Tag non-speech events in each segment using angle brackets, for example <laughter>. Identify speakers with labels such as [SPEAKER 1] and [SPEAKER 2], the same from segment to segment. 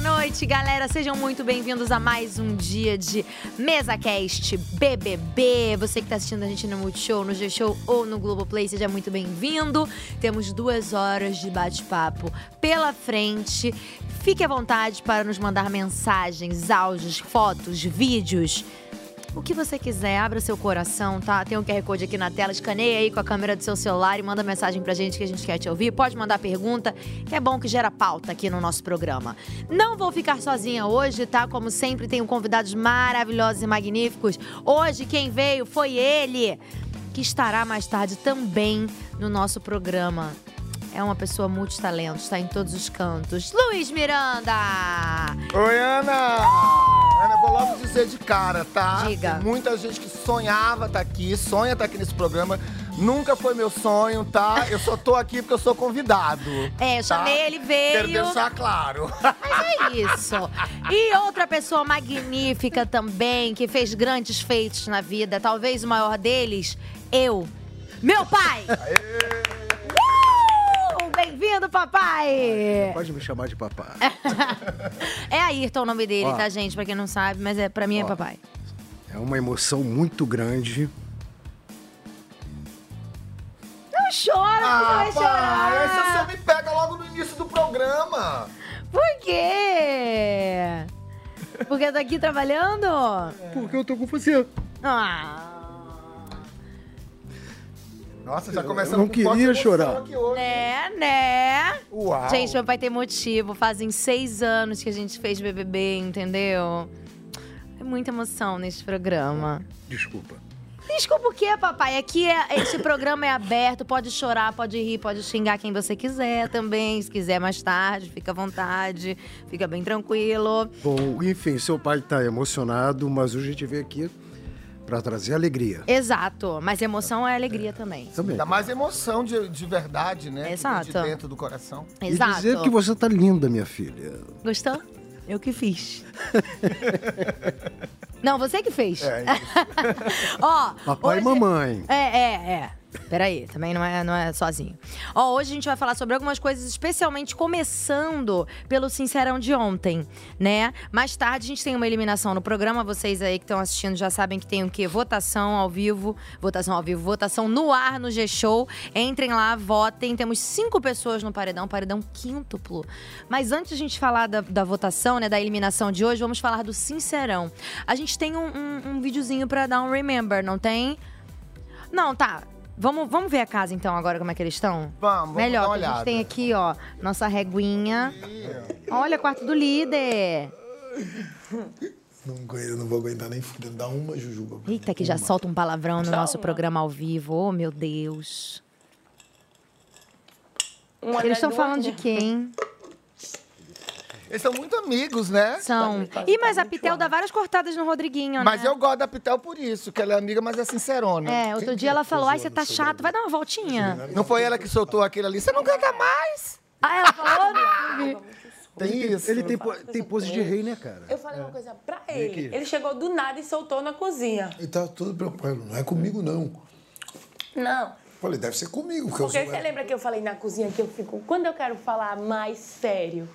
[SPEAKER 1] noite, galera. Sejam muito bem-vindos a mais um dia de MesaCast BBB. Você que tá assistindo a gente no Multishow, no G-Show ou no Globoplay, seja muito bem-vindo. Temos duas horas de bate-papo pela frente. Fique à vontade para nos mandar mensagens, áudios, fotos, vídeos. O que você quiser, abra seu coração, tá? Tem um QR Code aqui na tela, escaneia aí com a câmera do seu celular e manda mensagem pra gente que a gente quer te ouvir. Pode mandar pergunta, que é bom que gera pauta aqui no nosso programa. Não vou ficar sozinha hoje, tá? Como sempre, tenho convidados maravilhosos e magníficos. Hoje quem veio foi ele, que estará mais tarde também no nosso programa. É uma pessoa multitalento, está em todos os cantos. Luiz Miranda!
[SPEAKER 2] Oi, Ana! Ana, vou logo dizer de cara, tá?
[SPEAKER 1] Diga.
[SPEAKER 2] Tem muita gente que sonhava estar aqui, sonha estar aqui nesse programa. Nunca foi meu sonho, tá? Eu só tô aqui porque eu sou convidado.
[SPEAKER 1] É, eu
[SPEAKER 2] tá?
[SPEAKER 1] chamei, ele veio.
[SPEAKER 2] Quero deixar claro.
[SPEAKER 1] Mas é isso. E outra pessoa magnífica também, que fez grandes feitos na vida, talvez o maior deles, eu. Meu pai! Uh! Bem-vindo, papai!
[SPEAKER 3] Pode me chamar de papai.
[SPEAKER 1] É Ayrton o nome dele,
[SPEAKER 3] Ó.
[SPEAKER 1] tá, gente? Pra quem não sabe, mas é, pra mim é
[SPEAKER 3] Ó.
[SPEAKER 1] papai.
[SPEAKER 3] É uma emoção muito grande.
[SPEAKER 1] Não chora,
[SPEAKER 2] Ah,
[SPEAKER 1] você vai
[SPEAKER 2] pai, essa
[SPEAKER 1] chorar!
[SPEAKER 2] você me pega logo no início do programa.
[SPEAKER 1] Por quê? Porque tá aqui trabalhando?
[SPEAKER 3] Porque eu tô com você.
[SPEAKER 1] Ah.
[SPEAKER 2] Nossa, já
[SPEAKER 3] Eu
[SPEAKER 2] começamos
[SPEAKER 3] não
[SPEAKER 2] com
[SPEAKER 3] queria
[SPEAKER 2] forte emoção
[SPEAKER 3] chorar.
[SPEAKER 2] aqui hoje.
[SPEAKER 1] Né, né?
[SPEAKER 2] Uau.
[SPEAKER 1] Gente, meu pai tem motivo. Fazem seis anos que a gente fez BBB, entendeu? É muita emoção nesse programa.
[SPEAKER 3] Desculpa.
[SPEAKER 1] Desculpa o quê, papai? Aqui é, esse programa é aberto. Pode chorar, pode rir, pode xingar quem você quiser também. Se quiser mais tarde, fica à vontade. Fica bem tranquilo.
[SPEAKER 3] Bom, enfim, seu pai tá emocionado, mas hoje a gente veio aqui pra trazer alegria.
[SPEAKER 1] Exato. Mas emoção é alegria também.
[SPEAKER 3] Também.
[SPEAKER 2] Dá mais emoção de, de verdade, né? Que vem
[SPEAKER 1] Exato.
[SPEAKER 2] De dentro do coração.
[SPEAKER 3] E dizer
[SPEAKER 1] Exato.
[SPEAKER 3] que você tá linda, minha filha.
[SPEAKER 1] Gostou? Eu que fiz. <laughs> Não, você que fez.
[SPEAKER 2] É,
[SPEAKER 1] <laughs> Ó,
[SPEAKER 3] Papai e
[SPEAKER 1] hoje-
[SPEAKER 3] mamãe.
[SPEAKER 1] É, é, é. Peraí, também não é, não é sozinho. Ó, hoje a gente vai falar sobre algumas coisas, especialmente começando pelo Sincerão de ontem, né? Mais tarde a gente tem uma eliminação no programa. Vocês aí que estão assistindo já sabem que tem o quê? Votação ao vivo. Votação ao vivo, votação no ar no G-Show. Entrem lá, votem. Temos cinco pessoas no paredão, paredão quíntuplo. Mas antes de a gente falar da, da votação, né, da eliminação de hoje, vamos falar do Sincerão. A gente tem um, um, um videozinho pra dar um remember, não tem? Não, tá. Vamos, vamos ver a casa então agora como é que eles estão?
[SPEAKER 2] Vamos, vamos
[SPEAKER 1] Melhor,
[SPEAKER 2] dar uma
[SPEAKER 1] que a gente
[SPEAKER 2] olhada.
[SPEAKER 1] tem aqui, ó, nossa reguinha. Olha, quarto do líder.
[SPEAKER 4] Não, aguento- não vou aguentar nem fudendo. Dá uma jujuba. pra mim.
[SPEAKER 1] Eita, que já
[SPEAKER 4] Uma.
[SPEAKER 1] solta um palavrão no nosso programa ao vivo. Oh, meu Deus. Eles estão falando de
[SPEAKER 5] né? <laughs>
[SPEAKER 1] quem?
[SPEAKER 2] Eles são muito amigos, né?
[SPEAKER 1] São.
[SPEAKER 5] Tá,
[SPEAKER 1] Ih, mas a Pitel dá várias cortadas no Rodriguinho,
[SPEAKER 2] Mas
[SPEAKER 1] né?
[SPEAKER 2] eu gosto da Pitel por isso, que ela é amiga, mas é sincerona.
[SPEAKER 1] É, outro dia ela falou, ai, você tá chato, vai dar uma voltinha.
[SPEAKER 2] Não foi ela que soltou aquilo ali? Você não canta mais!
[SPEAKER 1] Ah, ela falou? não vi.
[SPEAKER 2] Tem isso.
[SPEAKER 3] Ele tem, po- tem pose de rei, né, cara?
[SPEAKER 5] Eu falei uma coisa pra ele. Ele chegou do nada e soltou na cozinha.
[SPEAKER 4] Ele tá todo preocupado. Não é comigo, não.
[SPEAKER 5] Não.
[SPEAKER 4] Falei, deve ser comigo. Porque,
[SPEAKER 5] Porque
[SPEAKER 4] eu
[SPEAKER 2] é.
[SPEAKER 4] sou...
[SPEAKER 5] você lembra que eu falei na cozinha que eu fico. Quando eu quero falar mais sério,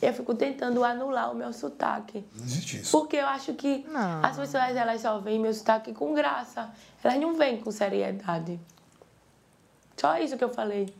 [SPEAKER 5] eu fico tentando anular o meu sotaque.
[SPEAKER 4] Não existe isso.
[SPEAKER 5] Porque eu acho que
[SPEAKER 1] Não.
[SPEAKER 5] as pessoas elas só veem meu sotaque com graça. Elas não veem com seriedade. Só isso que eu falei.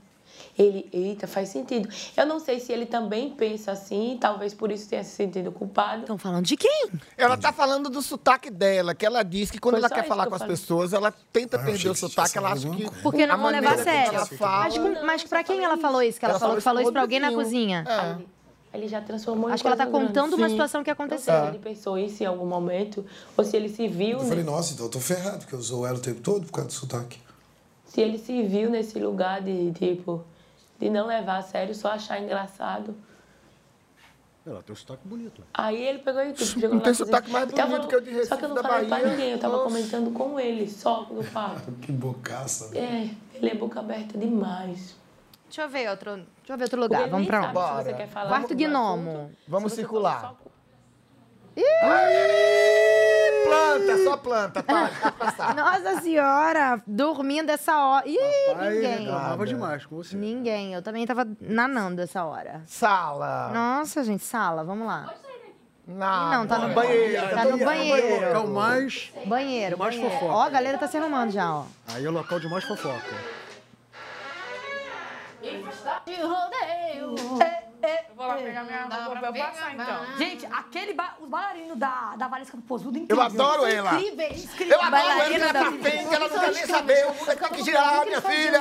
[SPEAKER 5] Ele, eita, faz sentido. Eu não sei se ele também pensa assim, talvez por isso tenha se sentido culpado.
[SPEAKER 1] Estão falando de quem?
[SPEAKER 2] Ela tá falando do sotaque dela, que ela diz que quando
[SPEAKER 5] Foi
[SPEAKER 2] ela
[SPEAKER 5] só
[SPEAKER 2] quer
[SPEAKER 5] isso
[SPEAKER 2] falar
[SPEAKER 5] que eu
[SPEAKER 2] com as
[SPEAKER 5] falei.
[SPEAKER 2] pessoas, ela tenta
[SPEAKER 4] Ah, eu
[SPEAKER 2] perder
[SPEAKER 4] achei
[SPEAKER 2] o
[SPEAKER 4] que você
[SPEAKER 2] sotaque, ela
[SPEAKER 3] é
[SPEAKER 4] falava
[SPEAKER 2] acha
[SPEAKER 4] alguma
[SPEAKER 2] que.
[SPEAKER 4] coisa.
[SPEAKER 1] Porque não
[SPEAKER 2] a
[SPEAKER 1] vão levar a
[SPEAKER 2] maneira com que
[SPEAKER 1] sério.
[SPEAKER 2] Ela fala,
[SPEAKER 1] Mas, com- mas pra quem ela falou isso? Que ela,
[SPEAKER 2] Ela
[SPEAKER 1] falou que falou
[SPEAKER 2] falou
[SPEAKER 1] isso
[SPEAKER 2] isso
[SPEAKER 1] pra alguém na
[SPEAKER 2] com o
[SPEAKER 1] cozinha?
[SPEAKER 5] Ele- Ele já transformou em
[SPEAKER 1] Acho que ela tá
[SPEAKER 5] coisa grande.
[SPEAKER 1] contando uma
[SPEAKER 2] Sim.
[SPEAKER 1] situação que
[SPEAKER 5] Não sei
[SPEAKER 1] aconteceu.
[SPEAKER 5] se ele pensou isso em algum momento, ou se ele se viu,
[SPEAKER 4] Eu
[SPEAKER 5] né?
[SPEAKER 4] falei, nossa, então eu tô ferrado, porque eu usou ela o tempo todo por causa do sotaque.
[SPEAKER 5] se ele se viu nesse lugar de, tipo, de não levar a sério, só achar engraçado.
[SPEAKER 3] Ela tem um sotaque bonito.
[SPEAKER 5] Aí ele pegou e tipo, chegou
[SPEAKER 2] Não
[SPEAKER 5] lá
[SPEAKER 2] tem
[SPEAKER 5] na cozinha.
[SPEAKER 2] sotaque mais
[SPEAKER 5] Tava-
[SPEAKER 2] bonito que o de
[SPEAKER 5] Só que
[SPEAKER 2] Recife,
[SPEAKER 5] eu não
[SPEAKER 2] da
[SPEAKER 5] falei pra
[SPEAKER 2] Bahia.
[SPEAKER 5] ninguém, eu tava
[SPEAKER 2] Nossa.
[SPEAKER 5] comentando com ele, só no
[SPEAKER 2] <laughs>
[SPEAKER 5] papo.
[SPEAKER 4] Que bocaça. velho.
[SPEAKER 5] É, ele é boca aberta demais.
[SPEAKER 1] Deixa eu ver outro, deixa eu ver outro
[SPEAKER 5] Porque
[SPEAKER 1] lugar.
[SPEAKER 5] ele
[SPEAKER 1] Vamos
[SPEAKER 5] nem
[SPEAKER 1] pra
[SPEAKER 5] sabe
[SPEAKER 1] onde?
[SPEAKER 5] se você
[SPEAKER 2] Bora.
[SPEAKER 5] quer falar
[SPEAKER 1] Quarto
[SPEAKER 5] sobre o
[SPEAKER 1] gnomo.
[SPEAKER 5] assunto, se
[SPEAKER 2] Vamos
[SPEAKER 5] você fala
[SPEAKER 2] circular.
[SPEAKER 5] só-
[SPEAKER 2] Ih, planta, só planta, para, deixa passar.
[SPEAKER 1] Nossa senhora, dormindo essa hora. Ih,
[SPEAKER 3] Pai
[SPEAKER 1] ninguém.
[SPEAKER 3] reclamava demais com você.
[SPEAKER 1] Ninguém. Eu também tava nanando essa hora.
[SPEAKER 2] Sala.
[SPEAKER 1] Nossa, gente, sala, vamos lá.
[SPEAKER 2] Na,
[SPEAKER 1] Não, tá no
[SPEAKER 2] banheiro.
[SPEAKER 1] Tá no
[SPEAKER 3] É o
[SPEAKER 1] banheiro.
[SPEAKER 3] local mais.
[SPEAKER 1] Banheiro,
[SPEAKER 3] Mais
[SPEAKER 1] banheiro.
[SPEAKER 3] fofoca.
[SPEAKER 1] Ó, a galera tá se arrumando já, ó.
[SPEAKER 3] Aí é o local de mais fofoca.
[SPEAKER 1] É,
[SPEAKER 6] Vou lá pegar minha roupa pra eu passar, então.
[SPEAKER 7] Gente, aquele ba os bailarinos da, da Valesca Popozuda
[SPEAKER 2] Eu
[SPEAKER 7] incrível.
[SPEAKER 2] adoro ela.
[SPEAKER 1] Incríveis, incríveis.
[SPEAKER 2] Eu adoro ela, ela tá frente, ela não quer nem saber. O mundo é que tem que girar, minha filha.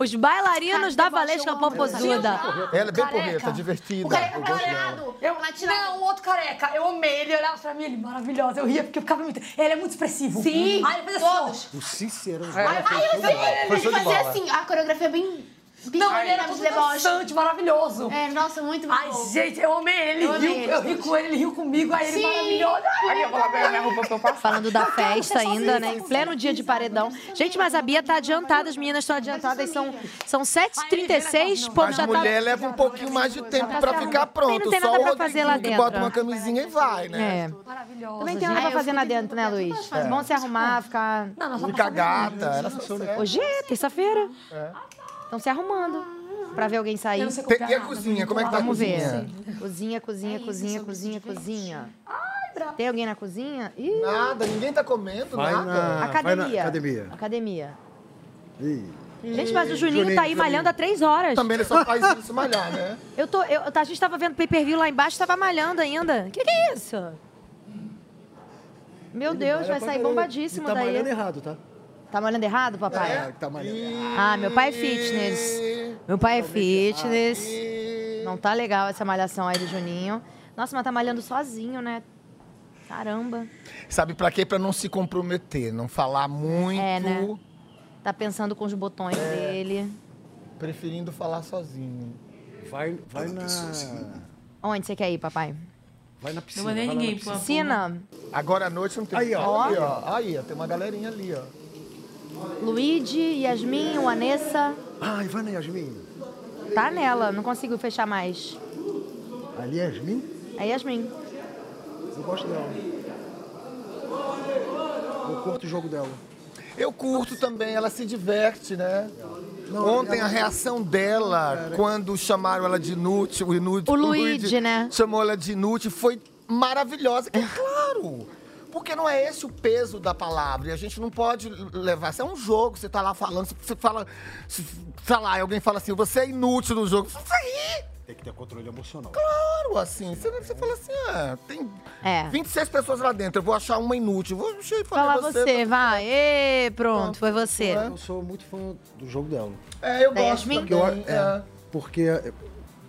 [SPEAKER 8] Os bailarinos da Valesca
[SPEAKER 1] né?
[SPEAKER 8] Popozuda.
[SPEAKER 2] Ela é bem
[SPEAKER 7] Careca.
[SPEAKER 2] porreta, divertida.
[SPEAKER 7] O
[SPEAKER 1] é
[SPEAKER 2] Eu
[SPEAKER 7] careca
[SPEAKER 1] tá
[SPEAKER 2] gosto dela.
[SPEAKER 7] prateado. Eu, não, o outro careca. Eu amei ele. Olhava pra mim, ele maravilhosa. Eu ria porque eu ficava muito... Ele é muito expressivo.
[SPEAKER 1] Sim,
[SPEAKER 7] Aí ele fez
[SPEAKER 1] todos.
[SPEAKER 7] assim,
[SPEAKER 3] O Cicerão.
[SPEAKER 1] Ai, eu vi!
[SPEAKER 2] É, Foi
[SPEAKER 1] Ele
[SPEAKER 2] show de
[SPEAKER 1] fazia
[SPEAKER 2] bola.
[SPEAKER 1] assim, a coreografia é bem...
[SPEAKER 7] ó. Não, ele era
[SPEAKER 1] de
[SPEAKER 7] todo
[SPEAKER 1] deboche.
[SPEAKER 7] dançante, maravilhoso.
[SPEAKER 1] É, nossa, muito bom.
[SPEAKER 7] Ai, gente, eu amei ele.
[SPEAKER 1] Eu
[SPEAKER 7] Eu,
[SPEAKER 1] amei ele,
[SPEAKER 7] eu ri com ele, ele riu comigo. Aí ele
[SPEAKER 1] Sim.
[SPEAKER 7] maravilhoso.
[SPEAKER 6] Aqui, eu vou lá
[SPEAKER 7] né,
[SPEAKER 6] pegar minha roupa pra eu passar.
[SPEAKER 8] Falando da festa ainda, né? Em pleno dia de paredão. Gente, mas a Bia tá adiantada, as meninas estão adiantadas, são, são 7h36, pô,
[SPEAKER 2] Mas
[SPEAKER 8] já tá.
[SPEAKER 2] mulher leva um pouquinho mais de tempo pra ficar
[SPEAKER 8] Também
[SPEAKER 2] pronto.
[SPEAKER 8] não tem
[SPEAKER 2] Só
[SPEAKER 8] nada
[SPEAKER 2] o
[SPEAKER 8] pra fazer lá
[SPEAKER 2] Rodriguinho que bota
[SPEAKER 8] dentro.
[SPEAKER 2] uma camisinha e vai, né?
[SPEAKER 8] É.
[SPEAKER 7] Maravilhoso.
[SPEAKER 1] Também tem nada pra fazer lá dentro, né, Luiz? É bom se arrumar, ficar...
[SPEAKER 7] Não, nós só
[SPEAKER 2] Fica
[SPEAKER 7] passamos mal.
[SPEAKER 2] gata. Ela só serve.
[SPEAKER 8] Hoje é terça-feira.
[SPEAKER 9] É.
[SPEAKER 1] Estão se arrumando pra ver alguém
[SPEAKER 7] Eu
[SPEAKER 1] sair.
[SPEAKER 7] não sei
[SPEAKER 2] Tem-
[SPEAKER 7] comprar
[SPEAKER 2] E a
[SPEAKER 7] nada,
[SPEAKER 2] cozinha?
[SPEAKER 7] gente.
[SPEAKER 2] Como é que tá a
[SPEAKER 1] Vamos ver.
[SPEAKER 2] cozinha?
[SPEAKER 1] Cozinha, cozinha, cozinha, cozinha, cozinha. Tem alguém na cozinha? Ih,
[SPEAKER 2] Nada, ninguém tá comendo,
[SPEAKER 3] Vai
[SPEAKER 2] nada.
[SPEAKER 3] na- Ah, vai na
[SPEAKER 1] academia.
[SPEAKER 3] academia.
[SPEAKER 1] Academia.
[SPEAKER 3] Ih,
[SPEAKER 8] Gente, mas o Juninho
[SPEAKER 3] Hum, Juninho,
[SPEAKER 8] tá aí
[SPEAKER 3] Juninho.
[SPEAKER 8] malhando há três horas.
[SPEAKER 2] Também ele só faz isso
[SPEAKER 1] <laughs>
[SPEAKER 2] malhar, né?
[SPEAKER 8] Eu tô, eu, a gente tava vendo pay-per-view lá embaixo, tava malhando ainda. Que que é isso?
[SPEAKER 1] Meu
[SPEAKER 3] ele
[SPEAKER 1] Deus,
[SPEAKER 3] malha
[SPEAKER 1] vai
[SPEAKER 3] pra
[SPEAKER 1] sair
[SPEAKER 3] caramba.
[SPEAKER 1] bombadíssimo
[SPEAKER 3] E tá
[SPEAKER 1] daí.
[SPEAKER 3] malhando errado, tá?
[SPEAKER 1] Tá malhando errado, papai?
[SPEAKER 3] É, tá malhando errado. Tá
[SPEAKER 1] Ah, meu pai é fitness. Meu pai é fitness.
[SPEAKER 2] E-
[SPEAKER 1] Não tá legal essa malhação aí do Juninho. Nossa, mas tá malhando sozinho, né? Caramba.
[SPEAKER 2] Sabe pra quê? Pra não se comprometer, não falar muito,
[SPEAKER 1] É, né? Tá pensando com os botões
[SPEAKER 3] É.
[SPEAKER 1] dele.
[SPEAKER 2] preferindo falar sozinho.
[SPEAKER 3] Vai, vai na.
[SPEAKER 1] Onde você quer ir, papai?
[SPEAKER 3] Vai na piscina.
[SPEAKER 6] Não mandei
[SPEAKER 3] vai lá na
[SPEAKER 6] ninguém
[SPEAKER 3] piscina.
[SPEAKER 6] pra-
[SPEAKER 1] Piscina?
[SPEAKER 2] Agora à noite não tem.
[SPEAKER 3] Aí, ó.
[SPEAKER 2] Aí, ó. Aí, ó. Tem uma galerinha ali, ó.
[SPEAKER 1] Luigi, Yasmin, o Anessa.
[SPEAKER 3] Ai, vai na Ah, Yasmin.
[SPEAKER 1] Tá nela, não consigo fechar mais.
[SPEAKER 3] Ali é Yasmin?
[SPEAKER 1] É Yasmin.
[SPEAKER 3] Eu gosto dela. Eu curto o jogo dela.
[SPEAKER 2] Eu curto também, ela se diverte, né?
[SPEAKER 3] Não,
[SPEAKER 2] Ontem
[SPEAKER 3] ela-
[SPEAKER 2] a reação dela, quando chamaram ela de inútil, o inútil.
[SPEAKER 1] O Luigi, né?
[SPEAKER 2] Chamou ela de inútil, foi maravilhosa.
[SPEAKER 1] <laughs>
[SPEAKER 2] É claro! Porque não é esse o peso da palavra. E a gente não pode levar. Isso é um jogo, você tá lá falando, você fala. se- Sei lá, e alguém fala assim, você é inútil no jogo. Você ri!
[SPEAKER 3] Tem que ter controle emocional.
[SPEAKER 2] Claro, assim. Você, você fala assim, ah, tem
[SPEAKER 1] É.
[SPEAKER 2] 26 pessoas lá dentro, eu vou achar uma inútil. Vou deixa eu falar
[SPEAKER 1] Fala você, vai. Ê, pronto, foi você.
[SPEAKER 3] Eu sou muito fã do jogo dela.
[SPEAKER 2] É, eu
[SPEAKER 1] Da
[SPEAKER 2] gosto
[SPEAKER 1] Yasmin?
[SPEAKER 2] também.
[SPEAKER 3] Eu,
[SPEAKER 2] é.
[SPEAKER 3] é, porque é,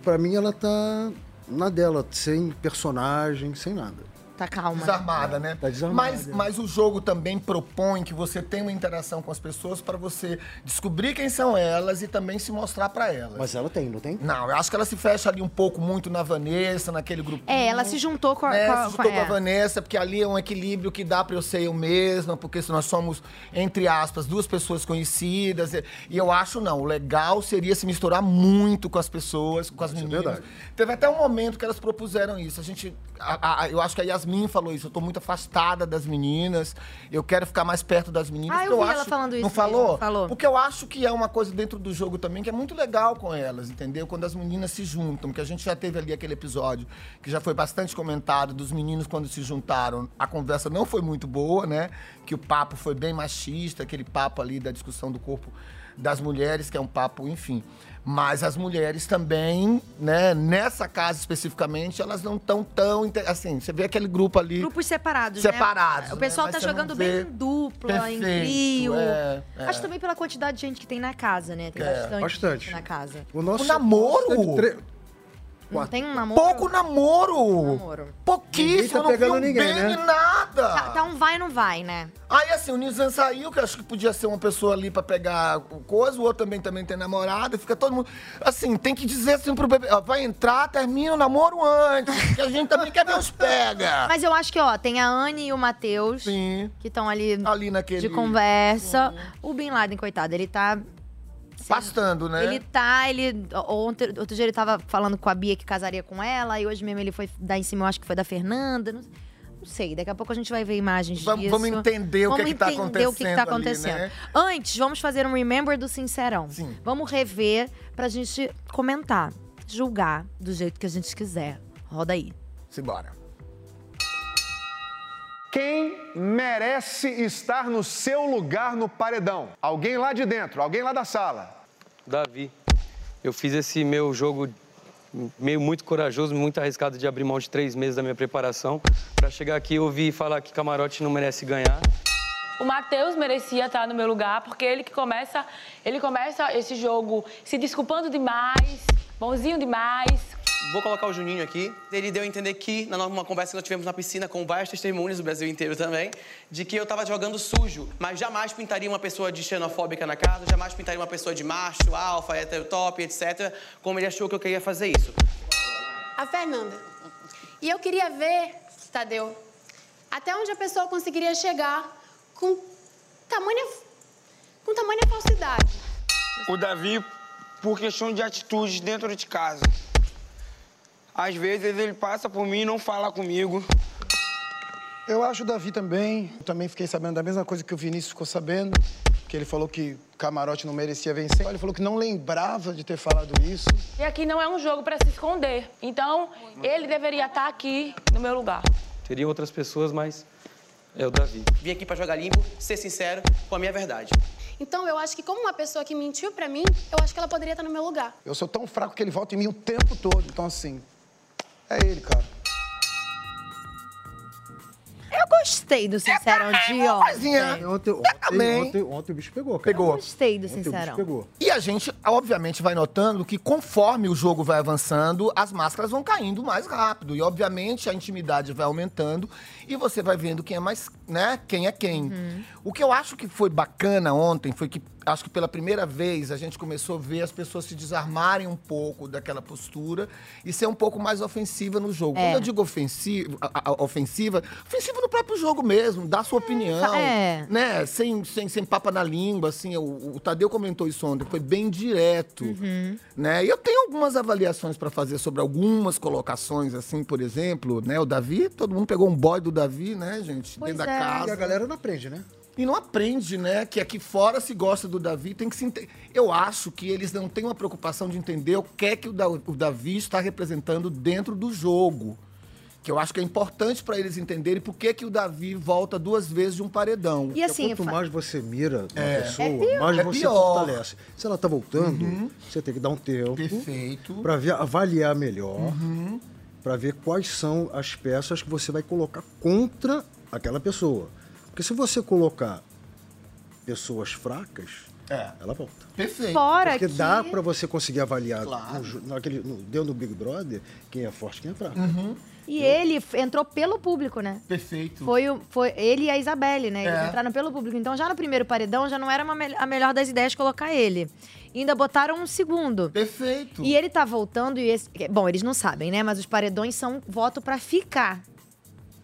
[SPEAKER 3] pra mim ela tá na dela, sem personagem, sem nada.
[SPEAKER 1] Tá calma.
[SPEAKER 2] Desarmada, né?
[SPEAKER 3] Tá desarmada.
[SPEAKER 2] Mas, mas o jogo também propõe que você tenha uma interação com as pessoas pra você descobrir quem são elas e também se mostrar pra elas.
[SPEAKER 3] Mas ela tem, não tem?
[SPEAKER 2] Não, eu acho que ela se fecha ali um pouco muito na Vanessa, naquele grupo.
[SPEAKER 1] É, ela se juntou com a.
[SPEAKER 2] né?
[SPEAKER 1] com
[SPEAKER 2] Se
[SPEAKER 1] a-
[SPEAKER 2] juntou com
[SPEAKER 1] é.
[SPEAKER 2] a Vanessa, porque ali é um equilíbrio que dá pra eu ser eu mesma, porque se nós somos, entre aspas, duas pessoas conhecidas. E e eu acho, não, o legal seria se misturar muito com as pessoas, com as meninas.
[SPEAKER 3] verdade.
[SPEAKER 2] Teve até um momento que elas propuseram isso. A gente. a- a- eu acho que a Yasmin falou isso. Eu tô muito afastada das meninas. Eu quero ficar mais perto das meninas.
[SPEAKER 1] Ah, eu
[SPEAKER 2] porque
[SPEAKER 1] vi ela
[SPEAKER 2] acho-
[SPEAKER 1] falando isso
[SPEAKER 2] Não
[SPEAKER 1] mesmo,
[SPEAKER 2] falou?
[SPEAKER 1] falou.
[SPEAKER 2] Porque eu acho que é uma coisa dentro do jogo também que é muito legal com elas, entendeu? Quando as meninas se juntam, que a gente já teve ali aquele episódio que já foi bastante comentado dos meninos quando se juntaram. A conversa não foi muito boa, né? Que o papo foi bem machista, aquele papo ali da discussão do corpo das mulheres, que é um papo, enfim. Mas as mulheres também, né, nessa casa especificamente, elas não estão tão. inte- Assim, você vê aquele grupo ali.
[SPEAKER 8] Grupos separados, né?
[SPEAKER 2] Separados,
[SPEAKER 8] O pessoal
[SPEAKER 2] né?
[SPEAKER 8] tá
[SPEAKER 2] Mas você não
[SPEAKER 8] jogando
[SPEAKER 2] vê.
[SPEAKER 8] bem em dupla, em
[SPEAKER 2] Perfeito,
[SPEAKER 8] trio.
[SPEAKER 2] é, é.
[SPEAKER 8] Acho também pela quantidade de gente que tem na casa, né? Tem
[SPEAKER 2] É.
[SPEAKER 8] bastante,
[SPEAKER 3] Bastante.
[SPEAKER 8] gente na casa.
[SPEAKER 3] O nosso.
[SPEAKER 2] O namoro?
[SPEAKER 3] Teve tre-
[SPEAKER 1] Não tem um namoro.
[SPEAKER 2] Pouco namoro.
[SPEAKER 1] Namoro.
[SPEAKER 3] Ninguém
[SPEAKER 2] Pouquíssimo,
[SPEAKER 3] tá pegando
[SPEAKER 2] não viu
[SPEAKER 3] ninguém,
[SPEAKER 2] bem
[SPEAKER 3] né?
[SPEAKER 2] em nada.
[SPEAKER 1] Tá, tá um vai não vai, né?
[SPEAKER 2] Aí assim, o Nizam saiu, que eu acho que podia ser uma pessoa ali pra pegar o coisa, o outro também, também tem namorada, fica todo mundo. Assim, tem que dizer assim pro bebê, ó, vai entrar, termina o namoro antes, que a gente também quer ver os pega.
[SPEAKER 1] Mas eu acho que, ó, tem a Anne e o Matheus,
[SPEAKER 2] Sim.
[SPEAKER 1] que estão ali
[SPEAKER 2] Ali naquele.
[SPEAKER 1] de conversa. O Bin Laden, coitado, ele tá.
[SPEAKER 2] Pastando, né?
[SPEAKER 1] Ele tá, ele. Ontem, outro dia ele tava falando com a Bia que casaria com ela, e hoje mesmo ele foi dar em cima, eu acho que foi da Fernanda. Não, não sei, daqui a pouco a gente vai ver imagens
[SPEAKER 2] Vamos-
[SPEAKER 1] disso.
[SPEAKER 2] vamos entender o que é que tá
[SPEAKER 1] Vamos entender o que, que tá
[SPEAKER 2] acontecendo
[SPEAKER 1] acontecendo.
[SPEAKER 2] ali, né?
[SPEAKER 1] Antes, vamos fazer um Remember do Sincerão.
[SPEAKER 2] Sim.
[SPEAKER 1] Vamos rever pra gente comentar, julgar do jeito que a gente quiser. Roda aí.
[SPEAKER 2] Simbora.
[SPEAKER 10] Quem merece estar no seu lugar no paredão? Alguém lá de dentro, alguém lá da sala.
[SPEAKER 11] Davi, eu fiz esse meu jogo meio muito corajoso, muito arriscado de abrir mão de três meses da minha preparação para chegar aqui e ouvir falar que camarote não merece ganhar.
[SPEAKER 5] O Matheus merecia estar no meu lugar, porque ele que começa, ele começa esse jogo se desculpando demais, bonzinho demais.
[SPEAKER 11] Vou colocar o Juninho aqui. Ele deu a entender que, na numa conversa que nós tivemos na piscina, com vários testemunhos do Brasil inteiro também, de que eu tava jogando sujo, mas jamais pintaria uma pessoa de xenofóbica na casa, jamais pintaria uma pessoa de macho, alfa, heterotop, etc., como ele achou que eu queria fazer isso.
[SPEAKER 12] A Ah, Fernanda. E eu queria ver, Tadeu, até onde a pessoa conseguiria chegar com tamanha, com tamanha falsidade.
[SPEAKER 9] O Davi, por questão de atitudes dentro de casa. Às vezes ele passa por mim e não fala comigo.
[SPEAKER 4] Eu acho o Davi também. Eu também fiquei sabendo da mesma coisa que o Vinícius ficou sabendo. Que ele falou que Camarote não merecia vencer. Ele falou que não lembrava de ter falado isso.
[SPEAKER 5] E aqui não é um jogo para se esconder. Então, ele deveria estar aqui no meu lugar.
[SPEAKER 11] Teria outras pessoas, mas é o Davi. Vim aqui para jogar limpo, ser sincero com a minha verdade.
[SPEAKER 12] Então eu acho que como uma pessoa que mentiu pra mim, eu acho que ela poderia estar no meu lugar.
[SPEAKER 4] Eu sou tão fraco que ele volta em mim o tempo todo. Então, assim, é ele, cara.
[SPEAKER 1] Eu gostei do Sincerão
[SPEAKER 4] É
[SPEAKER 1] de ontem.
[SPEAKER 3] Ontem, ontem,
[SPEAKER 2] também.
[SPEAKER 3] ontem, ontem, ontem o bicho pegou, cara.
[SPEAKER 2] Pegou.
[SPEAKER 1] Gostei do
[SPEAKER 3] Ontem o bicho
[SPEAKER 1] Sincerão.
[SPEAKER 3] pegou.
[SPEAKER 2] E a gente, obviamente, vai notando que conforme o jogo vai avançando, as máscaras vão caindo mais rápido. E, obviamente, a intimidade vai aumentando e você vai vendo quem é mais, né? Quem é quem. O que eu acho que foi bacana ontem foi que, acho que pela primeira vez, a gente começou a ver as pessoas se desarmarem um pouco daquela postura e ser um pouco mais ofensiva no jogo. Quando eu digo ofensiva, a- a- ofensiva, ofensiva no próprio jogo mesmo, dar sua opinião
[SPEAKER 1] é.
[SPEAKER 2] né, sem, sem, sem papa na língua, assim, o, o Tadeu comentou isso ontem, foi bem direto, né? E eu tenho algumas avaliações para fazer sobre algumas colocações, assim, por exemplo, né, o Davi, todo mundo pegou um boy do Davi, né, gente, dentro da
[SPEAKER 1] é.
[SPEAKER 3] E a
[SPEAKER 2] casa.
[SPEAKER 3] galera não aprende, né?
[SPEAKER 2] E não aprende, né, que aqui fora se gosta do Davi, tem que se entender. Eu acho que eles não têm uma preocupação de entender o que é que o, Da- o Davi está representando dentro do jogo. Que eu acho que é importante para eles entenderem por que, que o Davi volta duas vezes de um paredão.
[SPEAKER 1] E assim,
[SPEAKER 3] é Quanto
[SPEAKER 1] fa-
[SPEAKER 3] mais você mira uma pessoa, mais
[SPEAKER 2] É
[SPEAKER 3] você
[SPEAKER 2] pior. Uhum.
[SPEAKER 3] fortalece. Se ela tá voltando, você tem que dar um tempo.
[SPEAKER 2] Perfeito. Uhum.
[SPEAKER 3] Pra ver, avaliar melhor, pra ver quais são as peças que você vai colocar contra aquela pessoa. Porque se você colocar pessoas fracas,
[SPEAKER 2] É.
[SPEAKER 3] ela volta.
[SPEAKER 2] Perfeito.
[SPEAKER 1] Fora
[SPEAKER 3] Porque
[SPEAKER 1] que...
[SPEAKER 3] dá pra você conseguir avaliar
[SPEAKER 2] Claro.
[SPEAKER 3] no ju- naquele, no, deu no Big Brother quem é forte, quem é fraco.
[SPEAKER 1] E ele f- entrou pelo público, né?
[SPEAKER 2] Uhum. Perfeito.
[SPEAKER 1] Foi, o- foi ele e a Isabelle, né? Eles
[SPEAKER 2] É.
[SPEAKER 1] entraram pelo público. Então, já no primeiro paredão, já não era uma mel- a melhor das ideias colocar ele. E ainda botaram um segundo.
[SPEAKER 2] Perfeito.
[SPEAKER 1] E ele tá voltando e esse... Bom, eles não sabem, né? Mas os paredões são voto pra ficar.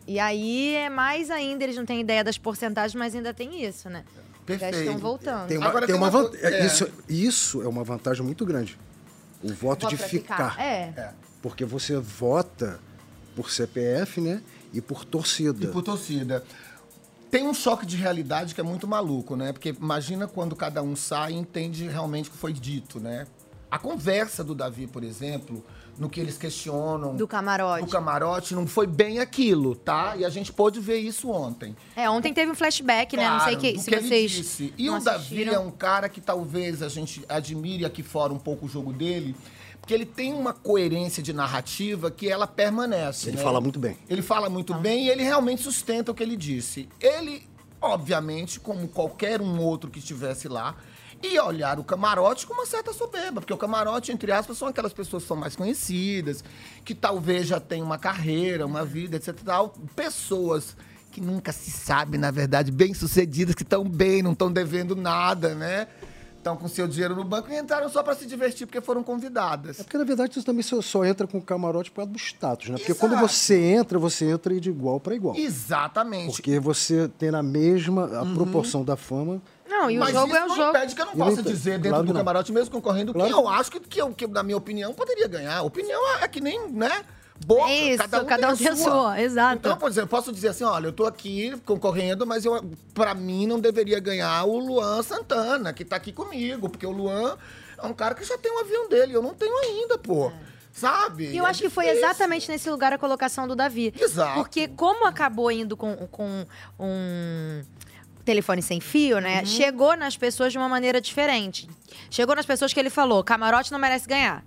[SPEAKER 1] E aí é mais ainda, eles não têm ideia das porcentagens, mas ainda tem isso, né? Já
[SPEAKER 2] Perfeito.
[SPEAKER 1] estão voltando.
[SPEAKER 3] Tem uma,
[SPEAKER 2] Agora
[SPEAKER 3] tem
[SPEAKER 2] tem
[SPEAKER 3] uma
[SPEAKER 2] uma
[SPEAKER 3] vanta-
[SPEAKER 2] co- é.
[SPEAKER 3] Isso, isso é uma vantagem muito grande. O voto
[SPEAKER 1] Voto
[SPEAKER 3] de
[SPEAKER 1] pra
[SPEAKER 3] ficar.
[SPEAKER 1] É.
[SPEAKER 3] Porque você vota por CPF, né? E por torcida.
[SPEAKER 2] E por torcida. Tem um choque de realidade que é muito maluco, né? Porque imagina quando cada um sai e entende realmente o que foi dito, né? A conversa do Davi, por exemplo, no que eles questionam.
[SPEAKER 1] Do camarote.
[SPEAKER 2] Do camarote, não foi bem aquilo, tá? E a gente pôde ver isso ontem.
[SPEAKER 1] É, ontem teve um flashback, né? Não sei
[SPEAKER 2] Claro,
[SPEAKER 1] que,
[SPEAKER 2] do
[SPEAKER 1] se
[SPEAKER 2] que ele
[SPEAKER 1] vocês.
[SPEAKER 2] disse. E
[SPEAKER 1] não
[SPEAKER 2] o Davi
[SPEAKER 1] assistiram.
[SPEAKER 2] é um cara que talvez a gente admire aqui fora um pouco o jogo dele, porque ele tem uma coerência de narrativa que ela permanece.
[SPEAKER 3] Ele
[SPEAKER 2] né?
[SPEAKER 3] fala muito bem.
[SPEAKER 2] Ele fala muito
[SPEAKER 3] Ah.
[SPEAKER 2] bem e ele realmente sustenta o que ele disse. Ele, obviamente, como qualquer um outro que estivesse lá, ia olhar o camarote com uma certa soberba, porque o camarote, entre aspas, são aquelas pessoas que são mais conhecidas, que talvez já tenham uma carreira,
[SPEAKER 3] Uhum.
[SPEAKER 2] uma vida, etc. e tal. Pessoas que nunca se sabe, na verdade, bem-sucedidas, que estão bem, não estão devendo nada, né? Estão com seu dinheiro no banco e entraram só para se divertir porque foram
[SPEAKER 3] É
[SPEAKER 2] convidadas.
[SPEAKER 3] porque, na verdade, isso também só, só entra com camarote por causa do status, né? Porque
[SPEAKER 2] Exato.
[SPEAKER 3] quando você entra, você entra de igual para igual.
[SPEAKER 2] Exatamente. Uhum.
[SPEAKER 3] Porque você tem na mesma a proporção da fama.
[SPEAKER 1] Não, e o
[SPEAKER 2] Mas
[SPEAKER 1] jogo
[SPEAKER 2] isso
[SPEAKER 1] é um
[SPEAKER 2] não
[SPEAKER 1] jogo.
[SPEAKER 2] impede que eu não
[SPEAKER 3] Ele
[SPEAKER 2] possa
[SPEAKER 3] impede.
[SPEAKER 2] dizer dentro
[SPEAKER 3] Claro
[SPEAKER 2] do
[SPEAKER 3] que não.
[SPEAKER 2] camarote, mesmo concorrendo,
[SPEAKER 3] Claro
[SPEAKER 2] que
[SPEAKER 3] que
[SPEAKER 2] eu acho que, que, eu, que, na minha opinião, poderia ganhar. Opinião é- é que nem, né? Boca,
[SPEAKER 1] É isso,
[SPEAKER 2] cada um,
[SPEAKER 1] cada
[SPEAKER 2] tem,
[SPEAKER 1] um
[SPEAKER 2] a
[SPEAKER 1] tem a sua, exato.
[SPEAKER 2] Então, por exemplo, eu posso dizer assim, olha, eu tô aqui concorrendo, mas eu, pra mim não deveria ganhar o Luan Santana, que tá aqui comigo, porque o Luan é um cara que já tem um avião dele, eu não tenho ainda, pô. Sabe?
[SPEAKER 1] E eu
[SPEAKER 2] É
[SPEAKER 1] acho que foi
[SPEAKER 2] difícil.
[SPEAKER 1] exatamente nesse lugar a colocação do Davi.
[SPEAKER 2] Exato.
[SPEAKER 1] Porque como acabou indo com, com um telefone sem fio, né?
[SPEAKER 2] Uhum.
[SPEAKER 1] Chegou nas pessoas de uma maneira diferente. Chegou nas pessoas que ele falou, camarote não merece ganhar.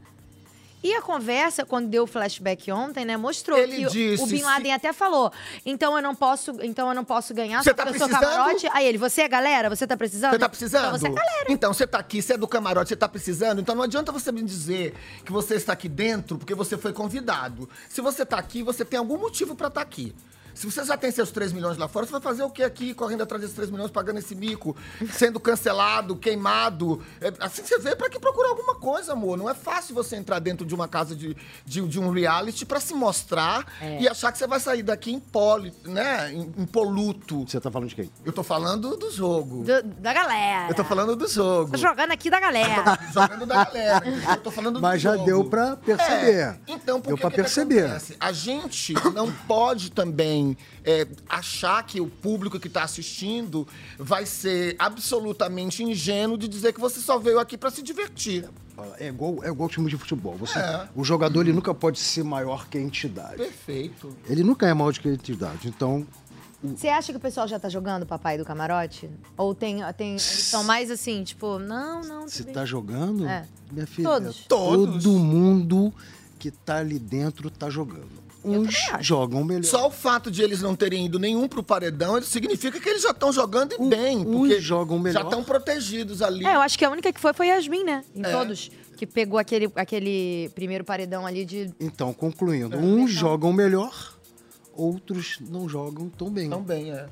[SPEAKER 1] E a conversa, quando deu o flashback ontem, né, mostrou
[SPEAKER 2] Ele
[SPEAKER 1] que o-
[SPEAKER 2] disse,
[SPEAKER 1] o Bin
[SPEAKER 2] se-
[SPEAKER 1] Laden até falou: "Então eu não posso, então eu não posso ganhar,
[SPEAKER 2] Você
[SPEAKER 1] só
[SPEAKER 2] tá
[SPEAKER 1] porque eu sou
[SPEAKER 2] precisando?
[SPEAKER 1] camarote". Aí ele: "Você é galera? Você tá precisando?".
[SPEAKER 2] Você tá precisando?
[SPEAKER 1] Então você é galera.
[SPEAKER 2] Então, você tá aqui, você é do camarote, você tá precisando. Então não adianta você me dizer que você está aqui dentro porque você foi convidado. Se você tá aqui, você tem algum motivo pra estar aqui. Se você já tem seus 3 milhões lá fora, você vai fazer o que aqui, correndo atrás desses 3 milhões, pagando
[SPEAKER 1] <laughs>
[SPEAKER 2] esse mico, sendo cancelado, queimado? É, assim você vê pra que procurar alguma coisa, amor. Não é fácil você entrar dentro de uma casa de, de, de um reality pra se mostrar
[SPEAKER 1] É.
[SPEAKER 2] e achar que você vai sair daqui impólito, né? Im- Impoluto.
[SPEAKER 3] Você tá falando de quem?
[SPEAKER 2] Eu tô falando do jogo.
[SPEAKER 1] Do- da galera.
[SPEAKER 2] Eu tô falando do jogo.
[SPEAKER 1] Tô jogando aqui da
[SPEAKER 2] <laughs>
[SPEAKER 1] galera.
[SPEAKER 2] Jogando da galera. entendeu? Eu tô falando do
[SPEAKER 3] Mas já
[SPEAKER 2] jogo.
[SPEAKER 3] deu pra perceber.
[SPEAKER 2] É, Então, por
[SPEAKER 3] Deu
[SPEAKER 2] que
[SPEAKER 3] pra
[SPEAKER 2] que
[SPEAKER 3] perceber.
[SPEAKER 2] acontece? A gente não pode também é, achar que o público que está assistindo vai ser absolutamente ingênuo de dizer que você só veio aqui para se divertir.
[SPEAKER 3] Fala, É igual, é igual time de futebol. Você,
[SPEAKER 2] É.
[SPEAKER 3] O jogador ele nunca pode ser maior que a entidade.
[SPEAKER 2] Perfeito.
[SPEAKER 3] Ele nunca é maior do que a entidade. Então,
[SPEAKER 1] Você acha que o pessoal já tá jogando papai do camarote? Ou tem, tem eles são mais assim, tipo, não, não,
[SPEAKER 3] se
[SPEAKER 1] tudo
[SPEAKER 3] tá
[SPEAKER 1] bem.
[SPEAKER 3] jogando,
[SPEAKER 1] É.
[SPEAKER 3] minha filha,
[SPEAKER 1] Todos.
[SPEAKER 2] Todos.
[SPEAKER 3] todo mundo que tá ali dentro tá jogando. Uns jogam melhor.
[SPEAKER 2] Só o fato de eles não terem ido nenhum pro paredão, isso significa que eles já estão jogando e bem. Porque jogam
[SPEAKER 3] melhor.
[SPEAKER 2] Já estão protegidos ali.
[SPEAKER 1] É, eu acho que a única que foi foi Yasmin, né? Em
[SPEAKER 2] É.
[SPEAKER 1] todos. Que pegou aquele, aquele primeiro paredão ali de.
[SPEAKER 3] Então, concluindo, uns jogam melhor, outros não jogam tão bem. Tão
[SPEAKER 2] bem, é.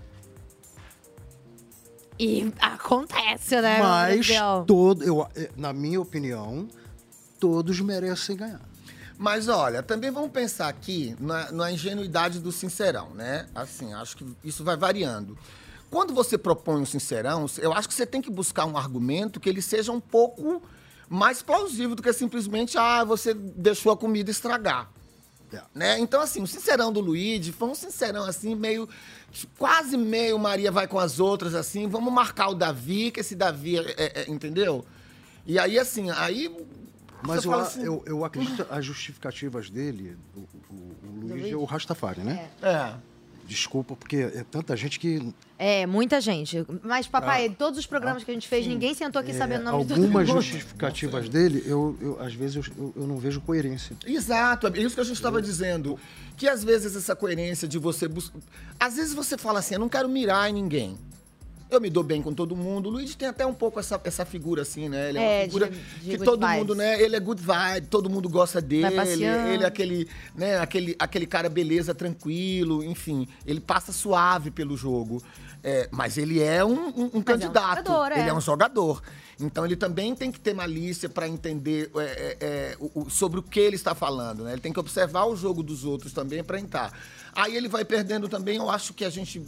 [SPEAKER 1] E acontece, né?
[SPEAKER 3] Mas
[SPEAKER 1] Gabriel?
[SPEAKER 3] todo, eu, eh, na minha opinião, todos merecem ganhar.
[SPEAKER 2] Mas olha, também vamos pensar aqui na, na ingenuidade do sincerão, né? Assim, acho que isso vai variando. Quando você propõe um sincerão, eu acho que você tem que buscar um argumento que ele seja um pouco mais plausível do que simplesmente, ah, você deixou a comida estragar.
[SPEAKER 3] É.
[SPEAKER 2] Né? Então, assim, o sincerão do Luigi foi um sincerão, assim, meio. Quase meio Maria vai com as outras, assim, vamos marcar o Davi, que esse Davi. é- é- é- entendeu? E aí, assim, aí.
[SPEAKER 3] Mas
[SPEAKER 2] você
[SPEAKER 3] eu,
[SPEAKER 2] fala
[SPEAKER 3] a-
[SPEAKER 2] assim,
[SPEAKER 3] eu, eu acredito as justificativas dele, o, o, o Luiz
[SPEAKER 1] Luiz?
[SPEAKER 3] é o Rastafari, né?
[SPEAKER 2] É.
[SPEAKER 3] Desculpa, porque é tanta gente que.
[SPEAKER 1] É, muita gente. Mas,
[SPEAKER 2] Ah.
[SPEAKER 1] papai, todos os programas que a gente fez, ninguém sentou aqui
[SPEAKER 3] é,
[SPEAKER 1] sabendo o nome de todo <laughs> mundo.
[SPEAKER 3] algumas justificativas dele, eu, eu, às vezes eu, eu- eu não vejo coerência.
[SPEAKER 2] Exato, é isso que a gente estava dizendo. Que às vezes essa coerência de você buscar. Às vezes você fala assim, eu não quero mirar em ninguém. Eu me dou bem com todo mundo. O Luigi tem até um pouco essa, essa figura assim, né? Ele é,
[SPEAKER 1] É,
[SPEAKER 2] uma
[SPEAKER 1] de-
[SPEAKER 2] figura
[SPEAKER 1] de
[SPEAKER 2] que
[SPEAKER 1] good
[SPEAKER 2] todo
[SPEAKER 1] vibes.
[SPEAKER 2] mundo, né? Ele é good vibe, todo mundo gosta dele.
[SPEAKER 1] passeando.
[SPEAKER 2] Ele é aquele, né, aquele, aquele cara beleza, tranquilo, enfim. Ele passa suave pelo jogo. É, mas ele é um, um- um candidato.
[SPEAKER 1] jogador, é.
[SPEAKER 2] Ele é um jogador. Então ele também tem que ter malícia para entender é, é, é, o- o- sobre o que ele está falando, né? Ele tem que observar o jogo dos outros também para entrar. Aí ele vai perdendo também, eu acho que a gente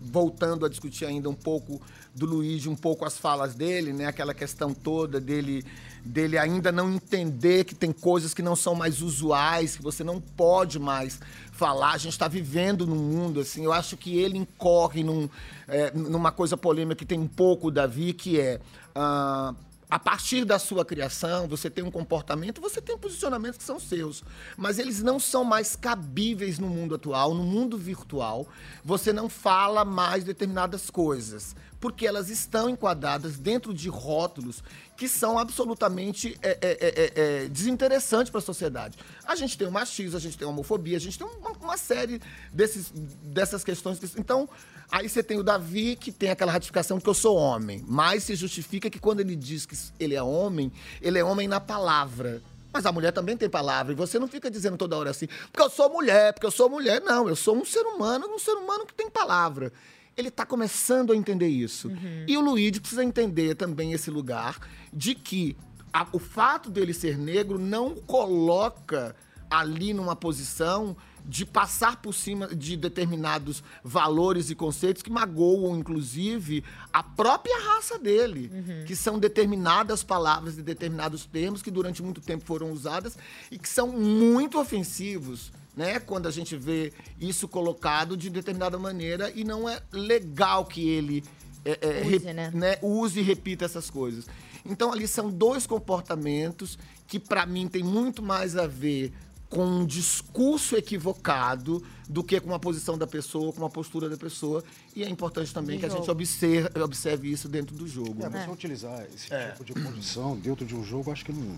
[SPEAKER 2] voltando a discutir ainda um pouco do Luigi, um pouco as falas dele, né? Aquela questão toda dele dele ainda não entender que tem coisas que não são mais usuais, que você não pode mais falar. A gente está vivendo num mundo assim. Eu acho que ele incorre num, é, numa coisa polêmica que tem um pouco, Davi, que é. ah, a partir da sua criação, você tem um comportamento, você tem posicionamentos que são seus, mas eles não são mais cabíveis no mundo atual, no mundo virtual. Você não fala mais determinadas coisas, porque elas estão enquadradas dentro de rótulos que são absolutamente é, é, é, é, é, desinteressantes para a sociedade. A gente tem o machismo, a gente tem a homofobia, a gente tem uma, uma série desses, dessas questões. que- Então, aí você tem o Davi, que tem aquela ratificação que eu sou homem, mas se justifica que quando ele diz que ele é homem, ele é homem na palavra. Mas a mulher também tem palavra, e você não fica dizendo toda hora assim, porque eu sou mulher, porque eu sou mulher. Não, eu sou um ser humano, um ser humano que tem palavra. Ele está começando a entender isso. E o Luigi precisa entender também esse lugar de que a- o fato dele ser negro não o coloca ali numa posição de passar por cima de determinados valores e conceitos que magoam, inclusive, a própria raça dele, que são determinadas palavras e determinados termos que durante muito tempo foram usadas e que são muito ofensivos né? Quando a gente vê isso colocado de determinada maneira e não é legal que ele é, é,
[SPEAKER 1] Use,
[SPEAKER 2] rep-
[SPEAKER 1] né?
[SPEAKER 2] né, use e repita essas coisas. Então, ali são dois comportamentos que, para mim, tem muito mais a ver com um discurso equivocado do que com uma posição da pessoa, com uma postura da pessoa. E é importante também
[SPEAKER 3] De
[SPEAKER 2] que a gente
[SPEAKER 3] jogo.
[SPEAKER 2] observe, observe isso dentro do jogo.
[SPEAKER 3] É,
[SPEAKER 2] né? É.
[SPEAKER 3] você utilizar esse tipo de condição dentro de um jogo, acho que não.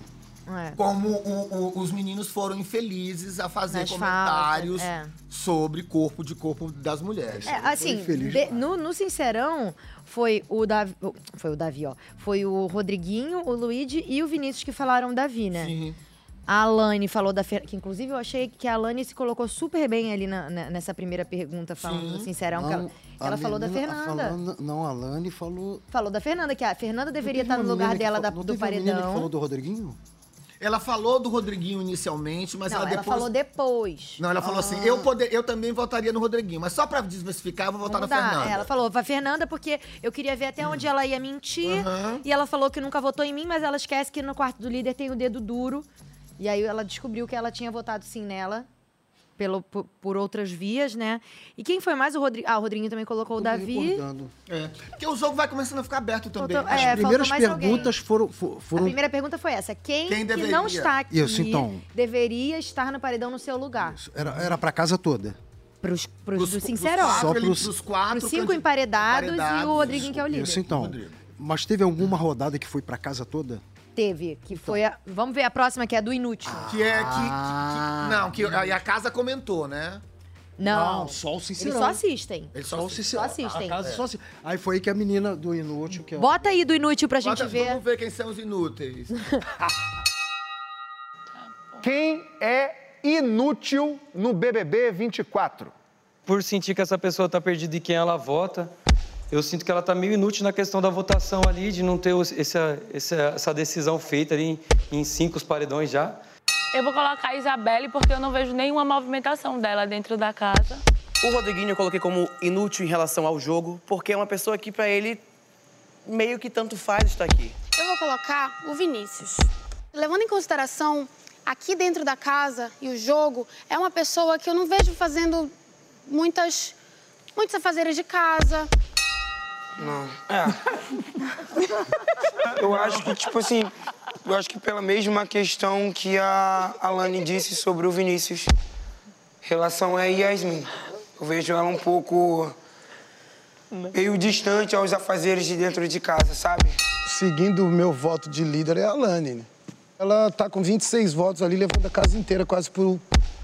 [SPEAKER 1] É.
[SPEAKER 2] Como o- o- os meninos foram infelizes a fazer
[SPEAKER 1] Nas
[SPEAKER 2] comentários
[SPEAKER 1] falas, é.
[SPEAKER 2] sobre corpo de corpo das mulheres.
[SPEAKER 1] É, assim, de- no, no Sincerão, foi o Davi. o- Foi o Davi, ó. Foi o Rodriguinho, o Luigi e o Vinícius que falaram Davi, né?
[SPEAKER 2] Sim.
[SPEAKER 1] A Alane falou da Fer... que inclusive eu achei que a Alane se colocou super bem ali na- na- nessa primeira pergunta, falando do Sincerão, que ela,
[SPEAKER 3] a
[SPEAKER 1] ela falou da
[SPEAKER 3] menina- tá a
[SPEAKER 1] Fernanda.
[SPEAKER 3] Falanda- não, a Lani falou.
[SPEAKER 1] Falou da Fernanda, que a Fernanda deveria
[SPEAKER 3] Teve
[SPEAKER 1] estar no
[SPEAKER 3] uma
[SPEAKER 1] lugar
[SPEAKER 3] menina que
[SPEAKER 1] dela
[SPEAKER 3] fa-
[SPEAKER 1] da-
[SPEAKER 3] não
[SPEAKER 1] do
[SPEAKER 3] teve uma menina que
[SPEAKER 1] paredão.
[SPEAKER 3] falou do Rodriguinho?
[SPEAKER 2] Ela falou do Rodriguinho inicialmente, mas
[SPEAKER 1] não,
[SPEAKER 2] ela
[SPEAKER 1] ela
[SPEAKER 2] depois.
[SPEAKER 1] falou depois. Ah.
[SPEAKER 2] Não, ela falou assim: eu, poder, eu também votaria no Rodriguinho, mas só pra desmistificar, eu vou votar
[SPEAKER 1] Vamos
[SPEAKER 2] na
[SPEAKER 1] mudar.
[SPEAKER 2] Fernanda.
[SPEAKER 1] Ela falou pra Fernanda porque eu queria ver até onde ela ia mentir. E ela falou que nunca votou em mim, mas ela esquece que no quarto do líder tem o dedo duro. E aí ela descobriu que ela tinha votado sim nela. Pelo, por, por outras vias, né? E quem foi mais? O Rodrigo. Ah, o Rodriguinho também colocou o Davi.
[SPEAKER 2] É. Porque o jogo vai começando a ficar aberto então. também.
[SPEAKER 1] Faltou- As é, faltou primeiras mais alguém. perguntas
[SPEAKER 3] foram. fo-
[SPEAKER 1] A
[SPEAKER 3] foram
[SPEAKER 1] primeira pergunta foi essa. Quem,
[SPEAKER 3] Quem
[SPEAKER 1] que
[SPEAKER 3] deveria?
[SPEAKER 1] não está aqui
[SPEAKER 3] Isso, então.
[SPEAKER 1] deveria estar no paredão no seu lugar?
[SPEAKER 3] Era, era pra casa toda.
[SPEAKER 1] Pros, Pros, do Sincerão.
[SPEAKER 3] Só pros,
[SPEAKER 1] Pros cinco emparedados, e o Rodriguinho que é o líder.
[SPEAKER 3] Isso, então. Mas teve alguma rodada que foi pra casa toda?
[SPEAKER 1] Teve, que foi a... Vamos ver a próxima, que é a do Inútil.
[SPEAKER 2] Então. Que é que. que- que- Ah, não, que aí a casa comentou, né?
[SPEAKER 1] Não.
[SPEAKER 3] Não, só o Sincerão.
[SPEAKER 1] Eles só assistem.
[SPEAKER 2] Eles
[SPEAKER 3] só, se
[SPEAKER 1] Só assistem.
[SPEAKER 3] A
[SPEAKER 2] É.
[SPEAKER 3] casa só assi- Aí foi aí que a menina do Inútil. Que é-
[SPEAKER 1] Bota aí do Inútil pra gente ver.
[SPEAKER 2] Vamos ver quem são
[SPEAKER 1] <laughs>
[SPEAKER 2] os inúteis.
[SPEAKER 13] Quem é inútil no BBB 24?
[SPEAKER 14] Por sentir que essa pessoa tá perdida e quem ela vota, eu sinto que ela tá meio inútil na questão da votação ali, de não ter os- essa, essa, essa decisão feita ali em, em cinco os paredões já.
[SPEAKER 5] Eu vou colocar a Isabelle porque eu não vejo nenhuma movimentação dela dentro da casa.
[SPEAKER 15] O Rodriguinho eu coloquei como inútil em relação ao jogo, porque é uma pessoa que, pra ele, meio que tanto faz estar aqui.
[SPEAKER 12] Eu vou colocar o Vinícius. Levando em consideração, aqui dentro da casa e o jogo, é uma pessoa que eu não vejo fazendo muitas, muitos afazeres de casa.
[SPEAKER 9] Não. É. eu acho que, tipo assim, eu acho que pela mesma questão que a Alane disse sobre o Vinícius, relação é Yasmin. Eu vejo ela um pouco meio distante aos afazeres de dentro de casa, sabe?
[SPEAKER 4] Seguindo o meu voto de líder é a Alane, né? Ela tá com 26 votos ali, levando a casa inteira quase pro,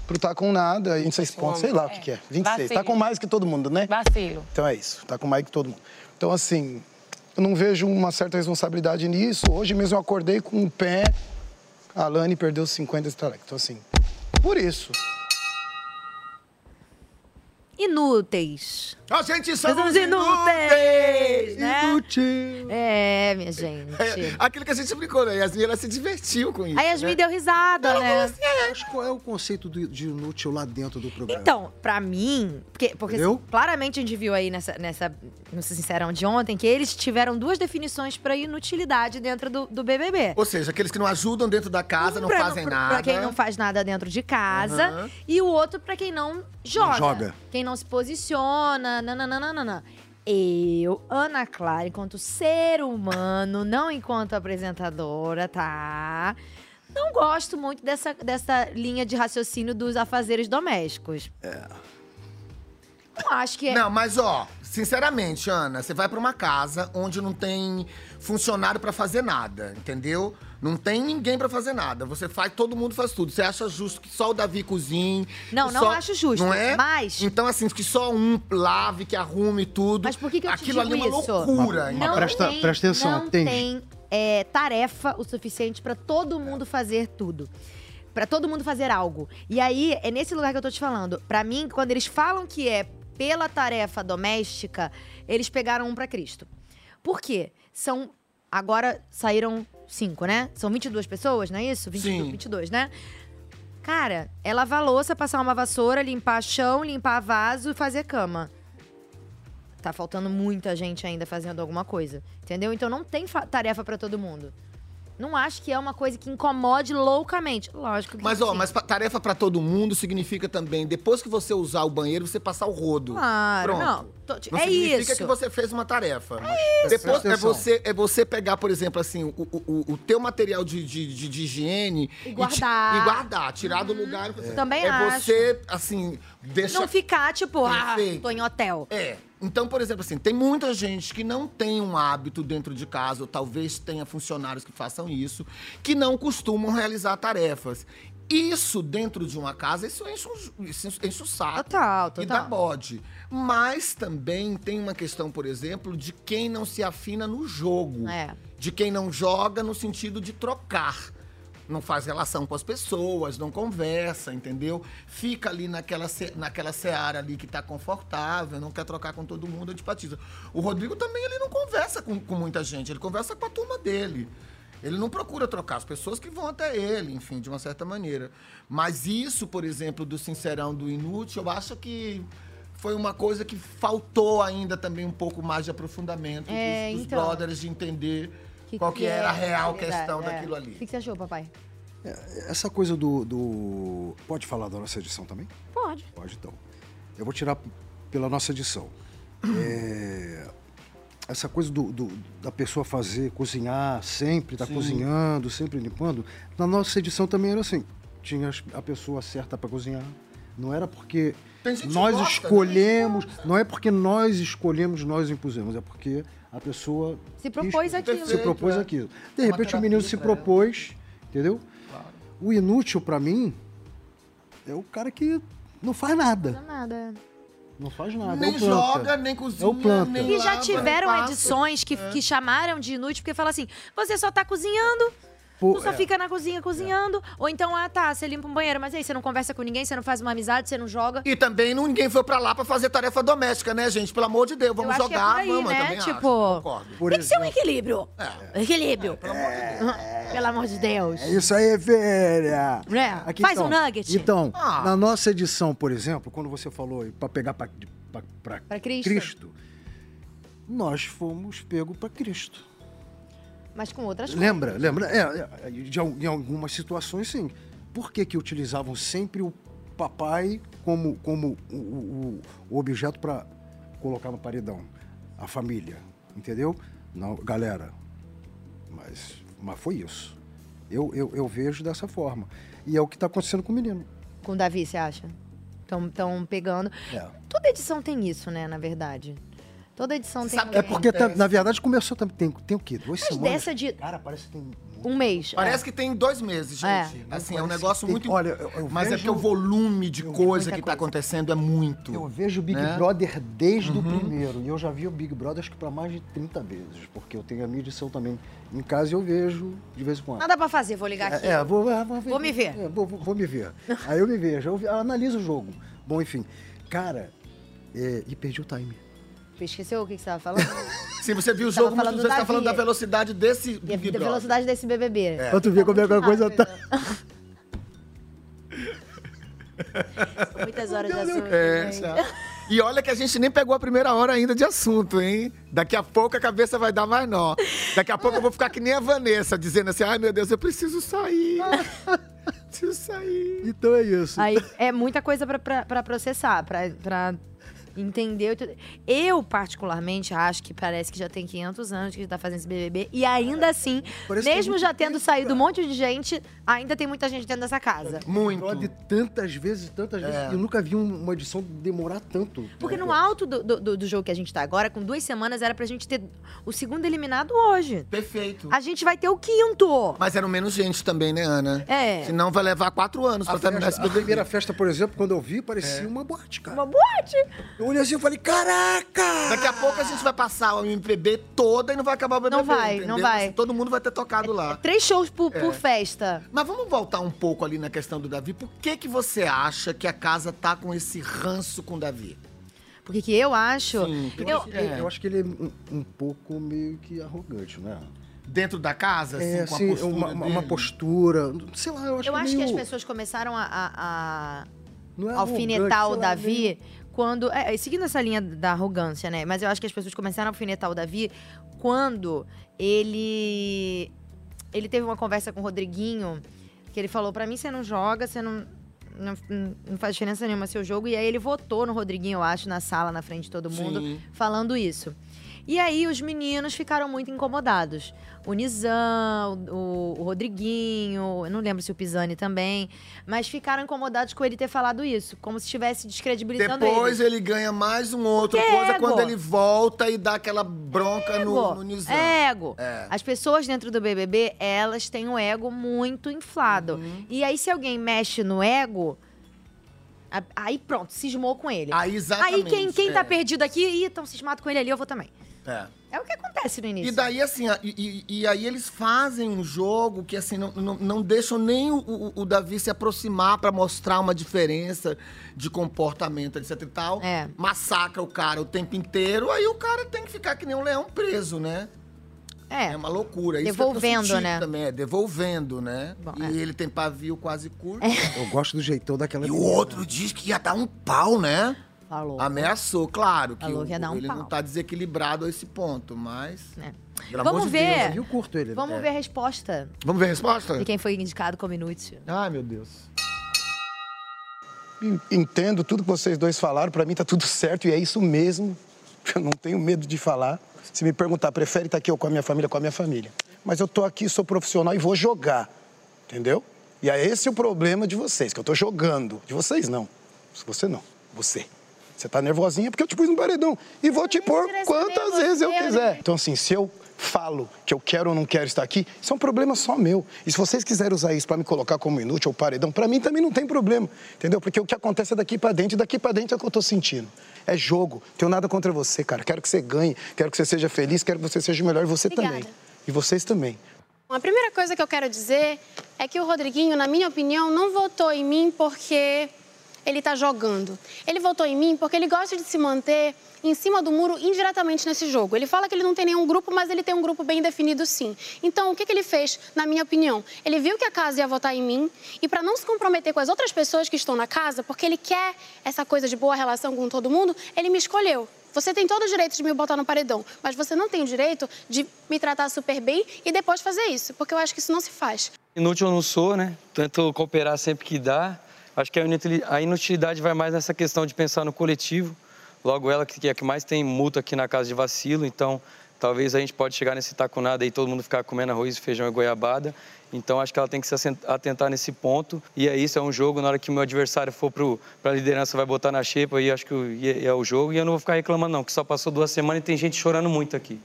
[SPEAKER 4] pro tá com nada, aí 26 pontos, sei lá o que, que é. 26. Tá
[SPEAKER 5] Vacilo.
[SPEAKER 4] com mais que todo mundo, né?
[SPEAKER 5] Vacilo.
[SPEAKER 4] Então é isso, tá com mais que todo mundo. Então, assim, eu não vejo uma certa responsabilidade nisso. Hoje mesmo eu acordei com o pé, a Alane perdeu 50 estalectos. Então, assim, por isso.
[SPEAKER 1] Inúteis.
[SPEAKER 2] A gente
[SPEAKER 1] somos inúteis, né?
[SPEAKER 3] Inútil.
[SPEAKER 1] É, minha gente.
[SPEAKER 2] É, aquilo que a gente brincou, né? Yasmin, ela se divertiu com isso.
[SPEAKER 1] A Yasmin
[SPEAKER 2] né?
[SPEAKER 1] deu risada,
[SPEAKER 2] Ela
[SPEAKER 1] né?
[SPEAKER 2] falou assim,
[SPEAKER 3] Mas qual é o conceito do- de inútil lá dentro do programa?
[SPEAKER 1] Então, pra mim, porque, porque
[SPEAKER 3] Entendeu?
[SPEAKER 1] assim, claramente a gente viu aí nessa, nessa, no Sincerão de ontem, que eles tiveram duas definições pra inutilidade dentro do, do BBB.
[SPEAKER 2] Ou seja, aqueles que não ajudam dentro da casa, não
[SPEAKER 1] pra-
[SPEAKER 2] fazem
[SPEAKER 1] pra-
[SPEAKER 2] nada.
[SPEAKER 1] Pra quem não faz nada dentro de casa.
[SPEAKER 2] Aham.
[SPEAKER 1] E o outro pra quem não joga.
[SPEAKER 2] joga.
[SPEAKER 1] Quem não se posiciona, nananana. Eu, Ana Clara, enquanto ser humano, não enquanto apresentadora, tá? Não gosto muito dessa, dessa linha de raciocínio dos afazeres domésticos.
[SPEAKER 2] É.
[SPEAKER 1] Não acho que é.
[SPEAKER 2] Não, mas ó, sinceramente, Ana, você vai pra uma casa onde não tem funcionário pra fazer nada, entendeu? Não tem ninguém pra fazer nada. Você faz, todo mundo faz tudo. Você acha justo que só o Davi cozinhe?
[SPEAKER 1] Não,
[SPEAKER 2] que
[SPEAKER 1] não
[SPEAKER 2] só-
[SPEAKER 1] acho justo,
[SPEAKER 2] Não é?
[SPEAKER 1] mas-
[SPEAKER 2] Então, assim, que só um lave, que arrume tudo. Mas por
[SPEAKER 1] que que eu te
[SPEAKER 2] Aquilo
[SPEAKER 1] digo
[SPEAKER 2] ali é uma
[SPEAKER 1] isso?
[SPEAKER 2] loucura.
[SPEAKER 1] Não
[SPEAKER 3] presta-
[SPEAKER 1] tem-
[SPEAKER 3] presta atenção,
[SPEAKER 1] não
[SPEAKER 3] atende.
[SPEAKER 1] tem é, tarefa o suficiente pra todo mundo fazer tudo. Pra todo mundo fazer algo. E aí, é nesse lugar que eu tô te falando. Pra mim, quando eles falam que é pela tarefa doméstica, eles pegaram um pra Cristo. Por quê? São. Agora saíram cinco, né? São 22 pessoas, não é isso? 22,
[SPEAKER 16] Sim.
[SPEAKER 1] 22 né? Cara, é lavar louça, passar uma vassoura, limpar chão, limpar vaso e fazer cama. Tá faltando muita gente ainda fazendo alguma coisa, entendeu? Então não tem fa- tarefa pra todo mundo. Não acho que é uma coisa que incomode loucamente. Lógico que
[SPEAKER 2] Mas, ó,
[SPEAKER 1] sim.
[SPEAKER 2] mas pa- tarefa pra todo mundo significa também, depois que você usar o banheiro, você passar o rodo.
[SPEAKER 1] Claro,
[SPEAKER 2] Pronto.
[SPEAKER 1] não. Tô-
[SPEAKER 2] Não
[SPEAKER 1] é
[SPEAKER 2] significa
[SPEAKER 1] isso.
[SPEAKER 2] que você fez uma tarefa.
[SPEAKER 1] É isso.
[SPEAKER 2] Depois
[SPEAKER 1] Presta
[SPEAKER 2] é
[SPEAKER 1] atenção.
[SPEAKER 2] você, é você pegar, por exemplo, assim, o, o, o- o teu material de, de, de- de higiene
[SPEAKER 1] E
[SPEAKER 2] ti-
[SPEAKER 1] guardar. Uhum.
[SPEAKER 2] e guardar, tirar do lugar. e-
[SPEAKER 1] Também
[SPEAKER 2] é
[SPEAKER 1] acho.
[SPEAKER 2] você, assim, deixar.
[SPEAKER 1] Não ficar, tipo, ah,
[SPEAKER 2] Perfeito.
[SPEAKER 1] tô em hotel.
[SPEAKER 2] É. Então, por exemplo, assim, tem muita gente que não tem um hábito dentro de casa, ou talvez tenha funcionários que façam isso, que não costumam realizar tarefas. Isso dentro de uma casa, isso enche, um, isso enche o saco.
[SPEAKER 1] Total,
[SPEAKER 2] E dá bode. Mas também tem uma questão, por exemplo, de quem não se afina no jogo.
[SPEAKER 1] É.
[SPEAKER 2] De quem não joga no sentido de trocar. Não faz relação com as pessoas, não conversa, entendeu? Fica ali naquela, ce- naquela seara ali que tá confortável, não quer trocar com todo mundo, antipatiza. O Rodrigo também ele não conversa com, com muita gente, ele conversa com a turma dele. Ele não procura trocar as pessoas que vão até ele, enfim, de uma certa maneira. Mas isso, por exemplo, do sincerão, do inútil, eu acho que foi uma coisa que faltou ainda também um pouco mais de aprofundamento
[SPEAKER 1] É,
[SPEAKER 2] dos, dos
[SPEAKER 1] então.
[SPEAKER 2] brothers de entender qual que era a real questão daquilo ali.
[SPEAKER 1] é? O que que você achou, papai?
[SPEAKER 3] Essa coisa do, do- Pode falar da nossa edição também?
[SPEAKER 1] Pode.
[SPEAKER 3] Pode, então. Eu vou tirar p- pela nossa edição. É, Essa coisa do, do- da pessoa fazer, cozinhar, sempre tá
[SPEAKER 17] Sim.
[SPEAKER 3] cozinhando, sempre limpando. Na nossa edição também era assim. Tinha as- a pessoa certa para cozinhar. Não era porque
[SPEAKER 2] Tem gente que
[SPEAKER 3] nós
[SPEAKER 2] gosta, né?
[SPEAKER 3] escolhemos. Não é porque nós escolhemos, nós impusemos. É porque a pessoa
[SPEAKER 1] Se propôs aquilo.
[SPEAKER 3] se propôs aquilo.
[SPEAKER 2] é.
[SPEAKER 3] De repente o menino se
[SPEAKER 2] né?
[SPEAKER 3] propôs, entendeu? O inútil pra mim é o cara que não faz nada.
[SPEAKER 1] Nada.
[SPEAKER 3] Não faz nada.
[SPEAKER 2] Nem
[SPEAKER 3] é o planta.
[SPEAKER 2] joga, nem cozinha,
[SPEAKER 3] É o planta.
[SPEAKER 2] nem
[SPEAKER 1] E já tiveram
[SPEAKER 2] passa.
[SPEAKER 1] edições que,
[SPEAKER 2] um É.
[SPEAKER 1] que chamaram de inútil, porque fala assim: você só tá cozinhando.
[SPEAKER 3] Pô,
[SPEAKER 1] tu só
[SPEAKER 3] é.
[SPEAKER 1] fica na cozinha cozinhando. Ou então, ah, tá, você limpa um banheiro, mas aí você não conversa com ninguém, você não faz uma amizade, você não joga.
[SPEAKER 2] E também ninguém foi pra lá pra fazer tarefa doméstica, né, gente? Pelo amor de Deus, vamos
[SPEAKER 1] acho que é
[SPEAKER 2] jogar,
[SPEAKER 1] por aí,
[SPEAKER 2] vamos, eu
[SPEAKER 1] né?
[SPEAKER 2] também acho, É.
[SPEAKER 1] Tipo,
[SPEAKER 2] concordo.
[SPEAKER 1] Tem que ser um equilíbrio. Equilíbrio. pelo amor de Deus.
[SPEAKER 3] É isso aí, velha!
[SPEAKER 1] É, faz um nugget.
[SPEAKER 3] Então,
[SPEAKER 1] Ah.
[SPEAKER 3] na nossa edição, por exemplo, quando você falou para pegar para
[SPEAKER 1] Pra Cristo.
[SPEAKER 3] Cristo, nós fomos pego para Cristo.
[SPEAKER 1] Mas com outras
[SPEAKER 3] Lembra,
[SPEAKER 1] coisas.
[SPEAKER 3] lembra? É, é, de al- em algumas situações, sim. Por que, que utilizavam sempre o papai como, como o, o- o objeto para colocar no paredão? A família, entendeu? Não, galera, mas, mas foi isso. Eu, eu, eu vejo dessa forma. E é o que está acontecendo com o menino.
[SPEAKER 1] Com o Davi, você acha? Estão pegando.
[SPEAKER 3] É.
[SPEAKER 1] Toda edição tem isso, né, na verdade. Toda edição tem. um
[SPEAKER 3] É porque, tá- na verdade, começou também. Tem, tem o quê? Duas
[SPEAKER 1] Mas
[SPEAKER 3] semanas?
[SPEAKER 1] dessa de.
[SPEAKER 3] Cara, parece que tem.
[SPEAKER 1] Um mês.
[SPEAKER 2] Parece
[SPEAKER 1] é.
[SPEAKER 2] que tem dois meses, gente.
[SPEAKER 1] É.
[SPEAKER 2] Assim, é um
[SPEAKER 3] Parece
[SPEAKER 2] negócio
[SPEAKER 3] que tem-
[SPEAKER 2] muito.
[SPEAKER 3] olha, eu- eu
[SPEAKER 2] Mas é
[SPEAKER 3] vejo-
[SPEAKER 2] porque o volume de coisa que tá acontecendo é muito.
[SPEAKER 3] Eu vejo o Big
[SPEAKER 2] né?
[SPEAKER 3] Brother desde o
[SPEAKER 2] Uhum.
[SPEAKER 3] primeiro. E eu já vi o Big Brother acho que pra mais de 30 vezes. Porque eu tenho a minha edição também em casa e eu vejo de vez em quando.
[SPEAKER 1] Nada pra fazer, vou ligar aqui.
[SPEAKER 3] É, é, vou, é, vou,
[SPEAKER 1] Vou me ver.
[SPEAKER 3] é, vou, vou- vou me ver. Aí eu me vejo, eu vi- eu analiso o jogo. Bom, enfim. Cara, é, e perdi o time. é.
[SPEAKER 1] Esqueceu o que que você tava falando?
[SPEAKER 2] Se você viu o
[SPEAKER 1] Tava
[SPEAKER 2] jogo, muitas
[SPEAKER 1] falando
[SPEAKER 2] vezes você
[SPEAKER 1] da
[SPEAKER 2] tá falando da
[SPEAKER 1] Via.
[SPEAKER 2] velocidade desse
[SPEAKER 1] E a da
[SPEAKER 2] Big Brother.
[SPEAKER 1] velocidade desse BBB.
[SPEAKER 2] É.
[SPEAKER 3] Pra tu ver como é que a coisa tá.
[SPEAKER 1] Muitas horas de
[SPEAKER 2] Meu Deus,
[SPEAKER 1] assunto.
[SPEAKER 2] é,
[SPEAKER 1] gente.
[SPEAKER 2] já. E olha que a gente nem pegou a primeira hora ainda de assunto, hein? Daqui a pouco a cabeça vai dar mais nó. Daqui a pouco eu vou ficar que nem a Vanessa, dizendo assim: ai meu Deus, eu
[SPEAKER 1] <laughs>
[SPEAKER 2] preciso sair. preciso sair.
[SPEAKER 3] Então é isso.
[SPEAKER 1] Aí é muita coisa pra, pra, pra processar, pra, pra entender. tudo. Eu, particularmente, acho que parece que já tem 500 anos que tá fazendo esse BBB. E
[SPEAKER 2] É.
[SPEAKER 1] ainda assim,
[SPEAKER 3] Parece que
[SPEAKER 1] mesmo
[SPEAKER 3] tem
[SPEAKER 1] já tendo saído um monte de gente, ainda tem muita gente dentro dessa casa.
[SPEAKER 2] Muito. É.
[SPEAKER 3] Brother tantas vezes, tantas vezes. Eu nunca vi um- uma edição demorar tanto.
[SPEAKER 1] Porque
[SPEAKER 3] É,
[SPEAKER 1] no
[SPEAKER 3] pô.
[SPEAKER 1] alto do, do- do- do jogo que a gente tá agora, com duas semanas, era pra gente ter o segundo eliminado hoje.
[SPEAKER 2] Perfeito.
[SPEAKER 1] A gente vai ter o quinto.
[SPEAKER 2] Mas eram menos gente também, né, Ana?
[SPEAKER 1] É.
[SPEAKER 2] Senão vai levar quatro anos
[SPEAKER 3] A
[SPEAKER 2] pra terminar esse
[SPEAKER 3] festa-
[SPEAKER 2] É.
[SPEAKER 3] a
[SPEAKER 2] BBB.
[SPEAKER 3] primeira festa, por exemplo, quando eu vi, parecia uma boate, cara.
[SPEAKER 1] Uma boate!
[SPEAKER 3] Eu olhei assim e falei, caraca!
[SPEAKER 2] Daqui a pouco a gente vai passar o MPB toda e não vai acabar o BBB,
[SPEAKER 1] Não vai,
[SPEAKER 2] entendeu?
[SPEAKER 1] não vai.
[SPEAKER 2] Assim, todo mundo vai ter tocado lá.
[SPEAKER 1] Três shows por,
[SPEAKER 2] É.
[SPEAKER 1] por festa.
[SPEAKER 2] Mas vamos voltar um pouco ali na questão do Davi. Por que que você acha que a casa tá com esse ranço com o Davi?
[SPEAKER 1] Porque que eu acho.
[SPEAKER 3] Eu,
[SPEAKER 1] eu,
[SPEAKER 3] eu acho que ele é um, um pouco meio que arrogante, né?
[SPEAKER 2] Dentro da casa, assim,
[SPEAKER 3] é,
[SPEAKER 2] com a
[SPEAKER 3] assim,
[SPEAKER 2] postura
[SPEAKER 3] uma, uma- uma
[SPEAKER 2] dele?
[SPEAKER 3] postura, sei lá, eu acho
[SPEAKER 1] eu
[SPEAKER 3] que
[SPEAKER 1] acho
[SPEAKER 3] meio...
[SPEAKER 1] que as pessoas começaram a, a- a
[SPEAKER 3] Não é
[SPEAKER 1] alfinetar
[SPEAKER 3] arrogante,
[SPEAKER 1] o
[SPEAKER 3] sei lá,
[SPEAKER 1] Davi quando. é, é, seguindo essa linha da arrogância, né? Mas eu acho que as pessoas começaram a alfinetar o Davi quando ele ele teve uma conversa com o Rodriguinho, que ele falou: pra mim você não joga, você não, não, não faz diferença nenhuma seu jogo. E aí ele votou no Rodriguinho, eu acho, na sala, na frente de todo mundo,
[SPEAKER 8] Sim.
[SPEAKER 1] falando isso. E aí os meninos ficaram muito incomodados. O Nizam, o, o Rodriguinho, eu não lembro se o Pisani também, mas ficaram incomodados com ele ter falado isso, como se estivesse descredibilizando
[SPEAKER 2] Depois
[SPEAKER 1] ele.
[SPEAKER 2] ele ganha mais um outro
[SPEAKER 1] Que
[SPEAKER 2] coisa
[SPEAKER 1] ego.
[SPEAKER 2] quando ele volta e dá aquela bronca no,
[SPEAKER 1] Ego.
[SPEAKER 2] no Nizam.
[SPEAKER 1] Ego.
[SPEAKER 2] É.
[SPEAKER 1] As pessoas dentro do BBB, elas têm um ego muito inflado.
[SPEAKER 2] Uhum.
[SPEAKER 1] E aí, se alguém mexe no ego, a- aí pronto, cismou com ele.
[SPEAKER 2] Aí, exatamente,
[SPEAKER 1] Aí quem, quem
[SPEAKER 2] é.
[SPEAKER 1] tá perdido aqui, ih, estão cismado com ele ali, eu vou também.
[SPEAKER 2] É.
[SPEAKER 1] É o que acontece no início.
[SPEAKER 2] E daí, assim, a- e, e- e aí eles fazem um jogo que, assim, não, não, não deixam nem o, o- o Davi se aproximar pra mostrar uma diferença de comportamento, etc e tal.
[SPEAKER 1] É.
[SPEAKER 2] Massacra o cara o tempo inteiro, aí o cara tem que ficar que nem um leão preso, né?
[SPEAKER 1] É.
[SPEAKER 2] uma loucura. Isso
[SPEAKER 1] Devolvendo,
[SPEAKER 2] é que eu senti
[SPEAKER 1] né? é.
[SPEAKER 2] Também, é, devolvendo, né? e ele tem pavio quase
[SPEAKER 1] <laughs>
[SPEAKER 2] curto.
[SPEAKER 3] Eu gosto do jeitão daquela.
[SPEAKER 2] E o outro diz que ia dar um pau, né?
[SPEAKER 1] Falou.
[SPEAKER 2] Ameaçou, claro. Que
[SPEAKER 1] Falou que ia
[SPEAKER 2] o-
[SPEAKER 1] dar um
[SPEAKER 2] ele
[SPEAKER 1] pau. É.
[SPEAKER 2] não tá desequilibrado a esse ponto, mas. Pelo
[SPEAKER 1] Vamos
[SPEAKER 2] amor de
[SPEAKER 1] ver.
[SPEAKER 2] Deus, eu
[SPEAKER 3] curto ele.
[SPEAKER 1] Vamos
[SPEAKER 2] É.
[SPEAKER 1] ver a resposta
[SPEAKER 2] Vamos ver a resposta?
[SPEAKER 1] de quem foi indicado como inútil.
[SPEAKER 2] Ai, meu Deus.
[SPEAKER 4] Entendo tudo que vocês dois falaram, pra mim tá tudo certo e é isso mesmo. <laughs> Eu não tenho medo de falar. Se me perguntar, prefere estar aqui ou com a minha família, com a minha família. Mas eu tô aqui, sou profissional e vou jogar, entendeu? E é esse o problema de vocês, que eu tô jogando. De vocês não. Você não, você. Você tá nervosinha porque eu te pus no paredão e vou te pôr quantas vezes eu quiser. Então assim, se eu falo que eu quero ou não quero estar aqui, isso é um problema só meu. E se vocês quiserem usar isso pra me colocar como inútil ou paredão, pra mim também não tem problema, entendeu? Porque o que acontece é daqui pra dentro e daqui pra dentro é o que eu tô sentindo. É jogo. Tenho nada contra você, cara. Quero que você ganhe, quero que você seja feliz, quero que você seja o melhor e você
[SPEAKER 12] Obrigada.
[SPEAKER 4] também. E vocês também.
[SPEAKER 12] A primeira coisa que eu quero dizer é que o Rodriguinho, na minha opinião, não votou em mim porque ele tá jogando. Ele votou em mim porque ele gosta de se manter em cima do muro indiretamente nesse jogo. Ele fala que ele não tem nenhum grupo, mas ele tem um grupo bem definido sim. Então, o que, que ele fez, na minha opinião? Ele viu que a casa ia votar em mim e para não se comprometer com as outras pessoas que estão na casa, porque ele quer essa coisa de boa relação com todo mundo, ele me escolheu. Você tem todo o direito de me botar no paredão, mas você não tem o direito de me tratar super bem e depois fazer isso, porque eu acho que isso não se faz.
[SPEAKER 14] Inútil eu não sou, né? Tento cooperar sempre que dá. Acho que a inutili- a inutilidade vai mais nessa questão de pensar no coletivo. Logo ela que que é a que mais tem multa aqui na casa de vacilo, então talvez a gente pode chegar nesse tacunada e todo mundo ficar comendo arroz, feijão e goiabada. Então acho que ela tem que se assen- atentar nesse ponto. E é isso, é um jogo. Na hora que o meu adversário for para a liderança, vai botar na xepa e acho que o- e é- é o jogo. E eu não vou ficar reclamando, não, que só passou duas semanas e tem gente chorando muito aqui.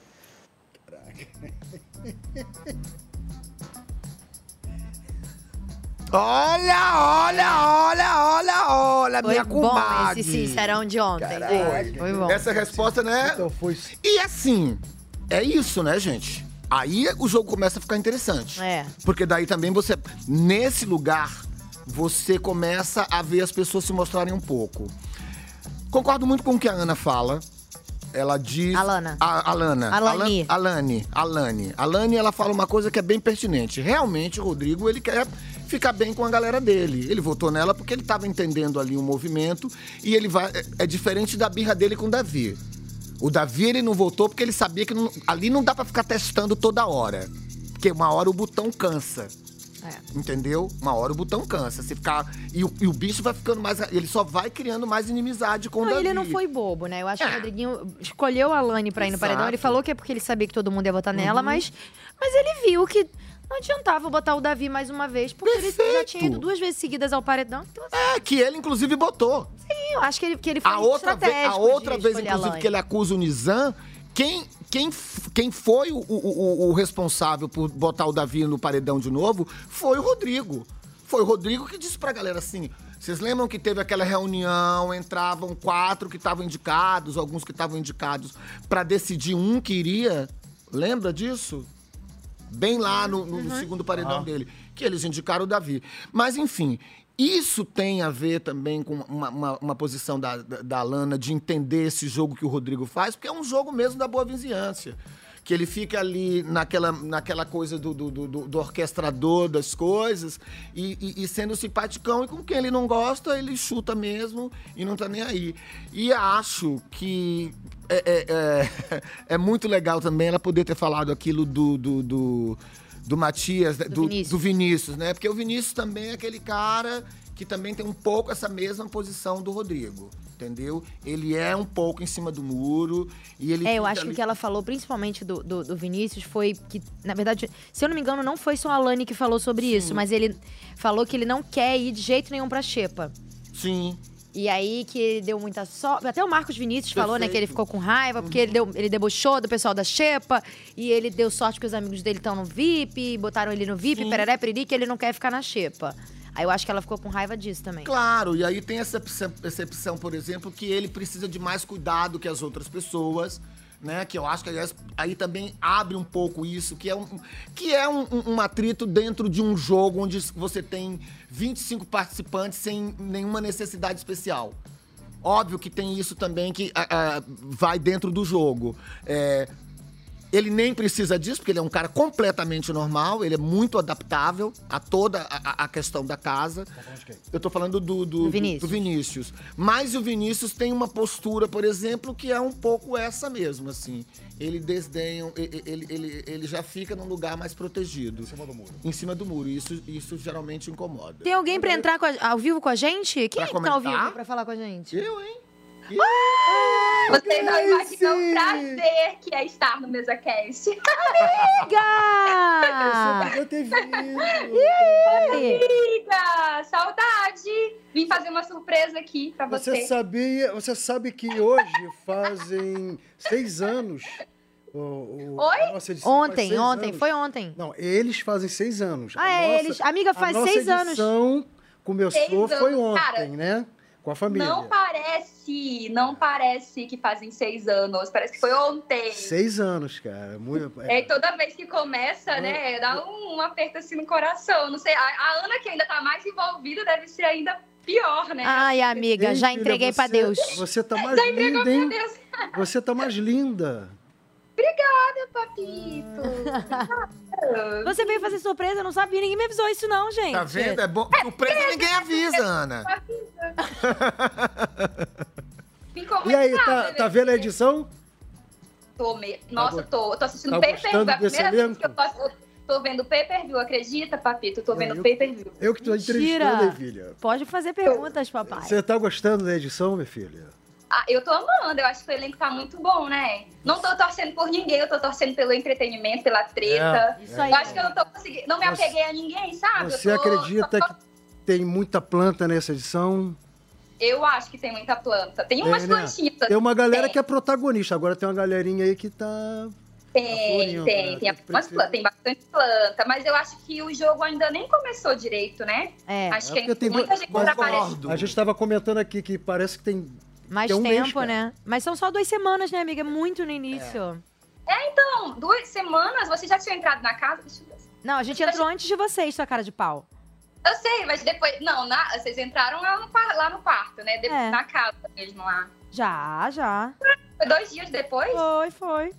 [SPEAKER 2] Olha, olha, olha, olha, olha,
[SPEAKER 1] Foi
[SPEAKER 2] minha
[SPEAKER 1] bom
[SPEAKER 2] comadre.
[SPEAKER 1] esse sincerão de ontem.
[SPEAKER 2] Caralho.
[SPEAKER 1] É, Foi bom.
[SPEAKER 2] Essa resposta, né? Então foi. E assim, é isso, né, gente? Aí o jogo começa a ficar interessante.
[SPEAKER 1] É.
[SPEAKER 2] Porque daí também você, nesse lugar, você começa a ver as pessoas se mostrarem um pouco. Concordo muito com o que a Ana fala. Ela diz. Alana. A, Alana.
[SPEAKER 1] Alani.
[SPEAKER 2] Alan- Alane. Alane. Alane, ela fala uma coisa que é bem pertinente. Realmente, o Rodrigo, ele quer ficar bem com a galera dele. Ele votou nela porque ele estava entendendo ali o movimento e ele vai. é- É diferente da birra dele com o Davi. O Davi, ele não votou porque ele sabia que não- ali não dá pra ficar testando toda hora. Porque uma hora o botão cansa.
[SPEAKER 1] É.
[SPEAKER 2] Entendeu? Uma hora o botão cansa. Se ficar. E o, e o bicho vai ficando mais. Ele só vai criando mais inimizade com o
[SPEAKER 1] Não,
[SPEAKER 2] Davi.
[SPEAKER 1] ele não foi bobo, né? Eu acho que o Rodriguinho escolheu a Lani pra ir no
[SPEAKER 2] É. Exato. Uhum.
[SPEAKER 1] paredão. Ele falou que é porque ele sabia que todo mundo ia votar nela, mas, mas ele viu que não adiantava botar o Davi mais uma vez, porque ele já tinha ido duas vezes seguidas ao paredão. Então,
[SPEAKER 2] É, que ele, inclusive, botou.
[SPEAKER 1] sim, eu acho que ele, que ele foi
[SPEAKER 2] A outra, vez, a
[SPEAKER 1] estratégico
[SPEAKER 2] outra
[SPEAKER 1] de
[SPEAKER 2] vez,
[SPEAKER 1] escolher a
[SPEAKER 2] inclusive,
[SPEAKER 1] Lani.
[SPEAKER 2] que ele é acusa o Nizam, quem, quem, f- quem foi o, o- o- o responsável por botar o Davi no paredão de novo foi o Rodrigo. Foi o Rodrigo que disse pra galera assim. Vocês lembram que teve aquela reunião, entravam quatro que estavam indicados, alguns que estavam indicados, pra decidir um que iria? Lembra disso? bem lá no, no- no segundo paredão
[SPEAKER 17] Ah.
[SPEAKER 2] dele, que eles indicaram o Davi. Mas, enfim, isso tem a ver também com uma, uma- uma posição da, da, da Lana de entender esse jogo que o Rodrigo faz, porque é um jogo mesmo da boa vizinhança. que ele fica ali naquela, naquela coisa do, do, do- do orquestrador das coisas e, e- e sendo simpaticão e com quem ele não gosta, ele chuta mesmo e não tá nem aí. E acho que é, é- <laughs> é- é muito legal também ela poder ter falado aquilo do. do- do- do Matias, né? do, do Vinícius. né? Porque o Vinícius também é aquele cara que também tem um pouco essa mesma posição do Rodrigo, entendeu? Ele é um pouco em cima do muro e ele
[SPEAKER 1] É, eu
[SPEAKER 2] fica
[SPEAKER 1] acho que o
[SPEAKER 2] ali-
[SPEAKER 1] que ela falou, principalmente do, do, do Vinícius, foi que, na verdade, se eu não me engano, não foi só a Lani que falou sobre isso, mas ele falou que ele não quer ir de jeito nenhum pra Xepa.
[SPEAKER 2] Sim.
[SPEAKER 1] E aí que ele deu muita sorte. Até o Marcos Vinícius falou, né, que ele
[SPEAKER 18] Perfeito.
[SPEAKER 1] ficou com raiva,
[SPEAKER 2] Uhum.
[SPEAKER 1] porque ele, deu, ele debochou do pessoal da Xepa, e ele deu sorte que os amigos dele estão no VIP, botaram ele no VIP,
[SPEAKER 2] Sim.
[SPEAKER 1] pereré, periri, que ele não quer ficar na Xepa. Aí eu acho que ela ficou com raiva disso também.
[SPEAKER 2] Claro, e aí tem essa perce- percepção, por exemplo, que ele precisa de mais cuidado que as outras pessoas, né? Que eu acho que, aliás, aí também abre um pouco isso, que é um, que é um, um- um atrito dentro de um jogo onde você tem 25 participantes sem nenhuma necessidade especial. Óbvio que tem isso também que ah, ah, vai dentro do jogo. É, ele nem precisa disso, porque ele é um cara completamente normal, ele é muito adaptável a toda a, a- a questão da casa. Eu tô falando do, do, do- do Vinícius. Mas o Vinícius tem uma postura, por exemplo, que é um pouco essa mesmo, assim. Ele desdenha, ele, ele, ele, ele já fica num lugar mais protegido. Em cima do muro. Em cima do muro. e Isso, isso geralmente incomoda.
[SPEAKER 1] Tem alguém pra entrar com a- ao vivo com a gente? Quem é que tá ao
[SPEAKER 2] comentar?
[SPEAKER 1] vivo pra falar com a gente? Ah,
[SPEAKER 2] Eu, hein?
[SPEAKER 17] Vocês não imaginam o um prazer que é estar no MesaCast.
[SPEAKER 1] Amiga!
[SPEAKER 17] Amiga!
[SPEAKER 1] aí?
[SPEAKER 17] Amiga! Saudade! Vim fazer uma surpresa aqui pra você.
[SPEAKER 3] Você sabia, você sabe que hoje fazem seis anos. o- o-
[SPEAKER 17] Oi?
[SPEAKER 3] a nossa edição faz
[SPEAKER 1] Ontem,
[SPEAKER 3] seis
[SPEAKER 1] ontem,
[SPEAKER 3] anos.
[SPEAKER 1] foi ontem.
[SPEAKER 3] Não, eles fazem seis anos.
[SPEAKER 1] Ah, é, eles- amiga, faz
[SPEAKER 3] a nossa
[SPEAKER 1] seis anos.
[SPEAKER 3] edição começou,
[SPEAKER 17] Seis
[SPEAKER 3] foi
[SPEAKER 17] anos,
[SPEAKER 3] ontem,
[SPEAKER 17] cara.
[SPEAKER 3] né? Com a família.
[SPEAKER 17] Não parece, não parece que fazem seis anos, parece que foi ontem.
[SPEAKER 3] Seis anos, cara. Muito,
[SPEAKER 17] É, e toda vez que começa, né, dá um, um aperto assim no coração. Não sei, a, a Ana que ainda tá mais envolvida deve ser ainda pior, né?
[SPEAKER 1] Ai, amiga, já
[SPEAKER 3] Ei, filha,
[SPEAKER 1] entreguei pra
[SPEAKER 3] você-
[SPEAKER 1] Deus.
[SPEAKER 3] Você tá mais
[SPEAKER 17] Já
[SPEAKER 3] linda,
[SPEAKER 17] entregou pra
[SPEAKER 3] hein?
[SPEAKER 17] Deus.
[SPEAKER 3] Você tá mais linda.
[SPEAKER 17] Obrigada,
[SPEAKER 2] <laughs>
[SPEAKER 17] papito.
[SPEAKER 1] Você veio fazer surpresa, eu não sabia, ninguém me avisou isso não, gente.
[SPEAKER 2] Tá vendo? É bom. Surpresa ninguém
[SPEAKER 1] é.
[SPEAKER 2] avisa, Ana.
[SPEAKER 3] <laughs> E aí, tá, tá vendo a edição?
[SPEAKER 17] né? Tô me- Nossa,
[SPEAKER 3] go-
[SPEAKER 17] tô, tô assistindo
[SPEAKER 3] tá
[SPEAKER 17] pay-per-view. É a
[SPEAKER 3] gostando desse
[SPEAKER 17] primeira vez que eu posso... eu Tô vendo pay-per-view, acredita, papito? Tô vendo
[SPEAKER 3] É, eu-
[SPEAKER 17] pay-per-view.
[SPEAKER 3] Eu que tô entrevistando, hein, filha?
[SPEAKER 1] Pode fazer perguntas, papai.
[SPEAKER 3] Você tá gostando da edição, minha filha?
[SPEAKER 17] Ah, eu tô amando, eu acho que o elenco tá muito bom, né? Não tô torcendo por ninguém, eu tô torcendo pelo entretenimento, pela treta.
[SPEAKER 3] É, Isso aí.
[SPEAKER 17] Eu acho que eu não tô conseguindo, não me
[SPEAKER 3] Você-
[SPEAKER 17] apeguei a ninguém, sabe? Eu
[SPEAKER 3] Você
[SPEAKER 17] tô-
[SPEAKER 3] acredita que tem muita planta nessa edição?
[SPEAKER 17] Eu acho que tem muita planta. Tem umas
[SPEAKER 3] né?
[SPEAKER 17] plantinhas.
[SPEAKER 3] Tem uma galera
[SPEAKER 17] Tem.
[SPEAKER 3] que é protagonista, agora tem uma galerinha aí que tá.
[SPEAKER 17] Tem,
[SPEAKER 3] Floriano,
[SPEAKER 17] tem,
[SPEAKER 3] né?
[SPEAKER 17] tem algumas plantas, tem bastante planta, mas eu acho que o jogo ainda nem começou direito, né?
[SPEAKER 1] É,
[SPEAKER 17] acho
[SPEAKER 3] É
[SPEAKER 17] que
[SPEAKER 3] porque tem
[SPEAKER 17] tem muita gente
[SPEAKER 3] Mas
[SPEAKER 17] trabalhando.
[SPEAKER 3] A gente tava comentando aqui que parece que tem.
[SPEAKER 1] Mais
[SPEAKER 3] tem um mês,
[SPEAKER 1] tempo,
[SPEAKER 3] cara.
[SPEAKER 1] né? Mas são só duas semanas, né, amiga? É Muito no início.
[SPEAKER 17] É, então, duas semanas, você já tinha entrado na casa? Deixa eu ver.
[SPEAKER 1] Não, a
[SPEAKER 17] Tipo,
[SPEAKER 1] gente entrou antes de vocês, sua cara de pau.
[SPEAKER 17] Eu sei, mas depois. Não, na- vocês entraram lá no, par- lá no quarto, né? De-
[SPEAKER 1] É.
[SPEAKER 17] Na casa mesmo lá.
[SPEAKER 1] Já, já.
[SPEAKER 17] Foi dois dias depois?
[SPEAKER 1] Foi, foi.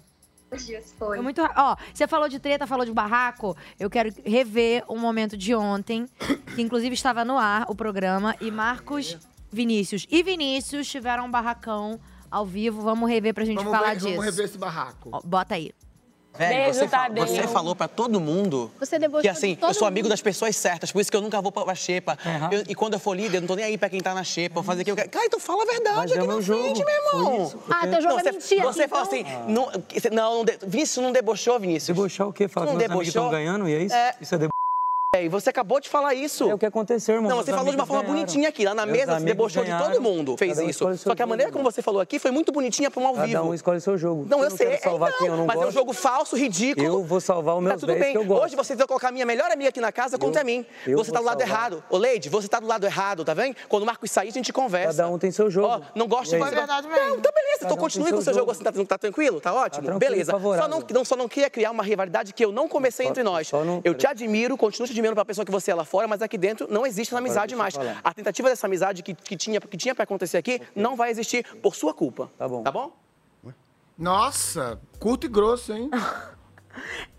[SPEAKER 17] Dois dias foi.
[SPEAKER 1] Foi muito ra- Ó, você falou de treta, falou de barraco. Eu quero rever um momento de ontem, que inclusive estava no ar o programa, e Marcos, Vinícius e Vinícius tiveram um barracão ao vivo. Vamos rever pra gente
[SPEAKER 2] Vamos,
[SPEAKER 1] falar
[SPEAKER 2] ver,
[SPEAKER 1] disso.
[SPEAKER 2] vamos rever esse barraco.
[SPEAKER 1] Ó, bota aí.
[SPEAKER 15] Velho,
[SPEAKER 1] Beijo,
[SPEAKER 15] você, fa-
[SPEAKER 1] Tadeu.
[SPEAKER 15] você falou pra todo mundo
[SPEAKER 19] Você debochou
[SPEAKER 15] que assim,
[SPEAKER 19] de todo
[SPEAKER 15] eu sou amigo
[SPEAKER 19] mundo.
[SPEAKER 15] das pessoas certas, por isso que eu nunca vou pra, pra xepa. Eu- e quando eu for líder, eu não tô nem aí pra quem tá na xepa, vou fazer o que eu quero. Cara, então fala a verdade
[SPEAKER 14] é
[SPEAKER 15] aqui na frente, meu irmão.
[SPEAKER 19] Ah, teu jogo
[SPEAKER 15] Não,
[SPEAKER 19] é
[SPEAKER 15] você,
[SPEAKER 19] mentira,
[SPEAKER 15] Você
[SPEAKER 19] então.
[SPEAKER 15] fala assim, não, que você- não, não de- Vinícius não debochou, Vinícius. Debochar o quê?
[SPEAKER 14] Fala
[SPEAKER 15] não
[SPEAKER 14] que meus amigos
[SPEAKER 15] debochou?
[SPEAKER 14] estão ganhando e é isso?
[SPEAKER 15] É.
[SPEAKER 14] Isso é deboche.
[SPEAKER 15] É, e você acabou de falar isso.
[SPEAKER 14] É o que aconteceu, irmão.
[SPEAKER 15] Não, você
[SPEAKER 14] Meus
[SPEAKER 15] falou de uma
[SPEAKER 14] amigos
[SPEAKER 15] forma
[SPEAKER 14] ganharam.
[SPEAKER 15] bonitinha aqui. Lá na
[SPEAKER 14] Meus
[SPEAKER 15] mesa, você
[SPEAKER 14] amigos
[SPEAKER 15] debochou de todo
[SPEAKER 14] ganharam.
[SPEAKER 15] mundo. Fez
[SPEAKER 14] Cada um
[SPEAKER 15] isso.
[SPEAKER 14] escolhe o seu
[SPEAKER 15] Só que a maneira
[SPEAKER 14] jogo,
[SPEAKER 15] como você falou aqui foi muito bonitinha pra um ao
[SPEAKER 14] Cada
[SPEAKER 15] vivo.
[SPEAKER 14] um escolhe o seu jogo.
[SPEAKER 15] Não,
[SPEAKER 14] Se
[SPEAKER 15] eu
[SPEAKER 14] não
[SPEAKER 15] sei.
[SPEAKER 14] quero
[SPEAKER 15] é,
[SPEAKER 14] salvar
[SPEAKER 15] não,
[SPEAKER 14] quem eu não
[SPEAKER 15] mas é um
[SPEAKER 14] gosto,
[SPEAKER 15] jogo falso, ridículo.
[SPEAKER 14] eu vou salvar os
[SPEAKER 15] Tá
[SPEAKER 14] meus
[SPEAKER 15] tudo
[SPEAKER 14] dez
[SPEAKER 15] bem.
[SPEAKER 14] que eu gosto.
[SPEAKER 15] Hoje vocês vão colocar a minha melhor amiga aqui na casa contra mim.
[SPEAKER 14] eu
[SPEAKER 15] Você tá do
[SPEAKER 14] vou
[SPEAKER 15] lado
[SPEAKER 14] salvar.
[SPEAKER 15] errado. Ô, Leide, você tá do lado errado, tá vendo? Quando o Marcos sair, a gente conversa. Cada um tem seu jogo. Ó, não gosto
[SPEAKER 14] E
[SPEAKER 15] de
[SPEAKER 14] aí?
[SPEAKER 15] você.
[SPEAKER 14] É verdade
[SPEAKER 15] Não, então beleza.
[SPEAKER 14] Cada um
[SPEAKER 15] então continue
[SPEAKER 14] tem
[SPEAKER 15] com o seu
[SPEAKER 14] seu
[SPEAKER 15] jogo assim, tá, tá tranquilo? Tá ótimo?
[SPEAKER 14] tranquilo,
[SPEAKER 15] beleza. Só
[SPEAKER 14] favorável.
[SPEAKER 15] não, não, só não queria criar uma rivalidade que eu não comecei entre nós. Eu te admiro, continuo te admirando pra pessoa que você é lá fora, mas aqui dentro não existe amizade mais.
[SPEAKER 14] deixa eu falar.
[SPEAKER 15] A tentativa dessa amizade que, que tinha, que tinha para acontecer aqui não vai existir por sua culpa. Tá bom. Tá bom?
[SPEAKER 2] Nossa, curto e grosso, <laughs> hein?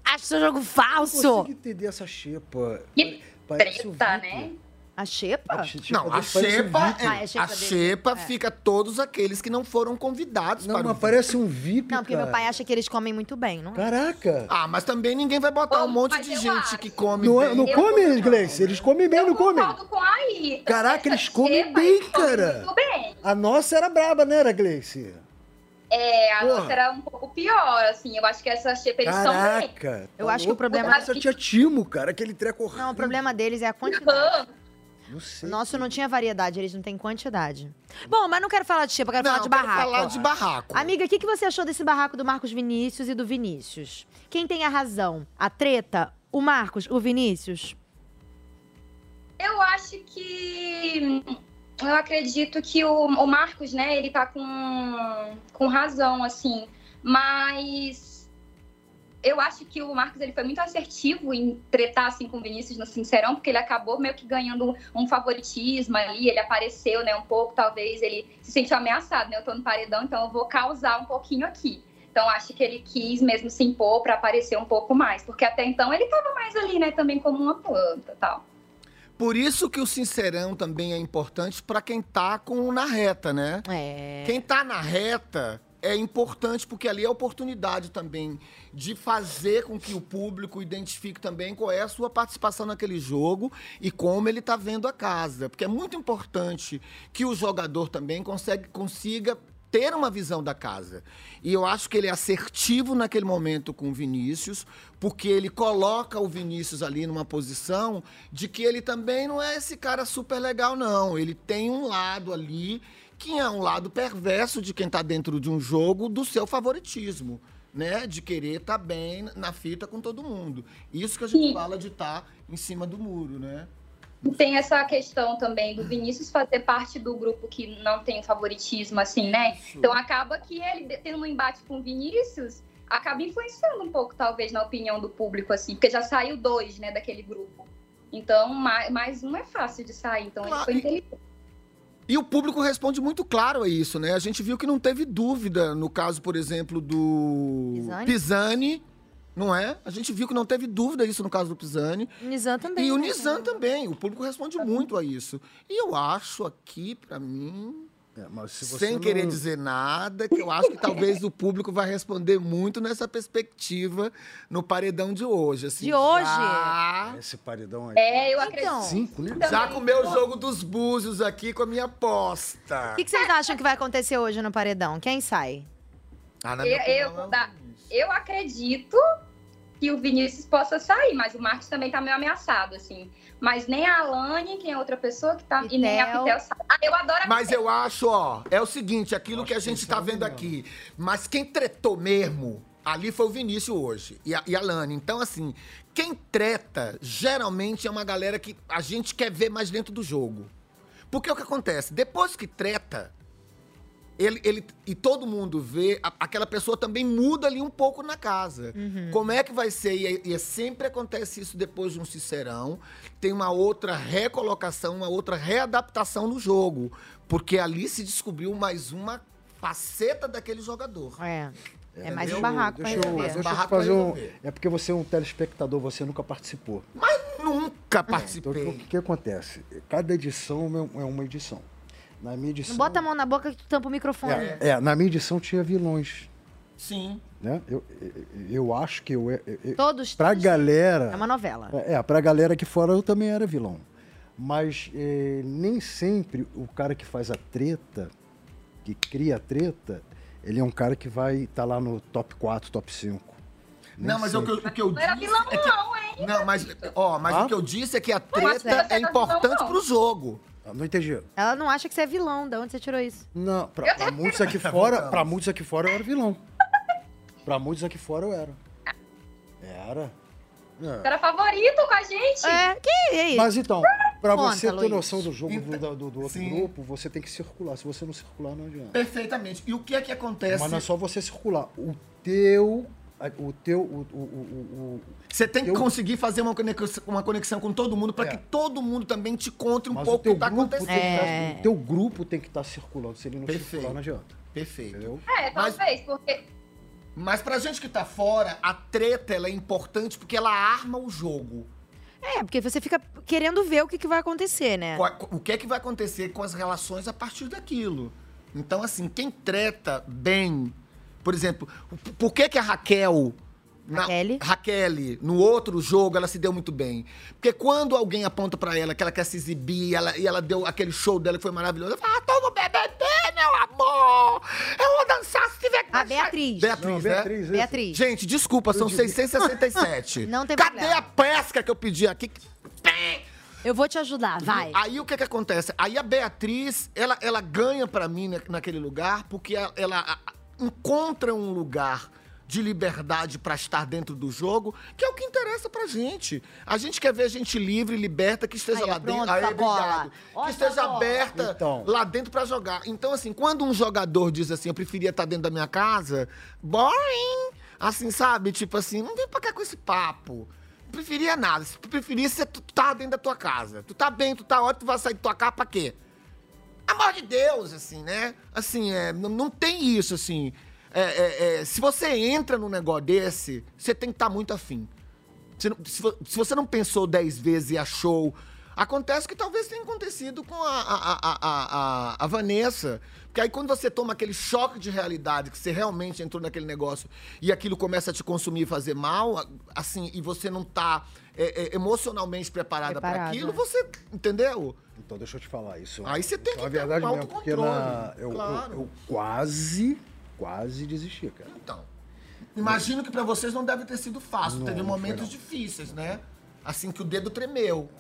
[SPEAKER 1] Acho seu jogo
[SPEAKER 3] Eu não
[SPEAKER 1] falso.
[SPEAKER 3] consigo entender essa xepa.
[SPEAKER 17] Que
[SPEAKER 3] Parece o
[SPEAKER 17] treta, né?
[SPEAKER 1] A xepa?
[SPEAKER 2] Não, a
[SPEAKER 3] Parece um
[SPEAKER 2] xepa,
[SPEAKER 3] VIP. Ah, é a xepa
[SPEAKER 2] a
[SPEAKER 3] dele.
[SPEAKER 2] xepa
[SPEAKER 1] É.
[SPEAKER 2] fica todos aqueles que não foram convidados
[SPEAKER 1] Não,
[SPEAKER 2] para
[SPEAKER 1] mas
[SPEAKER 3] parece um VIP,
[SPEAKER 1] Não, porque meu pai acha que eles comem muito bem, não é?
[SPEAKER 3] Caraca!
[SPEAKER 2] Ah, mas também ninguém vai botar um monte de gente que come
[SPEAKER 3] Não, é-
[SPEAKER 2] bem.
[SPEAKER 3] não come, Gleice? Eles comem bem, não comem?
[SPEAKER 17] Com a Anitta.
[SPEAKER 3] Caraca, eles comem bem, cara!
[SPEAKER 17] Tudo bem.
[SPEAKER 3] A nossa era braba, né, era, Gleice?
[SPEAKER 17] É, a
[SPEAKER 3] Porra.
[SPEAKER 17] outra era um pouco pior, assim. Eu acho que essa xepa eles são bem.
[SPEAKER 3] Caraca! tá
[SPEAKER 1] Eu
[SPEAKER 17] tá
[SPEAKER 1] acho que o problema- é
[SPEAKER 3] Essa tinha timo, cara, aquele treco
[SPEAKER 1] Não, o problema deles é a quantidade. O nosso não tinha variedade, eles não têm quantidade. Bom, mas não quero falar de xepa, quero
[SPEAKER 2] Não,
[SPEAKER 1] falar de
[SPEAKER 2] quero
[SPEAKER 1] barraco.
[SPEAKER 2] falar de barraco.
[SPEAKER 1] Amiga, o que, que você achou desse barraco do Marcos Vinícius e do Vinícius? Quem tem a razão? A treta? O Marcos? O Vinícius?
[SPEAKER 17] Eu acho que. Eu acredito que o, o Marcos, né, ele tá com, com razão, assim. Mas eu acho que o Marcos ele foi muito assertivo em tretar assim, com o Vinícius no Sincerão, porque ele acabou meio que ganhando um favoritismo ali, ele apareceu né, um pouco, talvez ele se sentiu ameaçado, né? Eu tô no paredão, então eu vou causar um pouquinho aqui. Então acho que ele quis mesmo se impor para aparecer um pouco mais, porque até então ele tava mais ali, né, também como uma planta, tal.
[SPEAKER 2] Por isso que o sincerão também é importante pra quem tá com na reta, né?
[SPEAKER 1] É.
[SPEAKER 2] Quem tá na reta é importante porque ali é a oportunidade também de fazer com que o público identifique também qual é a sua participação naquele jogo e como ele tá vendo a casa, porque é muito importante que o jogador também consegue consiga ter uma visão da casa. E eu acho que ele é assertivo naquele momento com o Vinícius, porque ele coloca o Vinícius ali numa posição de que ele também não é esse cara super legal, não. Ele tem um lado ali que é um lado perverso de quem tá dentro de um jogo do seu favoritismo. Né, de querer estar bem na fita com todo mundo. Isso que a gente fala de estar em cima do muro, né?
[SPEAKER 17] E Tem essa questão também do Vinícius fazer parte do grupo que não tem favoritismo, assim, né? Então acaba que ele de- tendo um embate com o Vinícius, acaba influenciando um pouco, talvez, na opinião do público, assim, porque já saiu dois, né, daquele grupo. Então, mais, mais um é fácil de sair, então ele foi inteligente.
[SPEAKER 2] E o público responde muito claro a isso, né? A gente viu que não teve dúvida no caso, por exemplo, do
[SPEAKER 1] Pisani?
[SPEAKER 2] Pisani, não é? A gente viu que não teve dúvida isso no caso do Pisani.
[SPEAKER 1] Nizam também.
[SPEAKER 2] e o
[SPEAKER 1] né? Tá
[SPEAKER 2] Nizam tá- também. O público responde muito a isso. E eu acho aqui, pra mim,
[SPEAKER 3] É, se você
[SPEAKER 2] sem
[SPEAKER 3] não-
[SPEAKER 2] querer dizer nada, que eu acho que talvez o público vai responder muito nessa perspectiva no paredão de hoje. Assim,
[SPEAKER 1] De hoje?
[SPEAKER 2] já-
[SPEAKER 3] Esse paredão aí.
[SPEAKER 17] É, eu acredito.
[SPEAKER 3] Cinco, né?
[SPEAKER 2] Já comeu o jogo dos búzios aqui com a minha aposta.
[SPEAKER 1] O que, que vocês acham que vai acontecer hoje no paredão? Quem sai?
[SPEAKER 2] Ah, na
[SPEAKER 17] Eu,
[SPEAKER 2] minha opinião,
[SPEAKER 17] eu, da- eu acredito que o Vinícius possa sair, mas o Marcos também tá meio ameaçado, assim. Mas nem a Alane, que é outra pessoa que tá. E nem a
[SPEAKER 2] Pitel.
[SPEAKER 17] Pitel sai. Ah, eu adoro a
[SPEAKER 2] Mas eu acho, ó, é o seguinte, aquilo que a gente tá vendo aqui. Mas quem tretou mesmo, ali foi o Vinícius hoje e a, e a Lani. Então, assim, quem treta geralmente é uma galera que a gente quer ver mais dentro do jogo. Porque é o que acontece? Depois que treta, ele, ele- e todo mundo vê, a- aquela pessoa também muda ali um pouco na casa.
[SPEAKER 1] Uhum.
[SPEAKER 2] Como é que vai ser? E, é- e é sempre acontece isso depois de um Cicerão. Tem uma outra recolocação, uma outra readaptação no jogo. Porque ali se descobriu mais uma faceta daquele jogador.
[SPEAKER 1] É. É mais um
[SPEAKER 2] Entendeu?
[SPEAKER 1] barraco pra
[SPEAKER 2] Deixa eu-
[SPEAKER 1] resolver.
[SPEAKER 2] deixa
[SPEAKER 3] Deixa eu
[SPEAKER 2] Barraco
[SPEAKER 3] te fazer
[SPEAKER 2] pra
[SPEAKER 3] um...
[SPEAKER 2] resolver.
[SPEAKER 3] É porque você é um telespectador, você nunca participou.
[SPEAKER 2] Mas
[SPEAKER 1] É.
[SPEAKER 2] nunca
[SPEAKER 3] Então, o
[SPEAKER 2] participei.
[SPEAKER 3] que, que acontece? Cada edição é um- é uma edição. Na minha edição.
[SPEAKER 1] Não bota a mão na boca que tu tampa o microfone.
[SPEAKER 3] é, é, na minha edição tinha vilões.
[SPEAKER 2] Sim.
[SPEAKER 3] Né? Eu, eu, eu acho que eu. eu, eu
[SPEAKER 1] Todos-
[SPEAKER 3] Pra
[SPEAKER 1] todos-
[SPEAKER 3] galera.
[SPEAKER 1] É uma novela.
[SPEAKER 3] É, pra galera que fora eu também era vilão. Mas é, nem sempre o cara que faz a treta, que cria a treta, ele é um cara que vai estar lá no top 4, top 5. Nem
[SPEAKER 2] Não, mas é o que eu,
[SPEAKER 3] sempre.
[SPEAKER 2] o que eu
[SPEAKER 17] Não era
[SPEAKER 2] disse.
[SPEAKER 17] vilão,
[SPEAKER 2] é que-
[SPEAKER 17] não, hein?
[SPEAKER 2] Não, mas, ó, mas
[SPEAKER 3] Ah?
[SPEAKER 2] o que eu disse é que a
[SPEAKER 17] Mas você
[SPEAKER 2] treta
[SPEAKER 17] tá
[SPEAKER 2] é
[SPEAKER 17] vilão,
[SPEAKER 2] importante
[SPEAKER 17] não.
[SPEAKER 2] pro jogo.
[SPEAKER 3] Ah, Não entendi.
[SPEAKER 1] Ela não acha que você é vilão. De onde você tirou isso?
[SPEAKER 3] Não, pra, pra muitos
[SPEAKER 2] <laughs>
[SPEAKER 3] aqui fora, para muitos aqui fora eu era vilão. Pra muitos aqui fora eu era. Era. É.
[SPEAKER 17] Era favorito com a gente.
[SPEAKER 1] É, que é isso?
[SPEAKER 3] Mas então, pra
[SPEAKER 1] Conta,
[SPEAKER 3] você ter
[SPEAKER 1] Luiz.
[SPEAKER 3] noção do jogo do- do, do outro
[SPEAKER 2] Então, sim.
[SPEAKER 3] grupo, você tem que circular. Se você não circular, não adianta.
[SPEAKER 2] Perfeitamente. E o que é que acontece?
[SPEAKER 3] Mas não é só você circular. O teu. a- O teu. O, o- o- o-
[SPEAKER 2] Você tem que
[SPEAKER 3] Eu- É.
[SPEAKER 2] conseguir fazer uma conexão, uma conexão com todo mundo para que todo mundo também te conte um
[SPEAKER 3] mas o
[SPEAKER 2] pouco o
[SPEAKER 3] teu
[SPEAKER 2] que tá
[SPEAKER 3] grupo tem
[SPEAKER 2] acontecendo.
[SPEAKER 3] que tá- o teu grupo tem que estar tá circulando. Se ele não
[SPEAKER 2] Perfeito.
[SPEAKER 3] circular, não adianta.
[SPEAKER 2] Perfeito.
[SPEAKER 17] então-
[SPEAKER 3] Entendeu?
[SPEAKER 17] É, talvez, porque
[SPEAKER 2] Mas pra gente que tá fora, a treta ela é importante porque ela arma o jogo.
[SPEAKER 1] É, porque você fica querendo ver o que, que vai acontecer, né?
[SPEAKER 2] Qua- O que é que vai acontecer com as relações a partir daquilo? Então, assim, quem treta bem, por exemplo, p- por que, que a Raquel. Na, Raquel? no outro jogo, ela se deu muito bem. Porque quando alguém aponta pra ela que ela quer se exibir ela- e ela deu aquele show dela que foi maravilhoso, ela fala: ah, tô no BBB, meu amor! Eu vou dançar se tiver que A Beatriz. Beatriz,
[SPEAKER 3] Não,
[SPEAKER 2] né?
[SPEAKER 3] Beatriz, isso. Beatriz.
[SPEAKER 2] Gente, desculpa,
[SPEAKER 1] <laughs>
[SPEAKER 2] são 667.
[SPEAKER 1] Não tem
[SPEAKER 2] Cadê
[SPEAKER 1] problema.
[SPEAKER 2] a pesca que eu pedi aqui?
[SPEAKER 1] Eu vou te ajudar, vai.
[SPEAKER 2] Aí o que que acontece? Aí a Beatriz, ela, ela ganha pra mim na- naquele lugar porque ela, ela, a- encontra um lugar de liberdade pra estar dentro do jogo, que é o que interessa pra gente. A gente quer ver gente livre, liberta, que
[SPEAKER 1] Aí,
[SPEAKER 2] esteja
[SPEAKER 1] ó,
[SPEAKER 2] lá
[SPEAKER 1] pronto,
[SPEAKER 2] dentro. Aí,
[SPEAKER 1] essa bola.
[SPEAKER 2] obrigado.
[SPEAKER 1] Ó
[SPEAKER 2] Que
[SPEAKER 1] essa
[SPEAKER 2] esteja
[SPEAKER 1] bola.
[SPEAKER 2] aberta lá dentro pra jogar. Então, assim, quando um jogador diz assim, eu preferia estar dentro da minha casa, boring! Assim, sabe? Tipo assim, não vem pra cá com esse papo. Não preferia nada. Se tu preferisse, tu tá dentro da tua casa. Tu tá bem, tu tá ótimo, tu vai sair da tua casa pra quê? amor de Deus, assim, né? Assim, é, n- não tem isso, assim. É, é, é, se você entra num negócio desse, você tem que estar muito afim. Se, não- se vo- se você não pensou dez vezes e achou. Acontece que talvez tenha acontecido com a, a- a- a- a- a Vanessa. Porque aí quando você toma aquele choque de realidade, que você realmente entrou naquele negócio e aquilo começa a te consumir e fazer mal, a- assim, e você não tá é, é, emocionalmente preparada para
[SPEAKER 3] Preparado,
[SPEAKER 2] aquilo,
[SPEAKER 3] né?
[SPEAKER 2] você. Entendeu?
[SPEAKER 3] Então deixa eu te falar isso.
[SPEAKER 2] Aí você tem
[SPEAKER 3] Então,
[SPEAKER 2] que
[SPEAKER 3] é verdade
[SPEAKER 2] ter um
[SPEAKER 3] mesmo, porque
[SPEAKER 2] autocontrole,
[SPEAKER 3] na- eu, eu-
[SPEAKER 2] claro.
[SPEAKER 3] eu quase, quase desisti, cara.
[SPEAKER 2] Então. Imagino que pra vocês não deve ter sido fácil.
[SPEAKER 3] Não,
[SPEAKER 2] Teve
[SPEAKER 3] não foi
[SPEAKER 2] momentos
[SPEAKER 3] não.
[SPEAKER 2] difíceis, né? Assim que o dedo tremeu.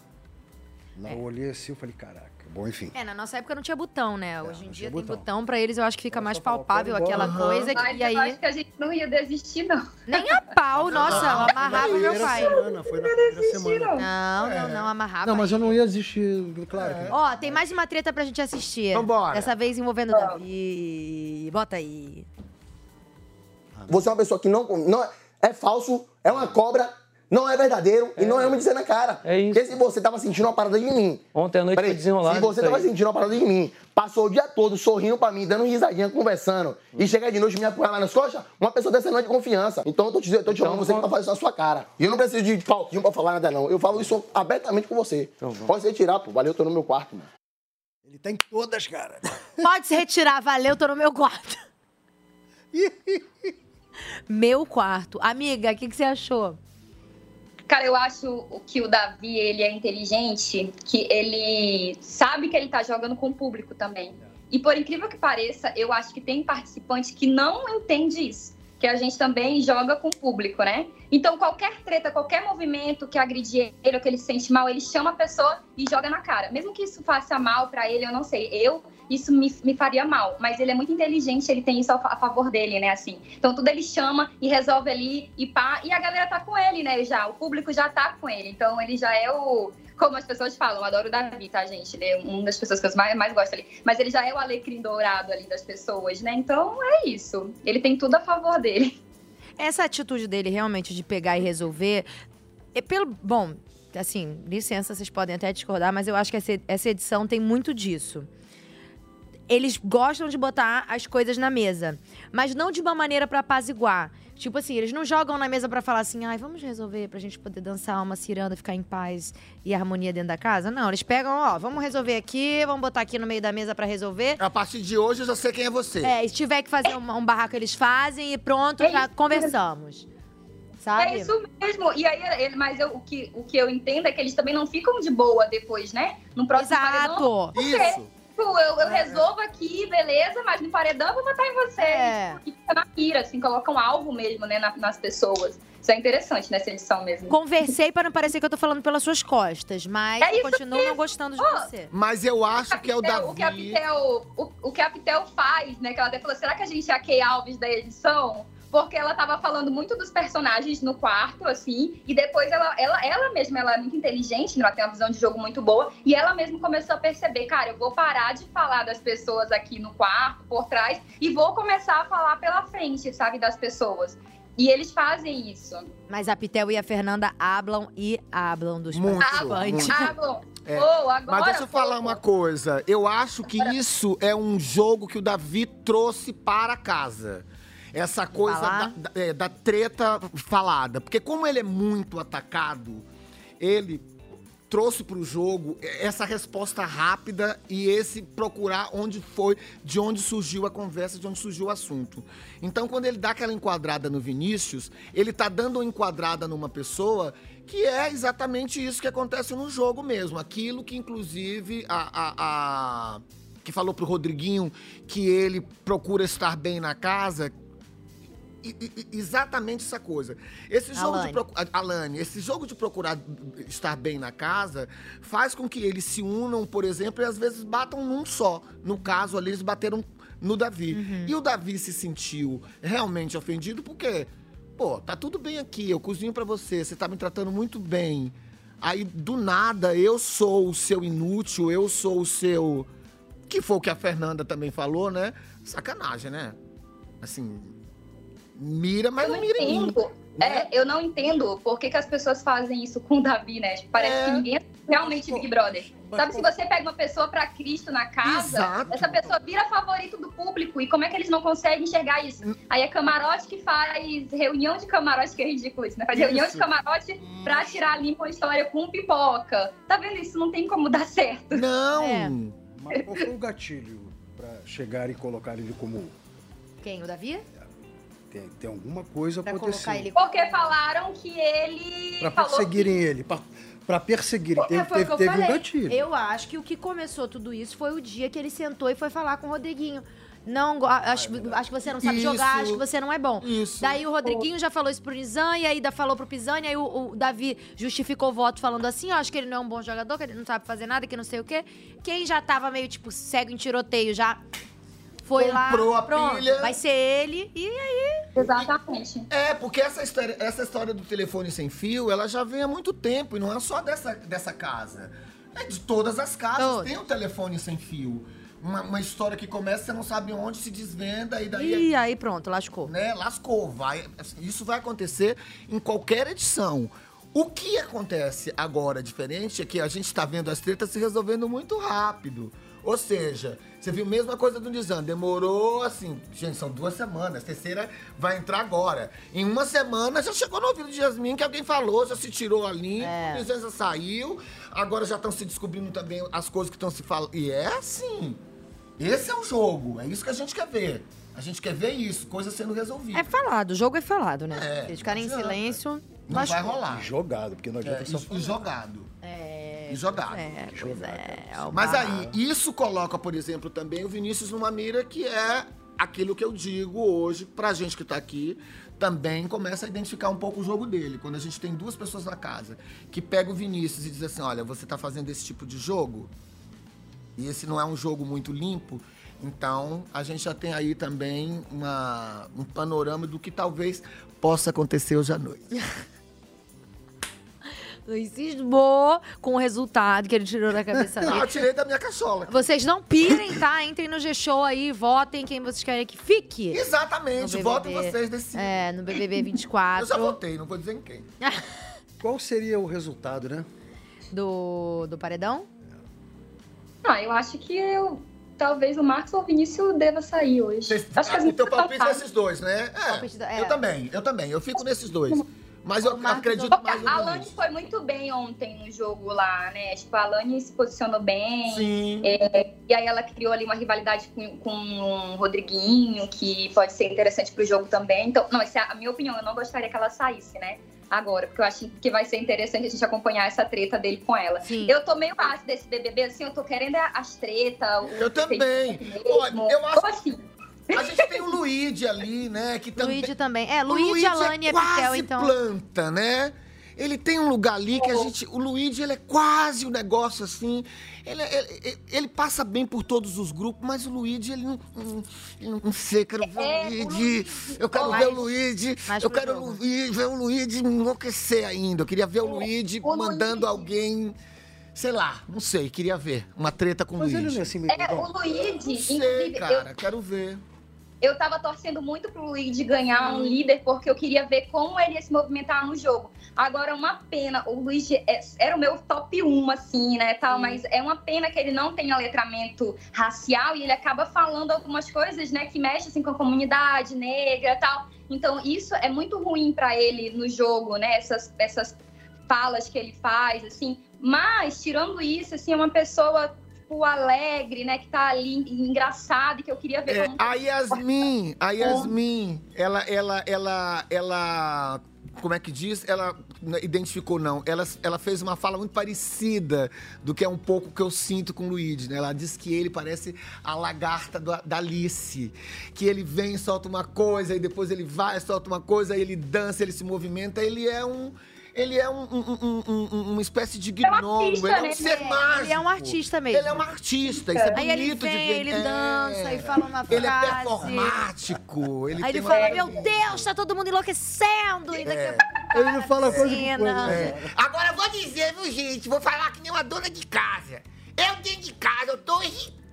[SPEAKER 3] Não, eu olhei assim e falei, caraca. Bom, enfim.
[SPEAKER 1] É, na nossa época não tinha botão, né? Hoje em dia tem
[SPEAKER 3] É, botão.
[SPEAKER 1] botão. pra eles, eu acho que fica mais palpável
[SPEAKER 3] "Quero ir
[SPEAKER 1] aquela
[SPEAKER 3] embora".
[SPEAKER 1] coisa. que-
[SPEAKER 17] Mas
[SPEAKER 1] e aí.
[SPEAKER 17] eu acho que a gente não ia desistir, não.
[SPEAKER 1] Nem a pau, nossa,
[SPEAKER 2] Ah,
[SPEAKER 1] eu amarrava
[SPEAKER 3] Na
[SPEAKER 1] meu
[SPEAKER 3] primeira
[SPEAKER 1] pai.
[SPEAKER 3] semana, foi na primeira semana. É.
[SPEAKER 1] Não,
[SPEAKER 2] É.
[SPEAKER 1] não, não, amarrava.
[SPEAKER 3] Não, mas eu não ia desistir, claro. que não.
[SPEAKER 1] Ó, tem mais uma treta pra gente assistir.
[SPEAKER 3] Vambora.
[SPEAKER 1] Dessa vez envolvendo o Davi. Bota aí.
[SPEAKER 20] Você é uma pessoa que não, não é, é falso, é uma cobra, não é verdadeiro e não é me dizer na cara. É isso. Porque se você tava sentindo uma parada de mim.
[SPEAKER 14] Ontem à noite
[SPEAKER 20] Peraí,
[SPEAKER 14] foi desenrolado
[SPEAKER 20] Se você
[SPEAKER 15] tá
[SPEAKER 14] isso
[SPEAKER 20] tava
[SPEAKER 14] aí.
[SPEAKER 20] sentindo uma parada de mim, passou o dia todo sorrindo pra mim, dando risadinha, conversando, e chega de noite e me apoiar lá nas costas, uma pessoa dessa não é de confiança. Então eu tô te, eu tô te chamando você que tá fazendo isso na sua cara. E eu não preciso de palquinho pra falar nada, não. Eu falo isso abertamente com você. Pode se retirar, pô. Valeu, eu tô no meu quarto, mano.
[SPEAKER 3] Ele tem todas, cara.
[SPEAKER 1] Pode se retirar, valeu, tô no meu
[SPEAKER 3] <laughs>
[SPEAKER 1] quarto. meu quarto. Amiga, o que, que você achou?
[SPEAKER 17] Cara, eu acho que o Davi, ele é inteligente, que ele sabe que ele tá jogando com o público também. E por incrível que pareça, eu acho que tem participante que não entende isso, que a gente também joga com o público, né? Então qualquer treta, qualquer movimento que agredir ele ou que ele se sente mal, ele chama a pessoa e joga na cara. Mesmo que isso faça mal pra ele, eu não sei, eu isso me, me faria mal, mas ele é muito inteligente, ele tem isso a, fa- a favor dele, né, assim. Então tudo ele chama e resolve ali e pá, e a galera tá com ele, né, já, o público já tá com ele, então ele já é o, como as pessoas falam, eu adoro o Davi, tá, gente, ele é uma das pessoas que eu mais, mais gosto ali, mas ele já é o alecrim dourado ali das pessoas, né, então é isso, ele tem tudo a favor dele.
[SPEAKER 1] Essa atitude dele realmente de pegar e resolver. É pelo. Bom, assim, licença, vocês podem até discordar, mas eu acho que essa- essa edição tem muito disso. Eles gostam de botar as coisas na mesa, mas não de uma maneira pra apaziguar. Tipo assim, eles não jogam na mesa pra falar assim, ai, vamos resolver pra gente poder dançar uma ciranda, ficar em paz e harmonia dentro da casa. Não, eles pegam, ó, vamos resolver aqui, vamos botar aqui no meio da mesa pra resolver.
[SPEAKER 2] A partir de hoje eu já sei quem é você.
[SPEAKER 1] É, e se tiver que fazer um, um barraco, eles fazem e pronto, já conversamos. Sabe?
[SPEAKER 17] É isso mesmo. E aí, ele- mas eu- o, que, o que eu entendo é que eles também não ficam de boa depois, né? No próximo
[SPEAKER 1] Exato.
[SPEAKER 17] paredão. por quê?
[SPEAKER 1] Isso.
[SPEAKER 17] Tipo, Eu, eu resolvo aqui, beleza, mas no paredão eu vou matar em você.
[SPEAKER 1] É.
[SPEAKER 17] E fica na mira, assim, colocam alvo mesmo, né, na- nas pessoas. Isso é interessante nessa edição mesmo.
[SPEAKER 1] Conversei pra não parecer que eu tô falando pelas suas costas, mas
[SPEAKER 17] É
[SPEAKER 1] continuo não gostando de você.
[SPEAKER 2] Mas eu acho que é o
[SPEAKER 17] Pitel- Então, O que a
[SPEAKER 2] Davi.
[SPEAKER 17] Pitel, o, o que a Pitel faz, né? Que ela até falou, será que a gente é a Kay Alves da edição? Porque ela tava falando muito dos personagens no quarto, assim, e depois ela, ela, ela mesma, ela é muito inteligente, né, ela tem uma visão de jogo muito boa, e ela mesma começou a perceber, cara, eu vou parar de falar das pessoas aqui no quarto, por trás, e vou começar a falar pela frente, sabe, das pessoas. E eles fazem isso.
[SPEAKER 1] Mas a Pitel e a Fernanda hablam e hablam dos
[SPEAKER 2] Muito,
[SPEAKER 1] participantes.
[SPEAKER 2] muito.
[SPEAKER 17] Hablam.
[SPEAKER 2] É.
[SPEAKER 17] Ou agora
[SPEAKER 2] Mas deixa eu
[SPEAKER 17] foi.
[SPEAKER 2] falar uma coisa. Eu acho que isso é um jogo que o Davi trouxe para casa. essa coisa da,
[SPEAKER 1] Falar.
[SPEAKER 2] da- é, da treta falada. Porque como ele é muito atacado, ele trouxe para o jogo essa resposta rápida e esse procurar onde foi, de onde surgiu a conversa, de onde surgiu o assunto. Então, quando ele dá aquela enquadrada no Vinícius, ele tá dando uma enquadrada numa pessoa que é exatamente isso que acontece no jogo mesmo. Aquilo que, inclusive, a... a- a- que falou pro Rodriguinho que ele procura estar bem na casa, e- e- e- exatamente essa coisa. Esse jogo
[SPEAKER 21] Alane.
[SPEAKER 2] de procu- a- Alane, esse jogo de procurar estar bem na casa faz com que eles se unam, por exemplo, e às vezes batam num só. No caso ali, eles bateram no Davi. E o Davi se sentiu realmente ofendido porque, pô, tá tudo bem aqui, eu cozinho pra você, você tá me tratando muito bem. Aí, do nada, eu sou o seu inútil, eu sou o seu. Que foi o que a Fernanda também falou, né? Sacanagem, né? Assim, mira, mas não Né? mira em mim.
[SPEAKER 17] entendo. É, eu não entendo por que, que as pessoas fazem isso com o Davi, né? Tipo, Parece que ninguém é realmente
[SPEAKER 2] Tipo,
[SPEAKER 17] Big Brother. Sabe, se você pega uma pessoa pra Cristo na casa,
[SPEAKER 2] Exato.
[SPEAKER 17] essa pessoa vira favorito do público. E como é que eles não conseguem enxergar isso?
[SPEAKER 2] Hum.
[SPEAKER 17] Aí é camarote que faz reunião de camarote, que é ridículo isso, né? Faz reunião de
[SPEAKER 2] Isso.
[SPEAKER 17] camarote pra tirar ali uma história com pipoca. Tá vendo? Isso não tem como dar certo.
[SPEAKER 2] Não!
[SPEAKER 3] É.
[SPEAKER 1] É.
[SPEAKER 3] Mas qual foi o gatilho pra chegar e colocar ele como.
[SPEAKER 1] Quem? O Davi?
[SPEAKER 3] Tem, tem alguma coisa
[SPEAKER 1] Pra colocar
[SPEAKER 3] acontecendo.
[SPEAKER 1] ele.
[SPEAKER 17] Porque falaram que ele
[SPEAKER 3] Pra
[SPEAKER 17] falou
[SPEAKER 3] perseguirem ele. Pra, pra perseguirem. Teve,
[SPEAKER 1] É, foi o que eu
[SPEAKER 3] teve, teve um
[SPEAKER 1] falei.
[SPEAKER 3] gatilho.
[SPEAKER 1] Eu acho que o que começou tudo isso foi o dia que ele sentou e foi falar com o Rodriguinho. Não, go- acho, acho que você não sabe jogar,
[SPEAKER 8] Isso.
[SPEAKER 1] acho que você não é bom.
[SPEAKER 8] Isso.
[SPEAKER 1] Daí o Rodriguinho já falou isso pro Nizan, aí da falou pro Pisani, aí o, o Davi justificou o voto falando assim, ó, acho que ele não é um bom jogador, que ele não sabe fazer nada, que não sei o quê. Quem já tava meio, tipo, cego em tiroteio, já foi
[SPEAKER 2] Comprou
[SPEAKER 1] lá,
[SPEAKER 2] a
[SPEAKER 1] pronto,
[SPEAKER 2] pilha.
[SPEAKER 1] vai ser ele, e aí...
[SPEAKER 17] Exatamente.
[SPEAKER 2] É, porque essa história, essa história do telefone sem fio, ela já vem há muito tempo, e não é só dessa, dessa casa. É de todas as casas, tem o telefone sem fio. Uma, uma história que começa, você não sabe onde, se desvenda, e daí... é-
[SPEAKER 1] E aí pronto, lascou.
[SPEAKER 2] Né, lascou, vai... Isso vai acontecer em qualquer edição. O que acontece agora diferente é que a gente tá vendo as tretas se resolvendo muito rápido. Ou seja, você viu a mesma coisa do Nizam, demorou assim, gente, são duas semanas, a terceira vai entrar agora. Em uma semana já chegou no ouvido de Jasmine que alguém falou, já se tirou a limpo, o
[SPEAKER 1] É.
[SPEAKER 2] Nizam já saiu, agora já estão se descobrindo também as coisas que estão se falando. E é assim. Esse é o jogo, é isso que a gente quer ver. A gente quer ver isso, coisa sendo resolvida.
[SPEAKER 1] É falado, o jogo é falado, né?
[SPEAKER 2] É,
[SPEAKER 1] Se Eles ficarem em
[SPEAKER 2] não adianta.
[SPEAKER 1] silêncio,
[SPEAKER 2] Não vai
[SPEAKER 1] lascou.
[SPEAKER 2] rolar.
[SPEAKER 3] Jogado, porque não
[SPEAKER 2] É,
[SPEAKER 3] adianta só
[SPEAKER 2] e, e jogado.
[SPEAKER 1] É,
[SPEAKER 2] E jogado. Mas
[SPEAKER 1] Barra.
[SPEAKER 2] aí, isso coloca, por exemplo, também o Vinícius numa mira que é aquilo que eu digo hoje, pra gente que tá aqui, também começa a identificar um pouco o jogo dele. Quando a gente tem duas pessoas na casa que pega o Vinícius e diz assim: olha, você tá fazendo esse tipo de jogo, e esse não é um jogo muito limpo, então a gente já tem aí também uma- um panorama do que talvez possa acontecer hoje à noite.
[SPEAKER 1] Luiz cismou com o resultado que ele tirou da cabeça dele.
[SPEAKER 2] Não, Ah, eu tirei da minha cachola.
[SPEAKER 1] Vocês não pirem, tá? Entrem no G-Show aí, votem quem vocês querem que fique.
[SPEAKER 2] Exatamente,
[SPEAKER 1] No BBB.
[SPEAKER 2] votem vocês decidem.
[SPEAKER 1] É, no BBB 24.
[SPEAKER 2] <laughs> Eu já votei, não vou dizer
[SPEAKER 8] <laughs>
[SPEAKER 2] em quem.
[SPEAKER 3] Qual seria o resultado, né?
[SPEAKER 1] Do, do Paredão?
[SPEAKER 17] Ah, eu acho que eu. Talvez o Marcos ou o Vinícius deva sair hoje. Acho que as
[SPEAKER 2] O teu
[SPEAKER 17] meninas
[SPEAKER 2] palpite
[SPEAKER 17] tão
[SPEAKER 2] é esses dois, né?
[SPEAKER 1] Palpite do-
[SPEAKER 2] É,
[SPEAKER 1] é.
[SPEAKER 2] Eu também, eu também. Eu fico nesses dois. Mas eu acredito mais
[SPEAKER 17] A
[SPEAKER 2] no
[SPEAKER 17] Alane
[SPEAKER 2] Vinícius.
[SPEAKER 17] foi muito bem ontem no jogo lá, né? Tipo, a Alane se posicionou bem.
[SPEAKER 2] Sim.
[SPEAKER 17] É, e aí ela criou ali uma rivalidade com, com o Rodriguinho, que pode ser interessante pro jogo também. Então, não, essa é a minha opinião. Eu não gostaria que ela saísse, né? Agora, porque eu acho que vai ser interessante a gente acompanhar essa treta dele com ela. Eu tô meio ácido desse BBB, assim, eu tô querendo as tretas.
[SPEAKER 2] Eu também. Olha, é eu acho A gente tem o Luigi ali, né? Que também...
[SPEAKER 1] Luigi também. É,
[SPEAKER 2] O
[SPEAKER 1] Luigi,
[SPEAKER 2] Luigi
[SPEAKER 1] Alane e
[SPEAKER 2] é
[SPEAKER 1] Epitel,
[SPEAKER 2] quase
[SPEAKER 1] então.
[SPEAKER 2] planta, né? Ele tem um lugar ali que a gente... O Luigi, ele é quase um negócio assim... Ele, ele- ele- ele passa bem por todos os grupos, mas o Luigi, ele não... não- ele não sei, eu quero ver
[SPEAKER 21] É,
[SPEAKER 2] o
[SPEAKER 21] o
[SPEAKER 2] Luigi. Eu quero
[SPEAKER 21] Mas-
[SPEAKER 2] ver o Luigi.
[SPEAKER 21] mas
[SPEAKER 2] Eu
[SPEAKER 21] pro
[SPEAKER 2] quero
[SPEAKER 21] jogo.
[SPEAKER 2] Luigi- ver o Luigi enlouquecer ainda. Eu queria ver É, o Luigi mandando alguém... Sei lá, não sei, queria ver. Uma treta com o Luigi.
[SPEAKER 17] É, o Luigi,
[SPEAKER 2] Não sei,
[SPEAKER 17] inclusive, eu-
[SPEAKER 2] cara, quero ver.
[SPEAKER 17] Eu tava torcendo muito pro Luigi ganhar um líder, porque eu queria ver como ele ia se movimentar no jogo. Agora, é uma pena, o Luigi é- era o meu top 1, assim, né, tal, mas é uma pena que ele não tenha letramento racial e ele acaba falando algumas coisas, né, que mexem, assim, com a comunidade negra e tal. Então, isso é muito ruim pra ele no jogo, né, essas, essas falas que ele faz, assim. Mas, tirando isso, assim, é uma pessoa, tipo, alegre, né? Que tá ali engraçada e que eu queria ver
[SPEAKER 2] É,
[SPEAKER 17] como...
[SPEAKER 2] a Yasmin, a Yasmin, ela, ela, ela, ela, como é que diz? Ela não identificou não. Ela, ela fez uma fala muito parecida do que é um pouco o que eu sinto com o Luigi, né? Ela diz que ele parece a lagarta da, da Alice, que ele vem, solta uma coisa e depois ele vai, solta uma coisa, ele dança, ele se movimenta, ele é um ele é um- um- um- um- um- uma espécie de
[SPEAKER 8] É um
[SPEAKER 2] gnomo,
[SPEAKER 8] artista,
[SPEAKER 2] ele é um
[SPEAKER 8] né?
[SPEAKER 2] ser
[SPEAKER 8] É,
[SPEAKER 2] mágico.
[SPEAKER 8] ele é um artista mesmo.
[SPEAKER 2] Ele é um artista, isso é bonito
[SPEAKER 8] Aí ele
[SPEAKER 2] de
[SPEAKER 8] vem,
[SPEAKER 2] ver.
[SPEAKER 8] ele
[SPEAKER 2] É.
[SPEAKER 8] dança e fala uma frase.
[SPEAKER 2] Ele é performático. Ele
[SPEAKER 8] Aí
[SPEAKER 2] tem
[SPEAKER 8] ele
[SPEAKER 2] uma- É.
[SPEAKER 8] fala, meu Deus, tá todo mundo enlouquecendo. E daqui a tá
[SPEAKER 2] Ele não fala
[SPEAKER 8] coisa por coisa. É.
[SPEAKER 21] Agora eu vou dizer, viu, gente? Vou falar que nem uma dona de casa. Eu dentro de casa, eu tô irritado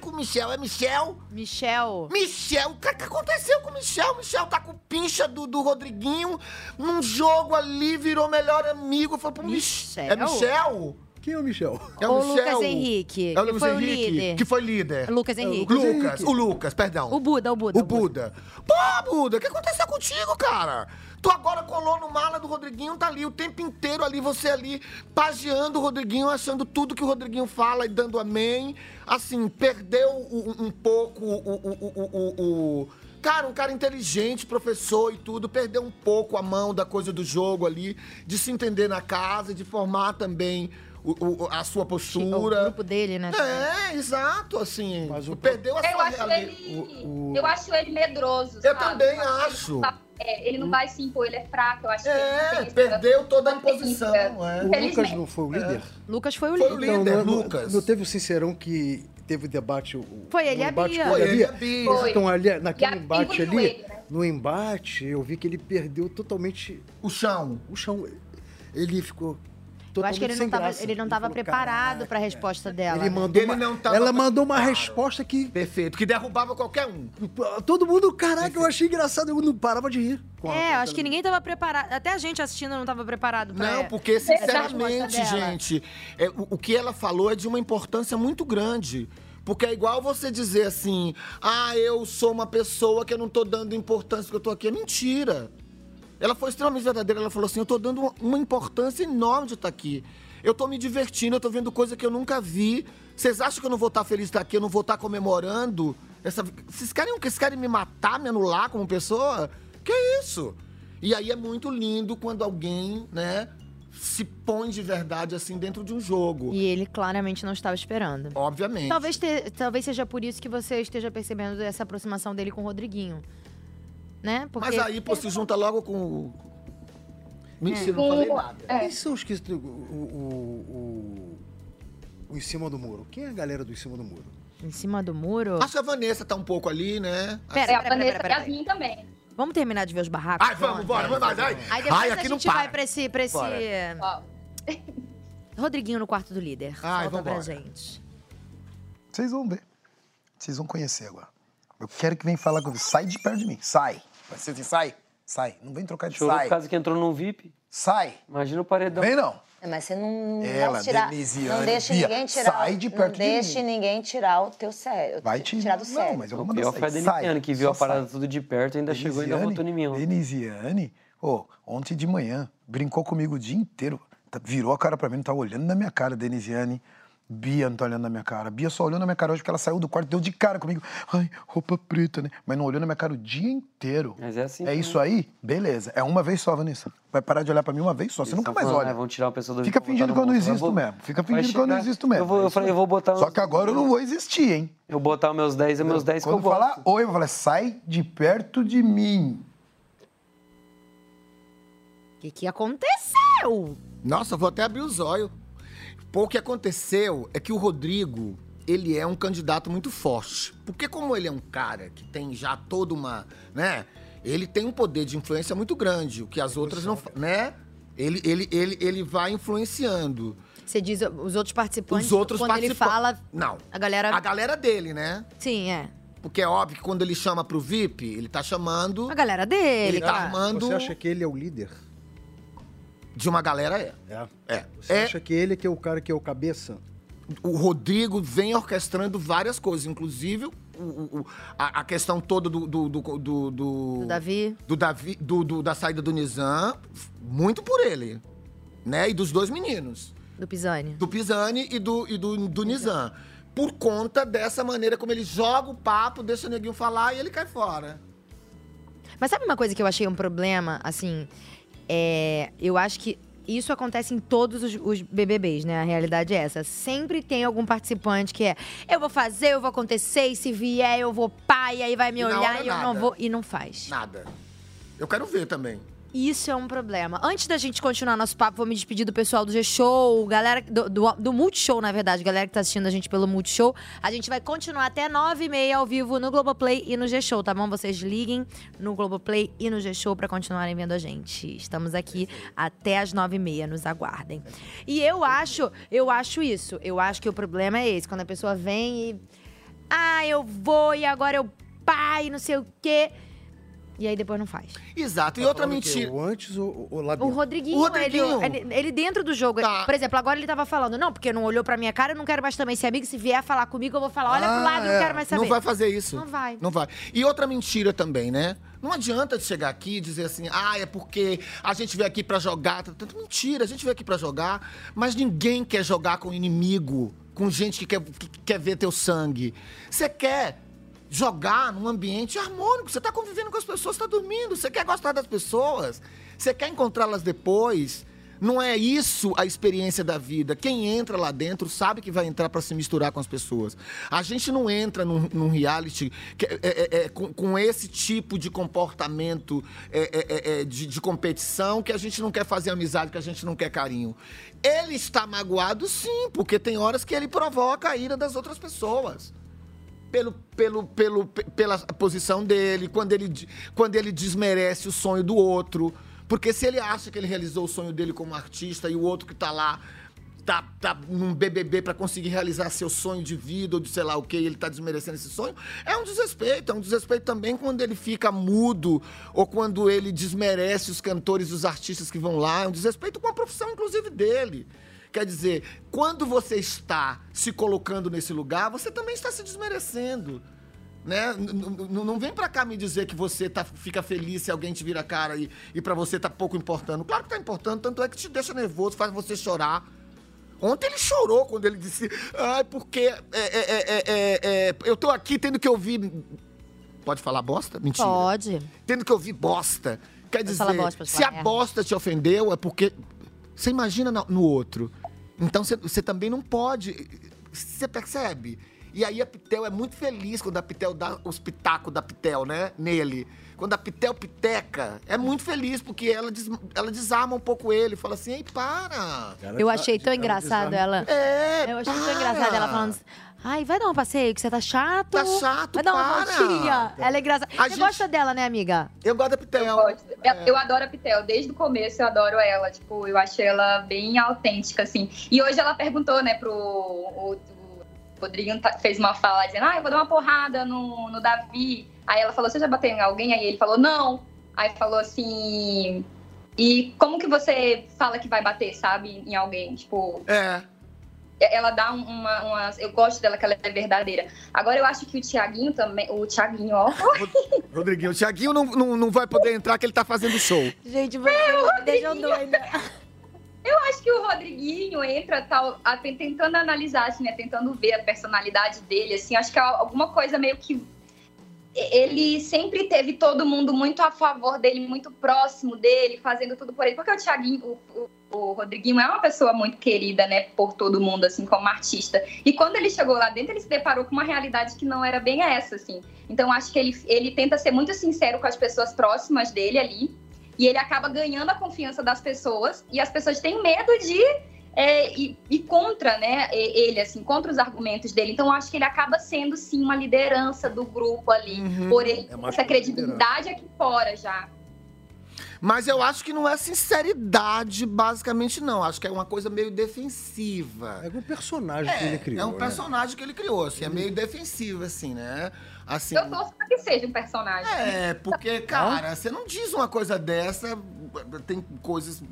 [SPEAKER 21] com o Michel. É Michel?
[SPEAKER 8] Michel.
[SPEAKER 21] Michel, o que, é que aconteceu com o Michel? Michel tá com
[SPEAKER 2] Pincha do, do Rodriguinho num jogo ali, virou melhor amigo. Falou pro Michel. É Michel?
[SPEAKER 3] Quem é o Michel?
[SPEAKER 2] É
[SPEAKER 8] Ou Lucas Henrique,
[SPEAKER 2] É o
[SPEAKER 8] que
[SPEAKER 2] Lucas
[SPEAKER 8] foi o
[SPEAKER 2] Henrique,
[SPEAKER 8] líder. É
[SPEAKER 2] que foi líder.
[SPEAKER 8] Lucas Henrique.
[SPEAKER 2] Lucas, o Lucas, perdão.
[SPEAKER 8] O Buda, o Buda.
[SPEAKER 2] O Buda. Pô, Buda, o que aconteceu contigo, cara? Tu agora colou no mala do Rodriguinho, tá ali o tempo inteiro ali, você ali, pageando o Rodriguinho, achando tudo que o Rodriguinho fala e dando amém. Assim, perdeu o- um, um pouco o, o- o- o- o- o- Cara, um cara inteligente, professor e tudo, perdeu um pouco a mão da coisa do jogo ali, de se entender na casa, de formar também o- o- a sua postura. O grupo
[SPEAKER 8] dele, né?
[SPEAKER 2] É, exato, assim. Perdeu a
[SPEAKER 17] Eu
[SPEAKER 2] sua
[SPEAKER 17] acho
[SPEAKER 2] reali-
[SPEAKER 17] ele-
[SPEAKER 2] o- o-
[SPEAKER 17] Eu acho ele medroso,
[SPEAKER 2] Eu
[SPEAKER 17] sabe?
[SPEAKER 2] também
[SPEAKER 17] acho que ele
[SPEAKER 2] acho.
[SPEAKER 17] não tá- é, ele não vai se impor, ele é fraco, eu acho que ele
[SPEAKER 2] É,
[SPEAKER 17] não tem essa-
[SPEAKER 2] perdeu toda a imposição. é.
[SPEAKER 3] O Lucas
[SPEAKER 17] Felizmente.
[SPEAKER 3] não foi o líder? Então,
[SPEAKER 8] Lucas foi o
[SPEAKER 2] Foi o
[SPEAKER 8] líder.
[SPEAKER 2] líder,
[SPEAKER 3] não,
[SPEAKER 2] Lucas.
[SPEAKER 3] Não teve o Sincerão que teve o debate. o-
[SPEAKER 8] Foi ele
[SPEAKER 3] o
[SPEAKER 8] e a
[SPEAKER 3] embate
[SPEAKER 8] Bia.
[SPEAKER 3] com ele
[SPEAKER 8] Foi
[SPEAKER 3] e
[SPEAKER 8] ele e a
[SPEAKER 3] Bia?
[SPEAKER 8] Bia.
[SPEAKER 3] Eles Estão ali,
[SPEAKER 8] E a
[SPEAKER 3] naquele
[SPEAKER 8] Bia
[SPEAKER 3] embate
[SPEAKER 8] no
[SPEAKER 3] ali,
[SPEAKER 8] joelho,
[SPEAKER 3] no embate, eu vi que ele perdeu totalmente.
[SPEAKER 2] O chão.
[SPEAKER 3] O chão. Ele ficou.
[SPEAKER 8] Eu acho que ele não tava, ele não tava preparado pra resposta dela. né?
[SPEAKER 3] Ele mandou uma, ela mandou uma resposta que.
[SPEAKER 2] Perfeito, que derrubava qualquer um.
[SPEAKER 3] Todo mundo, caraca, eu achei engraçado, eu não parava de rir. com a-
[SPEAKER 8] É, eu acho que ninguém tava preparado. Até a gente assistindo não tava preparado pra
[SPEAKER 2] Não, porque,
[SPEAKER 8] essa resposta
[SPEAKER 2] sinceramente,
[SPEAKER 8] dela.
[SPEAKER 2] gente, é, o, o que ela falou é de uma importância muito grande. Porque é igual você dizer assim, ah, eu sou uma pessoa que eu não tô dando importância porque eu tô aqui. É mentira. Ela foi extremamente verdadeira, ela falou assim, eu tô dando uma, uma importância enorme de estar aqui. Eu tô me divertindo, eu tô vendo coisa que eu nunca vi. Vocês acham que eu não vou estar feliz de estar aqui, eu não vou estar comemorando? Essa... Vocês querem o quê? Vocês querem me matar, me anular como pessoa? Que é isso? E aí é muito lindo quando alguém, né, se põe de verdade assim dentro de um jogo.
[SPEAKER 8] E ele claramente não estava esperando.
[SPEAKER 2] Obviamente.
[SPEAKER 8] Talvez, te- talvez seja por isso que você esteja percebendo essa aproximação dele com o Rodriguinho. Né? Porque...
[SPEAKER 2] Mas aí, um pô, se junta logo com o. Mentira,
[SPEAKER 8] É.
[SPEAKER 2] não falei
[SPEAKER 8] Com-
[SPEAKER 2] nada.
[SPEAKER 3] Quem são os que. O, o, o, o em cima do muro? Quem é a galera do em cima do muro?
[SPEAKER 8] Em cima do muro?
[SPEAKER 2] Acho que a Vanessa tá um pouco ali, né?
[SPEAKER 8] Pera,
[SPEAKER 17] É,
[SPEAKER 8] pera,
[SPEAKER 17] a
[SPEAKER 8] pera,
[SPEAKER 17] Vanessa
[SPEAKER 8] pera, pera.
[SPEAKER 17] Yasmin também.
[SPEAKER 8] Vamos terminar de ver os barracos?
[SPEAKER 2] Ai, vamos,
[SPEAKER 8] Então,
[SPEAKER 2] bora, vamos mais, ai.
[SPEAKER 8] Aí depois
[SPEAKER 2] Ai,
[SPEAKER 8] a
[SPEAKER 2] aqui não
[SPEAKER 8] gente
[SPEAKER 2] para.
[SPEAKER 8] vai pra esse... Pra esse... eh,
[SPEAKER 2] Bora.
[SPEAKER 8] Rodriguinho no quarto do líder.
[SPEAKER 4] Ai,
[SPEAKER 8] Solta pra
[SPEAKER 4] vambora.
[SPEAKER 8] gente.
[SPEAKER 4] Vocês vão ver. Vocês vão conhecer agora. Eu quero que venha falar comigo. Sai de perto de mim. Sai. Vai ser assim, sai. Sai. Não vem trocar de
[SPEAKER 14] Chorou
[SPEAKER 4] sai.
[SPEAKER 14] por causa que entrou num VIP.
[SPEAKER 4] Sai.
[SPEAKER 14] Imagina o paredão.
[SPEAKER 4] Vem não.
[SPEAKER 22] É, Mas você não, não
[SPEAKER 4] Ela,
[SPEAKER 22] pode tirar.
[SPEAKER 4] Denise,
[SPEAKER 22] não
[SPEAKER 4] Ana,
[SPEAKER 22] deixe
[SPEAKER 4] Bia,
[SPEAKER 22] ninguém tirar.
[SPEAKER 4] sai de perto
[SPEAKER 22] não
[SPEAKER 4] de
[SPEAKER 22] deixe ninguém tirar o teu sério.
[SPEAKER 4] Vai te-
[SPEAKER 22] tirar
[SPEAKER 4] Não,
[SPEAKER 22] do sério.
[SPEAKER 4] mas eu
[SPEAKER 14] O
[SPEAKER 4] vou mandar
[SPEAKER 14] pior
[SPEAKER 4] sair.
[SPEAKER 14] foi a
[SPEAKER 4] Sai,
[SPEAKER 14] Denisiane, que viu
[SPEAKER 4] só
[SPEAKER 14] a parada tudo de perto, ainda chegou e ainda
[SPEAKER 4] Denisiane,
[SPEAKER 14] votou em mim. ó.
[SPEAKER 4] Denisiane, ô, ontem de manhã, brincou comigo o dia inteiro. tá- Virou a cara pra mim, não tá olhando na minha cara, Denisiane. Bia não tá olhando na minha cara. Bia só olhou na minha cara hoje porque ela saiu do quarto, deu de cara comigo. Ai, roupa preta, né? Mas não olhou na minha cara o dia inteiro.
[SPEAKER 14] Mas é assim.
[SPEAKER 4] É
[SPEAKER 14] né?
[SPEAKER 4] isso aí? Beleza. É uma vez só, Vanessa. Vai parar de olhar pra mim uma vez só. Você nunca
[SPEAKER 14] Tá
[SPEAKER 4] mais
[SPEAKER 14] falando, né?
[SPEAKER 4] olha.
[SPEAKER 14] Vão tirar uma pessoa do
[SPEAKER 4] Fica
[SPEAKER 14] VIP, vão botar
[SPEAKER 4] fingindo
[SPEAKER 14] no
[SPEAKER 4] que eu não
[SPEAKER 14] mundo.
[SPEAKER 4] existo
[SPEAKER 14] vou-
[SPEAKER 4] mesmo. Fica
[SPEAKER 14] vai
[SPEAKER 4] fingindo que eu não
[SPEAKER 14] chegar-
[SPEAKER 4] existo mesmo. É
[SPEAKER 14] Eu, vou, eu falei, eu vou botar.
[SPEAKER 4] Só que agora eu não vou existir, hein?
[SPEAKER 14] Eu botar os meus 10 e meus 10 que eu
[SPEAKER 4] Quando
[SPEAKER 14] gosto.
[SPEAKER 4] falar oi, eu vou falar, sai de perto de mim.
[SPEAKER 8] O que, que aconteceu?
[SPEAKER 2] Nossa, vou até abrir os olhos. Pô, o que aconteceu é que o Rodrigo, ele é um candidato muito forte. Porque como ele é um cara que tem já toda uma, né? Ele tem um poder de influência muito grande, o que as outras não, fa- né? Ele, ele, ele, ele vai influenciando.
[SPEAKER 8] Você diz os outros participantes,
[SPEAKER 2] Os outros
[SPEAKER 8] quando ele
[SPEAKER 2] participa-
[SPEAKER 8] fala,
[SPEAKER 2] Não.
[SPEAKER 8] a galera...
[SPEAKER 2] A galera dele, né?
[SPEAKER 8] Sim, é.
[SPEAKER 2] Porque é óbvio que quando ele chama pro VIP, ele tá chamando.
[SPEAKER 1] A galera dele,
[SPEAKER 2] Ele tá
[SPEAKER 1] cara.
[SPEAKER 2] armando.
[SPEAKER 1] Você acha
[SPEAKER 3] que ele é o líder?
[SPEAKER 2] De uma galera é.
[SPEAKER 3] É.
[SPEAKER 2] É.
[SPEAKER 3] Você acha que ele que é o cara que é o cabeça?
[SPEAKER 2] O Rodrigo vem orquestrando várias coisas, inclusive o- o- o- a, a questão toda do. Do, do, do, do
[SPEAKER 1] Davi.
[SPEAKER 2] Do Davi do, do- da saída do Nizam, muito por ele. Né? E dos dois meninos.
[SPEAKER 1] Do Pisani.
[SPEAKER 2] Do Pisani e do, e do, do Nizam. Por conta dessa maneira como ele joga o papo, deixa o neguinho falar e ele cai fora.
[SPEAKER 1] Mas sabe uma coisa que eu achei um problema, assim? É, eu acho que isso acontece em todos os, os BBBs, né? A realidade é essa. Sempre tem algum participante que é eu vou fazer, eu vou acontecer, e se vier eu vou pá, e aí vai me
[SPEAKER 2] E na
[SPEAKER 1] olhar
[SPEAKER 2] hora,
[SPEAKER 1] e eu não
[SPEAKER 2] nada.
[SPEAKER 1] vou. E não faz.
[SPEAKER 2] Nada. Eu quero ver também.
[SPEAKER 1] Isso é um problema. Antes da gente continuar nosso papo, vou me despedir do pessoal do G-Show, galera do, do, do Multishow, na verdade, galera que tá assistindo a gente pelo Multishow. A gente vai continuar até 9h30 ao vivo no Globoplay e no G-Show, tá bom? Vocês liguem no Globoplay e no G-Show pra continuarem vendo a gente. Estamos aqui até as 9h30, nos aguardem. E eu acho, eu acho isso. Eu acho que o problema é esse, quando a pessoa vem e. Ah, eu vou e agora eu pai, não sei o quê. E aí depois não faz.
[SPEAKER 2] Exato. E
[SPEAKER 3] Tá
[SPEAKER 2] outra
[SPEAKER 3] falando o quê?
[SPEAKER 2] mentira.
[SPEAKER 3] O antes ou, ou lá
[SPEAKER 1] O
[SPEAKER 3] dentro?
[SPEAKER 1] Rodriguinho, Ele, é ele- ele dentro do jogo.
[SPEAKER 2] Tá.
[SPEAKER 1] Por exemplo, agora ele tava falando, não, porque não olhou pra minha cara, eu não quero mais também ser amigo. Se vier falar comigo, eu vou falar, olha pro
[SPEAKER 2] Ah,
[SPEAKER 1] lado,
[SPEAKER 2] é.
[SPEAKER 1] não quero mais saber.
[SPEAKER 2] Não vai fazer isso.
[SPEAKER 1] Não vai.
[SPEAKER 2] Não vai. E outra mentira também, né? Não adianta chegar aqui e dizer assim, ah, é porque a gente veio aqui pra jogar. Tanto mentira, a gente veio aqui pra jogar, mas ninguém quer jogar com inimigo, com gente que quer, que quer ver teu sangue. Você quer jogar num ambiente harmônico, você tá convivendo com as pessoas, tá dormindo, você quer gostar das pessoas, você quer encontrá-las depois. Não é isso a experiência da vida. Quem entra lá dentro sabe que vai entrar para se misturar com as pessoas. A gente não entra num, num reality que- é- é- é com, com esse tipo de comportamento é- é- é- é de, de competição que a gente não quer fazer amizade, que a gente não quer carinho. Ele está magoado, sim, porque tem horas que ele provoca a ira das outras pessoas pelo, pelo, pelo, pe- pela posição dele, quando ele, de- quando ele desmerece o sonho do outro. Porque se ele acha que ele realizou o sonho dele como um artista e o outro que tá lá tá, tá num BBB pra conseguir realizar seu sonho de vida ou de sei lá o que, ele tá desmerecendo esse sonho, é um desrespeito. É um desrespeito também quando ele fica mudo ou quando ele desmerece os cantores, os artistas que vão lá. É um desrespeito com a profissão, inclusive, dele. Quer dizer, quando você está se colocando nesse lugar, você também está se desmerecendo. Né? N- n- n- Não vem pra cá me dizer que você tá, fica feliz se alguém te vira a cara e, e para você tá pouco importando. Claro que tá importando, tanto é que te deixa nervoso, faz você chorar. Ontem ele chorou quando ele disse: Ai, porque é, é, é, é, é, eu tô aqui tendo que ouvir. Pode falar bosta? Mentira.
[SPEAKER 1] Pode.
[SPEAKER 2] Tendo que ouvir bosta. Quer dizer,
[SPEAKER 1] falar bosta, pode
[SPEAKER 2] se
[SPEAKER 1] falar é.
[SPEAKER 2] a
[SPEAKER 1] merda.
[SPEAKER 2] bosta te ofendeu, é porque. Você imagina na- no outro. Então você- você também não pode. Você percebe? E aí a Pitel é muito feliz quando a Pitel dá os pitacos da Pitel, né? Nele. Quando a Pitel piteca, é muito feliz, porque ela, des- ela desarma um pouco ele, fala assim, ei, para!
[SPEAKER 1] Eu achei tão engraçado ela.
[SPEAKER 2] É,
[SPEAKER 1] Eu achei tão
[SPEAKER 2] para.
[SPEAKER 1] engraçado ela falando assim, Ai, vai dar um passeio, que você tá chato.
[SPEAKER 2] Tá chato,
[SPEAKER 1] Vai dar uma
[SPEAKER 2] para.
[SPEAKER 1] voltinha. Ela é engraçada. Você gosta dela, né, amiga?
[SPEAKER 2] Eu gosto da Pitel.
[SPEAKER 17] Eu, eu adoro a Pitel, desde o começo eu adoro ela, tipo, eu achei ela bem autêntica, assim. E hoje ela perguntou, né, pro... O, o Rodrigo tá- fez uma fala dizendo, ah, eu vou dar uma porrada no, no Davi. Aí ela falou, você já bateu em alguém? Aí ele falou, não. Aí falou assim, e como que você fala que vai bater, sabe, em alguém? Tipo,
[SPEAKER 2] É.
[SPEAKER 17] ela dá um- uma, umas- Eu gosto dela, que ela é verdadeira. Agora eu acho que o Tiaguinho também... O Tiaguinho, ó...
[SPEAKER 2] Rodriguinho, o Thiaguinho não, não, não vai poder entrar, que ele tá fazendo show.
[SPEAKER 1] <laughs> Gente, você
[SPEAKER 17] me
[SPEAKER 1] deixou doida.
[SPEAKER 17] É, <laughs> Eu acho que o Rodriguinho entra tal, a- ten- tentando analisar, assim, né? Tentando ver a personalidade dele, assim. Acho que é alguma coisa meio que... e- Ele sempre teve todo mundo muito a favor dele, muito próximo dele, fazendo tudo por ele. Porque o Thiaguinho, o, o- o Rodriguinho é uma pessoa muito querida, né? Por todo mundo, assim, como artista. E quando ele chegou lá dentro, ele se deparou com uma realidade que não era bem essa, assim. Então, acho que ele, ele tenta ser muito sincero com as pessoas próximas dele ali. E ele acaba ganhando a confiança das pessoas e as pessoas têm medo de é, ir, ir contra né, e- ele, assim, contra os argumentos dele. Então, acho que ele acaba sendo, sim, uma
[SPEAKER 3] Uhum.
[SPEAKER 17] liderança do grupo ali. Por ele,
[SPEAKER 2] É
[SPEAKER 17] ter
[SPEAKER 2] mais
[SPEAKER 17] essa
[SPEAKER 2] que uma
[SPEAKER 17] credibilidade aqui fora já.
[SPEAKER 2] Mas eu acho que não é sinceridade, basicamente, não. Acho que é uma coisa meio defensiva. É
[SPEAKER 3] um personagem
[SPEAKER 2] que ele
[SPEAKER 3] criou,
[SPEAKER 2] É um
[SPEAKER 3] né?
[SPEAKER 2] personagem que ele criou, assim, é meio defensivo, assim, né? Assim,
[SPEAKER 17] Eu torço pra que seja um personagem.
[SPEAKER 2] é, porque, cara, você não diz uma coisa dessa. Tem coisas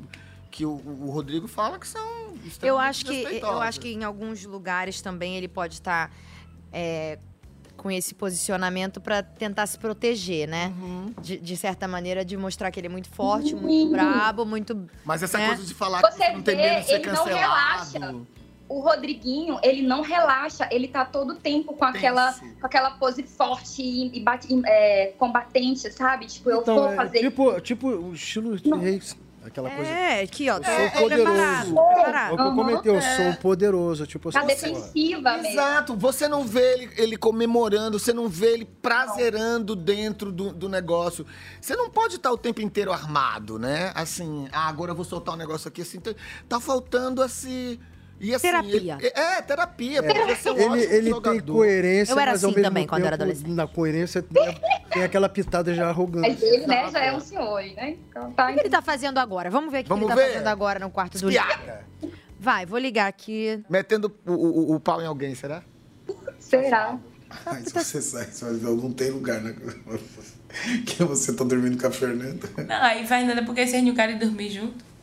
[SPEAKER 2] que o, o Rodrigo fala que são.
[SPEAKER 1] Eu acho que eu
[SPEAKER 2] desrespeitosas.
[SPEAKER 1] acho que em alguns lugares também ele pode estar é, com esse posicionamento pra tentar se proteger, né?
[SPEAKER 2] Uhum.
[SPEAKER 1] De, de certa maneira, de mostrar que ele é muito forte, muito
[SPEAKER 17] Uhum.
[SPEAKER 1] brabo, muito.
[SPEAKER 2] Mas essa
[SPEAKER 1] né?
[SPEAKER 2] coisa de falar
[SPEAKER 17] Você vê, ele não relaxa. O Rodriguinho, ele não relaxa, ele tá todo tempo com aquela, com aquela pose forte e, e bate- e, é, combatente, sabe? Tipo, eu
[SPEAKER 3] Então,
[SPEAKER 17] vou
[SPEAKER 3] é
[SPEAKER 17] fazer
[SPEAKER 3] tipo, tipo o estilo de reis. Aquela coisa.
[SPEAKER 1] É, aqui, ó.
[SPEAKER 3] Eu
[SPEAKER 1] é,
[SPEAKER 3] sou poderoso. É o que eu comentei, eu sou um poderoso. Tipo, assim,
[SPEAKER 17] mesmo.
[SPEAKER 2] Exato. Você não vê ele, ele comemorando, você não vê ele prazerando dentro do, do negócio. Você não pode estar o tempo inteiro armado, né? Assim, ah, agora eu vou soltar um negócio aqui. Assim, tá- tá faltando esse... E assim,
[SPEAKER 1] Terapia.
[SPEAKER 2] ele- é, terapia.
[SPEAKER 3] É,
[SPEAKER 2] porque você é um
[SPEAKER 3] ele
[SPEAKER 2] ótimo
[SPEAKER 3] ele tem
[SPEAKER 2] jogador.
[SPEAKER 3] coerência,
[SPEAKER 1] Eu era
[SPEAKER 3] mas ao
[SPEAKER 1] assim
[SPEAKER 3] mesmo
[SPEAKER 1] também,
[SPEAKER 3] tempo,
[SPEAKER 1] quando eu era adolescente.
[SPEAKER 3] Na coerência tem, tem aquela pitada já arrogante.
[SPEAKER 17] Mas ele, né, já é um senhor, né? Então, tá...
[SPEAKER 1] O que ele tá fazendo agora? Vamos ver o que
[SPEAKER 2] Vamos
[SPEAKER 1] ele tá
[SPEAKER 2] ver?
[SPEAKER 1] fazendo agora no quarto do
[SPEAKER 2] Espiada.
[SPEAKER 1] Vai, vou ligar aqui.
[SPEAKER 2] Metendo o, o- o pau em alguém, será?
[SPEAKER 17] Será?
[SPEAKER 4] Mas você sai, você vai ver, não tem lugar na... <laughs> que você tá dormindo com a Fernanda.
[SPEAKER 5] Não, aí, Fernanda, por que vocês não querem dormir junto?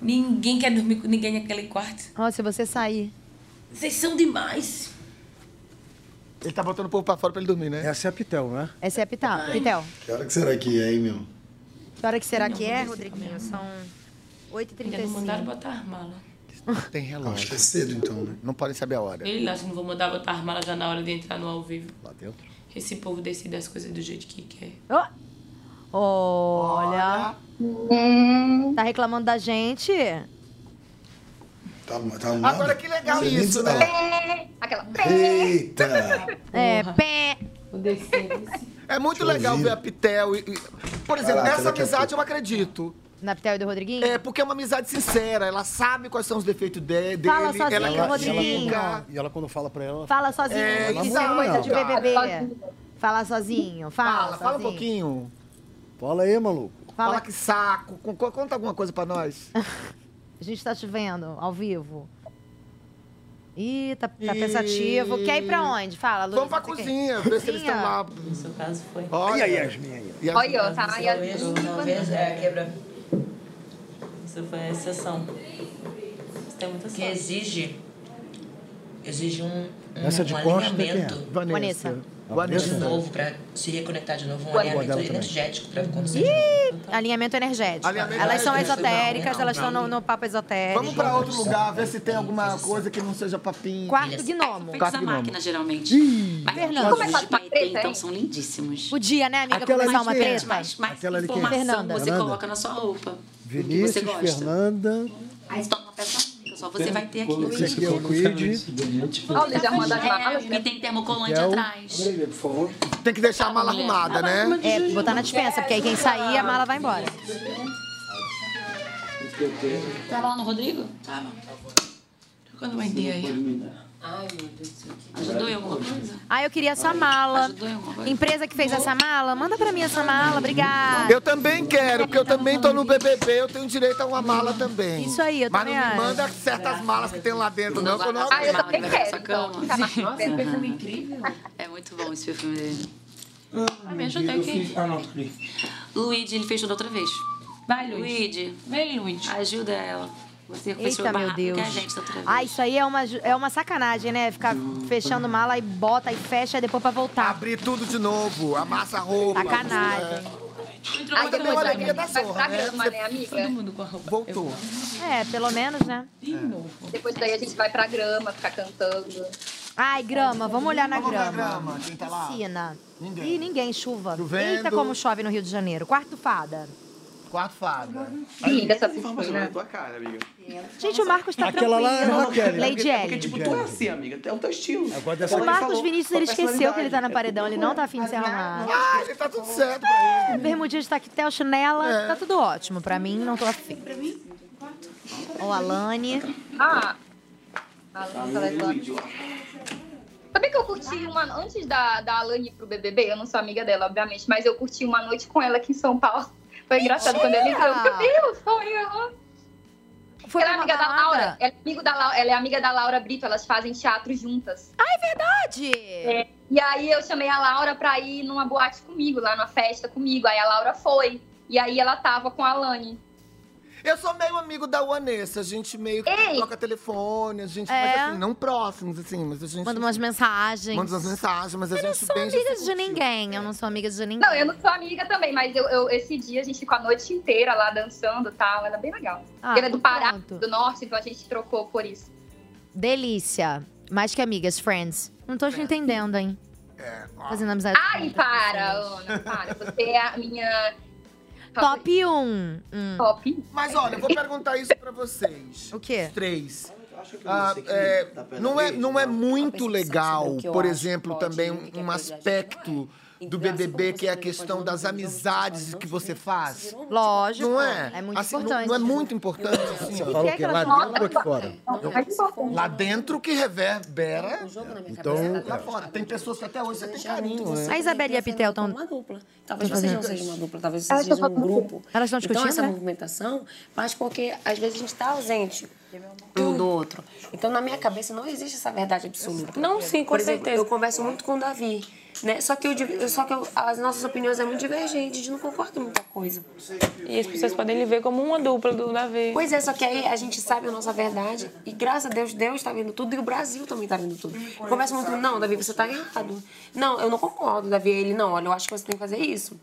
[SPEAKER 5] Ninguém quer dormir com ninguém naquele quarto.
[SPEAKER 1] Ó, se você sair.
[SPEAKER 5] Vocês são demais.
[SPEAKER 2] Ele tá botando o povo pra fora pra ele dormir, né?
[SPEAKER 3] Essa é a Pitel, né?
[SPEAKER 1] Essa é a Pitel. Pitel,
[SPEAKER 4] Que hora que será que é, hein, meu?
[SPEAKER 1] que hora que será que é, Rodriguinho? São 8h35.
[SPEAKER 5] Ainda não mandaram botar as malas.
[SPEAKER 2] Tem relógio.
[SPEAKER 4] Acho que é cedo, então, né?
[SPEAKER 2] Não podem saber a hora.
[SPEAKER 5] Ele acha que não vou mandar botar as malas já na hora de entrar no ao vivo.
[SPEAKER 2] Lá dentro.
[SPEAKER 5] Esse povo decide as coisas do jeito que quer.
[SPEAKER 1] Olha. Tá reclamando da gente?
[SPEAKER 4] Tá, tá
[SPEAKER 2] Agora que legal
[SPEAKER 4] Não sei nem disso,
[SPEAKER 2] isso,
[SPEAKER 17] né? Aquela.
[SPEAKER 4] Eita!
[SPEAKER 1] É, pé.
[SPEAKER 2] É muito legal ver a Pitel. e- e- Por exemplo,
[SPEAKER 4] Caraca,
[SPEAKER 2] nessa
[SPEAKER 4] daqui a
[SPEAKER 2] amizade eu acredito.
[SPEAKER 1] Na Pitel e do Rodriguinho?
[SPEAKER 2] É, porque é uma amizade sincera. Ela sabe quais são os defeitos de- dele.
[SPEAKER 1] Fala sozinha,
[SPEAKER 2] ela
[SPEAKER 3] ela-
[SPEAKER 2] critica.
[SPEAKER 3] E ela, quando fala pra ela.
[SPEAKER 1] Fala sozinho.
[SPEAKER 2] É,
[SPEAKER 1] isso
[SPEAKER 2] exato,
[SPEAKER 1] é coisa de
[SPEAKER 2] cara.
[SPEAKER 1] BBB. Fala sozinho. Fala,
[SPEAKER 2] Fala, fala
[SPEAKER 1] sozinho.
[SPEAKER 2] um pouquinho.
[SPEAKER 3] Fala aí, maluco.
[SPEAKER 2] Fala, que saco. Con- con- Conta alguma coisa pra nós.
[SPEAKER 1] A gente tá te vendo ao vivo. Ih, tá, tá pensativo. Quer ir pra onde? Fala, Luiz.
[SPEAKER 2] Vamos pra cozinha, ver se eles estão lá. No
[SPEAKER 5] seu caso foi.
[SPEAKER 2] Olha,
[SPEAKER 3] E a Yasmin aí?
[SPEAKER 17] Olha, ó, tá? E a
[SPEAKER 2] é.
[SPEAKER 22] É,
[SPEAKER 16] quebra. Isso foi a exceção. Isso tem muita sorte. Que exige. Exige um. um
[SPEAKER 3] Essa de costa, né, quem é?
[SPEAKER 16] alinhamento.
[SPEAKER 3] Vanessa. Vanessa.
[SPEAKER 16] De novo, pra se reconectar de novo, um
[SPEAKER 1] Vanessa.
[SPEAKER 16] alinhamento
[SPEAKER 3] Dela também.
[SPEAKER 16] energético pra conseguir.
[SPEAKER 1] Ih, alinhamento energético.
[SPEAKER 16] Alinhamento
[SPEAKER 1] elas são
[SPEAKER 16] energético.
[SPEAKER 1] esotéricas,
[SPEAKER 16] Não, não,
[SPEAKER 1] elas
[SPEAKER 16] não.
[SPEAKER 1] estão no, no papo esotérico.
[SPEAKER 2] Vamos pra outro lugar, ver se tem alguma coisa que não seja papinho.
[SPEAKER 1] Quarto gnomo.
[SPEAKER 2] Quarto gnomo.
[SPEAKER 22] geralmente. Mas
[SPEAKER 1] Fernanda.
[SPEAKER 22] os
[SPEAKER 1] Começar
[SPEAKER 22] de
[SPEAKER 1] com a
[SPEAKER 22] paetê,
[SPEAKER 1] treta,
[SPEAKER 22] então,
[SPEAKER 1] hein?
[SPEAKER 22] são lindíssimos.
[SPEAKER 1] Podia, né, amiga,
[SPEAKER 22] Aquela
[SPEAKER 1] começar
[SPEAKER 22] ali
[SPEAKER 1] uma
[SPEAKER 22] que é.
[SPEAKER 1] treta?
[SPEAKER 22] Mais- mais
[SPEAKER 3] Aquela ali que é.
[SPEAKER 22] Informação
[SPEAKER 1] Fernanda.
[SPEAKER 22] você
[SPEAKER 3] Fernanda.
[SPEAKER 22] coloca na sua roupa. você
[SPEAKER 3] Vinícius,
[SPEAKER 22] gosta.
[SPEAKER 3] Fernanda.
[SPEAKER 22] Aí se torna uma peça única, só você vai ter aqui.
[SPEAKER 3] Esse aqui é o Quid.
[SPEAKER 17] Olha, já manda as malas,
[SPEAKER 22] E tem termocolante
[SPEAKER 9] É
[SPEAKER 3] Miguel.
[SPEAKER 22] atrás.
[SPEAKER 2] por favor. Tem que deixar a mala arrumada, né?
[SPEAKER 1] É, botar na dispensa, porque aí quem sair, a mala vai embora.
[SPEAKER 22] Tava Tá lá no Rodrigo?
[SPEAKER 5] Tava. Quando vai ter aí?
[SPEAKER 22] Ai, meu Deus do céu. Ajudou em alguma coisa?
[SPEAKER 1] Ah, eu queria essa mala. Empresa que fez essa mala, manda pra mim essa mala, obrigada.
[SPEAKER 2] Eu também quero, porque eu também tô no BBB, eu tenho direito a uma mala também.
[SPEAKER 1] Isso aí, eu
[SPEAKER 2] Mas não
[SPEAKER 1] também
[SPEAKER 2] me
[SPEAKER 1] acho.
[SPEAKER 2] manda certas malas que tem lá dentro, não, que eu não aguento.
[SPEAKER 22] Ah, eu também quero. Tá. Essa cama.
[SPEAKER 17] Nossa, que perfume
[SPEAKER 22] incrível. É muito bom esse perfume dele.
[SPEAKER 5] Vai me ajudar aqui.
[SPEAKER 22] Ah, não, Luigi, ele fez tudo outra vez.
[SPEAKER 5] Vai,
[SPEAKER 22] Luigi.
[SPEAKER 5] Vem, Luigi.
[SPEAKER 22] Ajuda ela. Você fechou
[SPEAKER 1] Eita,
[SPEAKER 22] o
[SPEAKER 1] meu
[SPEAKER 22] barraco
[SPEAKER 1] Deus.
[SPEAKER 22] que a gente da outra vez.
[SPEAKER 1] Ah, isso aí é uma, ju- é uma sacanagem, né? Ficar fechando mala e bota e fecha e depois pra voltar.
[SPEAKER 2] Abrir tudo de novo, amassa a roupa.
[SPEAKER 1] Sacanagem.
[SPEAKER 2] Aí também é uma alegria da
[SPEAKER 17] Vai
[SPEAKER 2] sorra,
[SPEAKER 17] pra
[SPEAKER 2] né?
[SPEAKER 17] grama,
[SPEAKER 22] é
[SPEAKER 17] né, amiga? Todo
[SPEAKER 5] mundo com a roupa.
[SPEAKER 2] Voltou.
[SPEAKER 1] É, pelo menos, né?
[SPEAKER 4] É.
[SPEAKER 17] Depois daí a gente vai pra grama, ficar cantando.
[SPEAKER 1] Ai, grama, vamos olhar na
[SPEAKER 17] Vamos
[SPEAKER 1] grama.
[SPEAKER 17] olhar a grama, quem tá lá?
[SPEAKER 1] Piscina.
[SPEAKER 2] Ninguém.
[SPEAKER 1] Ih, ninguém, chuva.
[SPEAKER 2] Chovendo.
[SPEAKER 1] Eita, como chove no Rio de Janeiro. Quarto fada.
[SPEAKER 2] Quarto fada.
[SPEAKER 17] Linda essa
[SPEAKER 15] Informação
[SPEAKER 1] né?
[SPEAKER 15] na tua cara, amiga.
[SPEAKER 1] Gente, o Marcos tá
[SPEAKER 15] Aquela lá
[SPEAKER 1] tranquilo.
[SPEAKER 15] é a Raquel, né?
[SPEAKER 1] Lady
[SPEAKER 15] É porque,
[SPEAKER 1] Ellen.
[SPEAKER 15] tipo, tu é assim, amiga. É o teu estilo.
[SPEAKER 3] Agora
[SPEAKER 1] O Marcos Vinícius, ele esqueceu que ele tá na paredão, ele não tá afim de se arrumar.
[SPEAKER 2] Ah, ele tá tudo certo.
[SPEAKER 1] É, Bermudinha de taquetel,
[SPEAKER 2] É.
[SPEAKER 1] chinela, tá tudo ótimo. Pra mim, não tô afim. Ó, a Alane.
[SPEAKER 17] Ah, a Luísa Leslane. Sabe que eu curti uma. Antes da, da Alane ir pro BBB, eu não sou amiga dela, obviamente, mas eu curti uma noite com ela aqui em São Paulo. Foi engraçado quando ele entrou. um
[SPEAKER 8] Mentira!
[SPEAKER 17] Meu <laughs> Deus, Paulinho!
[SPEAKER 8] Foi
[SPEAKER 17] ela é
[SPEAKER 8] uma
[SPEAKER 17] amiga da
[SPEAKER 8] balada?
[SPEAKER 17] Laura. Ela é, amigo da Lau- ela é amiga da Laura Brito, elas fazem teatro juntas.
[SPEAKER 8] Ah, é verdade!
[SPEAKER 17] É, E aí eu chamei a Laura pra ir numa boate comigo, lá numa festa comigo. Aí a Laura foi. E aí ela tava com a Alane.
[SPEAKER 2] Eu sou meio amigo da Vanessa, a gente meio que troca telefone, a gente, mas
[SPEAKER 8] É.
[SPEAKER 2] assim, não próximos, assim, mas a gente...
[SPEAKER 8] Manda umas mensagens.
[SPEAKER 2] Manda umas mensagens, mas a
[SPEAKER 8] Eu não
[SPEAKER 2] gente
[SPEAKER 8] sou
[SPEAKER 2] bem né? já
[SPEAKER 8] amiga
[SPEAKER 2] se
[SPEAKER 8] de ninguém. Eu não sou amiga de ninguém.
[SPEAKER 17] Não, eu não sou amiga também, mas eu, eu- esse dia a gente ficou a noite inteira lá dançando e tal. Era bem legal.
[SPEAKER 8] Ah,
[SPEAKER 17] Porque ela é do
[SPEAKER 8] então
[SPEAKER 17] Pará,
[SPEAKER 8] pronto.
[SPEAKER 17] do Norte, então a gente trocou por isso.
[SPEAKER 8] Delícia. Mais que amigas, friends. Não tô te entendendo, hein?
[SPEAKER 2] É.
[SPEAKER 8] Fazendo amizade.
[SPEAKER 5] Ah,
[SPEAKER 17] Ai, para, Ana, para. Você é a minha.
[SPEAKER 8] Top 1. Hum.
[SPEAKER 17] Top.
[SPEAKER 2] Mas olha, eu vou perguntar isso pra vocês.
[SPEAKER 8] O quê?
[SPEAKER 2] Os três.
[SPEAKER 8] que
[SPEAKER 2] Ah,
[SPEAKER 8] isso aqui
[SPEAKER 2] é,
[SPEAKER 8] dá pra
[SPEAKER 2] não
[SPEAKER 8] dar
[SPEAKER 2] é,
[SPEAKER 8] beijo,
[SPEAKER 2] não é muito
[SPEAKER 8] percepção
[SPEAKER 2] legal,
[SPEAKER 8] sobre o que eu
[SPEAKER 2] por
[SPEAKER 8] acho,
[SPEAKER 2] exemplo,
[SPEAKER 8] pode
[SPEAKER 2] também
[SPEAKER 8] ir, o que que é
[SPEAKER 2] um
[SPEAKER 8] coisa,
[SPEAKER 2] aspecto do BBB, que é a questão das amizades que você faz.
[SPEAKER 8] Lógico.
[SPEAKER 2] Não é?
[SPEAKER 8] É muito
[SPEAKER 2] Assim, não-
[SPEAKER 8] importante.
[SPEAKER 2] Não é muito importante, assim, ó.
[SPEAKER 14] Você fala o quê? Lá dentro ou aqui fora?
[SPEAKER 2] é Lá dentro que reverbera.
[SPEAKER 14] Então,
[SPEAKER 2] Lá fora. Tem pessoas que até hoje você tem carinho. né?
[SPEAKER 8] A Isabel e a Pitel estão.
[SPEAKER 16] Uma dupla. Talvez vocês não sejam uma dupla, talvez
[SPEAKER 8] Elas
[SPEAKER 16] vocês sejam
[SPEAKER 8] estão
[SPEAKER 16] um grupo.
[SPEAKER 8] Elas estão
[SPEAKER 16] Então,
[SPEAKER 8] discutindo,
[SPEAKER 16] essa
[SPEAKER 8] né?
[SPEAKER 16] movimentação, mas porque às vezes a gente está ausente um do outro. Então, na minha cabeça, não existe essa verdade absoluta. Não, sim, com certeza. Eu converso muito com o Davi. Né? Só que, eu div- eu- só que eu- as nossas opiniões é muito divergentes, a gente não concorda em muita coisa. E as pessoas podem lhe ver como uma dupla do Davi. Pois é, só que aí a gente sabe a nossa verdade. E graças a Deus, Deus está vendo tudo e o Brasil também está vendo tudo. Eu converso muito, não, Davi, você está errado. Não, eu não concordo, Davi. Ele, não, olha, eu acho que você tem que fazer isso.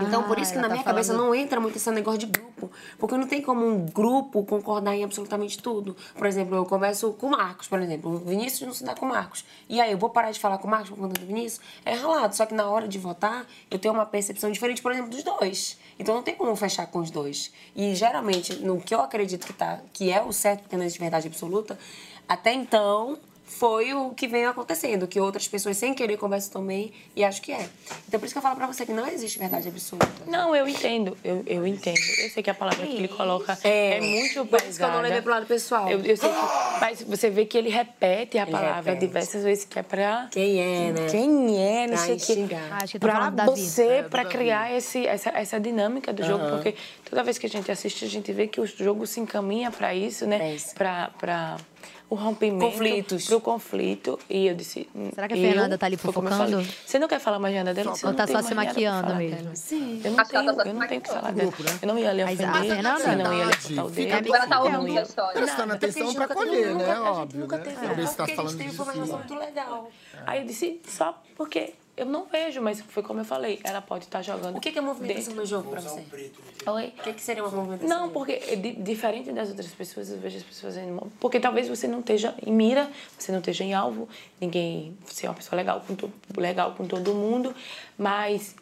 [SPEAKER 16] Então,
[SPEAKER 8] Ah,
[SPEAKER 16] por isso que
[SPEAKER 8] ela
[SPEAKER 16] na
[SPEAKER 8] tá
[SPEAKER 16] minha cabeça
[SPEAKER 8] falando-
[SPEAKER 16] não entra muito esse negócio de grupo. Porque não tem como um grupo concordar em absolutamente tudo. Por exemplo, eu converso com o Marcos, por exemplo. O Vinícius não se dá com o Marcos. E aí, eu vou parar de falar com o Marcos por conta do Vinícius? É ralado. Só que na hora de votar, eu tenho uma percepção diferente, por exemplo, dos dois. Então, não tem como fechar com os dois. E, geralmente, no que eu acredito que, tá, que é o certo, porque não existe verdade absoluta, até então, foi o que vem acontecendo, que outras pessoas sem querer conversam também e acho que é. Então por isso que eu falo pra você que não existe verdade absoluta.
[SPEAKER 5] Não, eu entendo, eu, eu entendo. Eu sei que a palavra que ele coloca é,
[SPEAKER 16] É,
[SPEAKER 5] muito
[SPEAKER 16] por
[SPEAKER 5] pesada.
[SPEAKER 16] isso que eu não levei pro lado pessoal.
[SPEAKER 5] Eu, eu sei que, mas você vê que ele repete a
[SPEAKER 16] Ele
[SPEAKER 5] palavra
[SPEAKER 16] repete.
[SPEAKER 5] diversas vezes, que é pra...
[SPEAKER 16] Quem é, né?
[SPEAKER 5] Quem é, não
[SPEAKER 16] Pra
[SPEAKER 5] sei o quê.
[SPEAKER 8] Ah,
[SPEAKER 16] instigar. Acho que tá
[SPEAKER 5] Pra
[SPEAKER 16] falando do Davi.
[SPEAKER 5] você,
[SPEAKER 16] É, do
[SPEAKER 5] pra
[SPEAKER 16] Davi.
[SPEAKER 5] criar esse, essa, essa dinâmica do jogo,
[SPEAKER 16] Aham.
[SPEAKER 5] porque toda vez que a gente assiste, a gente vê que o jogo se encaminha pra isso, né? Pra, pra o rompimento.
[SPEAKER 16] É Conflitos.
[SPEAKER 5] Pro conflito. E eu disse... "Hum,
[SPEAKER 8] Será que a Fernanda tá ali fofocando?
[SPEAKER 5] Você não quer falar mais nada dela? Você
[SPEAKER 8] Ou
[SPEAKER 5] não
[SPEAKER 8] tá
[SPEAKER 5] tem
[SPEAKER 8] só
[SPEAKER 5] mais
[SPEAKER 8] se
[SPEAKER 5] nada pra
[SPEAKER 8] maquiando
[SPEAKER 5] falar
[SPEAKER 8] mesmo?
[SPEAKER 5] Sim. Eu não tenho, eu não tenho o que falar dela. Eu não ia ler
[SPEAKER 8] Mas a
[SPEAKER 5] ofender,
[SPEAKER 8] Fernanda-
[SPEAKER 5] eu não ia ler botar o
[SPEAKER 8] Fica
[SPEAKER 5] dedo.
[SPEAKER 8] bem Ela tá ouvindo
[SPEAKER 5] não ia-
[SPEAKER 8] a história. Prestando
[SPEAKER 5] Nada,
[SPEAKER 2] atenção
[SPEAKER 5] porque a gente
[SPEAKER 2] pra
[SPEAKER 5] nunca
[SPEAKER 2] colher, né?
[SPEAKER 5] teve- nunca- tá, a gente
[SPEAKER 2] Óbvio,
[SPEAKER 5] nunca
[SPEAKER 2] né?
[SPEAKER 5] teve-
[SPEAKER 2] Saber se tá
[SPEAKER 5] porque a gente
[SPEAKER 2] falando
[SPEAKER 5] teve
[SPEAKER 2] de
[SPEAKER 5] uma relação
[SPEAKER 2] si.
[SPEAKER 5] muito legal. Aí eu disse, só porque eu não vejo, mas foi como eu falei, ela pode estar jogando.
[SPEAKER 16] O que que é movimentação
[SPEAKER 5] dentro-
[SPEAKER 16] no jogo pra você?
[SPEAKER 5] Oi?
[SPEAKER 16] O que, que seria uma movimentação?
[SPEAKER 5] Não, porque é di- diferente das outras pessoas, eu vejo as pessoas fazendo. mal. Porque talvez você não esteja em mira, você não esteja em alvo, ninguém. Você é uma pessoa legal com, to, legal com todo mundo, mas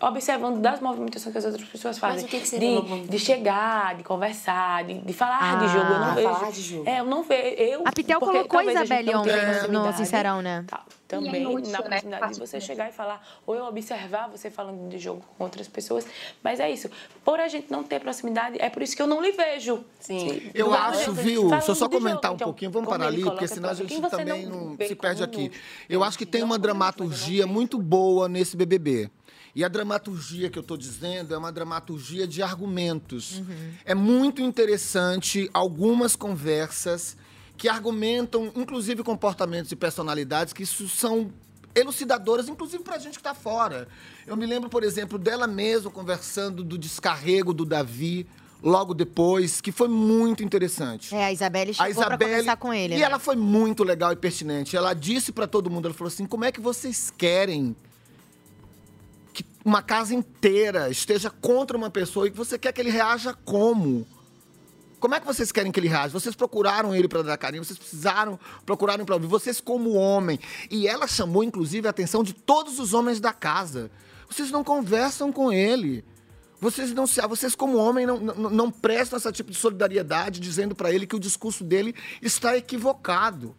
[SPEAKER 5] observando das movimentações que as outras pessoas fazem.
[SPEAKER 16] Mas o que que seria uma
[SPEAKER 5] de, de chegar, de conversar, de, de falar de jogo. Eu não
[SPEAKER 8] Ah,
[SPEAKER 5] vejo.
[SPEAKER 8] falar de jogo.
[SPEAKER 5] É, eu não vejo. Eu,
[SPEAKER 8] A Pitel
[SPEAKER 5] porque
[SPEAKER 8] colocou a
[SPEAKER 5] talvez gente
[SPEAKER 8] Isabelle
[SPEAKER 5] não tenha
[SPEAKER 8] ontem no- no
[SPEAKER 5] proximidade
[SPEAKER 8] Sincerão, né?
[SPEAKER 5] também
[SPEAKER 8] E é útil,
[SPEAKER 5] na
[SPEAKER 8] né?
[SPEAKER 5] proximidade de você chegar e falar, ou eu observar você falando de jogo com outras pessoas. Mas é isso. Por a gente não ter proximidade, é por isso que eu não lhe vejo. Sim.
[SPEAKER 2] Eu acho, viu? Deixa eu só comentar um pouquinho. Vamos parar ali, porque senão a gente também não se perde aqui. Eu acho que tem uma dramaturgia muito boa nesse BBB. E a dramaturgia que eu estou dizendo é uma dramaturgia de argumentos. É muito interessante algumas conversas que argumentam, inclusive, comportamentos e personalidades que isso são elucidadoras, inclusive pra gente que tá fora. Eu me lembro, por exemplo, dela mesma conversando do descarrego do Davi logo depois, que foi muito interessante.
[SPEAKER 8] É, a Isabelle chegou pra conversar com ele.
[SPEAKER 2] E
[SPEAKER 8] né?
[SPEAKER 2] ela foi muito legal e pertinente. Ela disse pra todo mundo, ela falou assim: "Como é que vocês querem que uma casa inteira esteja contra uma pessoa e que você quer que ele reaja como?" Como é que vocês querem que ele reaja? Vocês procuraram ele pra dar carinho, vocês precisaram, procuraram pra ouvir, vocês como homem. E ela chamou, inclusive, a atenção de todos os homens da casa. Vocês não conversam com ele. Vocês não se, vocês como homem não, não, não prestam esse tipo de solidariedade, dizendo pra ele que o discurso dele está equivocado.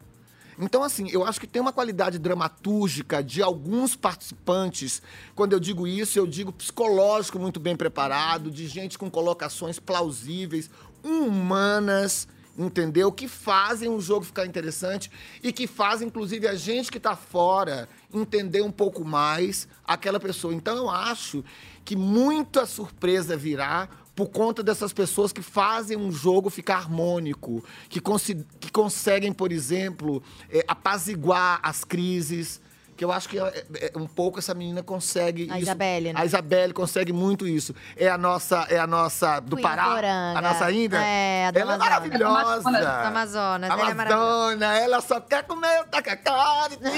[SPEAKER 2] Então, assim, eu acho que tem uma qualidade dramatúrgica de alguns participantes. Quando eu digo isso, eu digo psicológico muito bem preparado, de gente com colocações plausíveis, humanas, entendeu? Que fazem o jogo ficar interessante e que fazem, inclusive, a gente que está fora entender um pouco mais aquela pessoa. Então, eu acho que muita surpresa virá por conta dessas pessoas que fazem um jogo ficar harmônico, que, consi- que conseguem, por exemplo, eh, apaziguar as crises. Que eu acho que eh, eh, um pouco essa menina consegue
[SPEAKER 8] A
[SPEAKER 2] isso.
[SPEAKER 8] Isabelle, né?
[SPEAKER 2] A Isabelle consegue muito isso. É a nossa, é a nossa do
[SPEAKER 8] Cunha
[SPEAKER 2] Pará,
[SPEAKER 8] Poranga.
[SPEAKER 2] a nossa índia.
[SPEAKER 8] É, a do
[SPEAKER 2] ela é
[SPEAKER 8] Amazonas.
[SPEAKER 2] maravilhosa.
[SPEAKER 8] Da Amazonas, ela é
[SPEAKER 2] Amazona, ela só quer comer o tacacá
[SPEAKER 1] <laughs>
[SPEAKER 2] de tigre,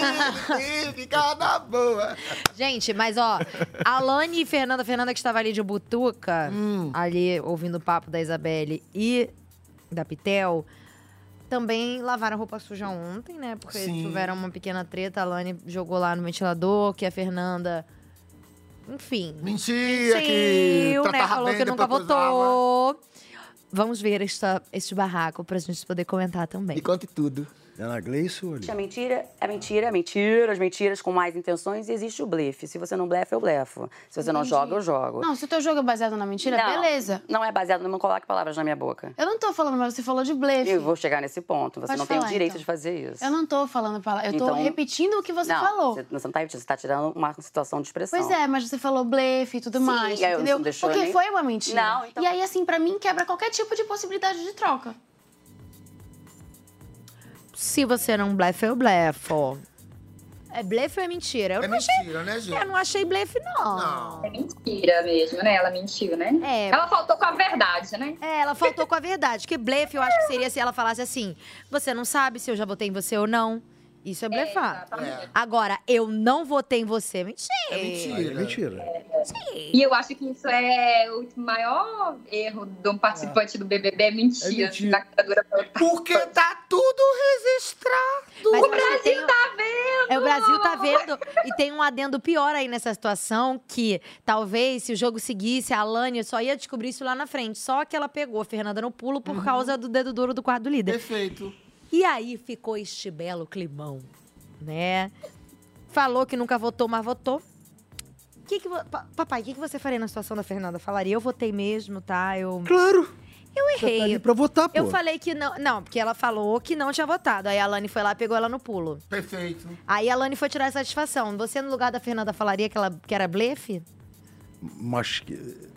[SPEAKER 2] e ficar na boa.
[SPEAKER 1] Gente, mas ó, Alane e Fernanda, Fernanda que estava ali de Butuca,
[SPEAKER 2] Hum.
[SPEAKER 1] ali ouvindo o papo da Isabelle e da Pitel, também lavaram roupa suja ontem, né? Porque
[SPEAKER 8] Sim.
[SPEAKER 1] tiveram uma pequena treta, a Alane jogou lá no ventilador, que a Fernanda. Enfim.
[SPEAKER 2] Mentira, que
[SPEAKER 1] mentiu, né?
[SPEAKER 2] tratava
[SPEAKER 1] Falou
[SPEAKER 2] bem,
[SPEAKER 1] que nunca
[SPEAKER 2] depois
[SPEAKER 1] votou. Vamos ver esta, este barraco pra gente poder comentar também. Me
[SPEAKER 2] conte tudo.
[SPEAKER 3] Ela é Gleice ou ali?
[SPEAKER 23] Existe a é mentira, a mentira, a mentira, as mentiras com mais intenções e existe o blefe. Se você não blefa, eu blefo. Se você não
[SPEAKER 12] Entendi.
[SPEAKER 23] joga, eu jogo.
[SPEAKER 12] Não, se o teu jogo é baseado na mentira,
[SPEAKER 23] Não,
[SPEAKER 12] beleza.
[SPEAKER 23] Não é baseado, não coloque palavras na minha boca.
[SPEAKER 12] Eu não tô falando, mas você falou de blefe.
[SPEAKER 23] Eu vou chegar nesse ponto. Você
[SPEAKER 12] Pode
[SPEAKER 23] não tem o
[SPEAKER 12] falar,
[SPEAKER 23] direito
[SPEAKER 12] então.
[SPEAKER 23] de fazer isso.
[SPEAKER 12] Eu não tô falando palavra, eu tô
[SPEAKER 23] Então-
[SPEAKER 12] repetindo o que você
[SPEAKER 23] não,
[SPEAKER 12] falou.
[SPEAKER 23] Você, você não tá repetindo, você tá tirando uma situação de expressão.
[SPEAKER 12] Pois é, mas você falou blefe e tudo
[SPEAKER 23] Sim,
[SPEAKER 12] mais,
[SPEAKER 23] e aí eu
[SPEAKER 12] entendeu?
[SPEAKER 23] não deixou
[SPEAKER 12] Porque
[SPEAKER 23] nem-
[SPEAKER 12] foi uma mentira.
[SPEAKER 23] Não, então
[SPEAKER 12] E aí, assim, pra mim, quebra qualquer tipo de possibilidade de troca.
[SPEAKER 1] Se você não blefa, eu blefo. É blefe ou é mentira? Eu
[SPEAKER 8] É
[SPEAKER 1] não achei-
[SPEAKER 8] mentira, né, gente?
[SPEAKER 1] Eu não achei blefe, não.
[SPEAKER 8] Não.
[SPEAKER 17] É mentira mesmo, né? Ela mentiu, né?
[SPEAKER 1] É.
[SPEAKER 17] Ela faltou com a verdade, né?
[SPEAKER 1] É, ela faltou com a verdade. Que blefe eu acho que seria se ela falasse assim: você não sabe se eu já votei em você ou não. Isso é blefar.
[SPEAKER 17] exatamente. É.
[SPEAKER 1] Agora, eu não votei em você. Mentira.
[SPEAKER 17] É mentira.
[SPEAKER 3] Aí é mentira.
[SPEAKER 17] E eu acho que isso é o maior erro de um participante do BBB, é mentir, assim, na cara dura pra outra.
[SPEAKER 2] Porque tá tudo registrado.
[SPEAKER 1] Mas
[SPEAKER 17] o
[SPEAKER 1] eu acho que
[SPEAKER 17] Brasil
[SPEAKER 1] tem-
[SPEAKER 17] tá vendo!
[SPEAKER 1] É, o Brasil tá vendo. E tem um adendo pior aí nessa situação: que talvez se o jogo seguisse, a Alane só ia descobrir isso lá na frente. Só que ela pegou a Fernanda no pulo por
[SPEAKER 3] Uhum.
[SPEAKER 1] causa do dedo duro do quarto do líder.
[SPEAKER 2] Perfeito.
[SPEAKER 1] E aí ficou este belo climão, né? Falou que nunca votou, mas votou. Que que vo- pa- papai, o que, que você faria na situação da Fernanda? Falaria, eu votei mesmo, tá? Eu...
[SPEAKER 3] Claro!
[SPEAKER 1] Eu errei.
[SPEAKER 3] tá ali pra votar, pô.
[SPEAKER 1] Eu falei que não. Não, porque ela falou que não tinha votado. Aí a Alane foi lá e pegou ela no pulo.
[SPEAKER 2] Perfeito.
[SPEAKER 1] Aí a Alane foi tirar a satisfação. Você, no lugar da Fernanda, falaria que, ela, que era blefe?
[SPEAKER 3] Mas, que-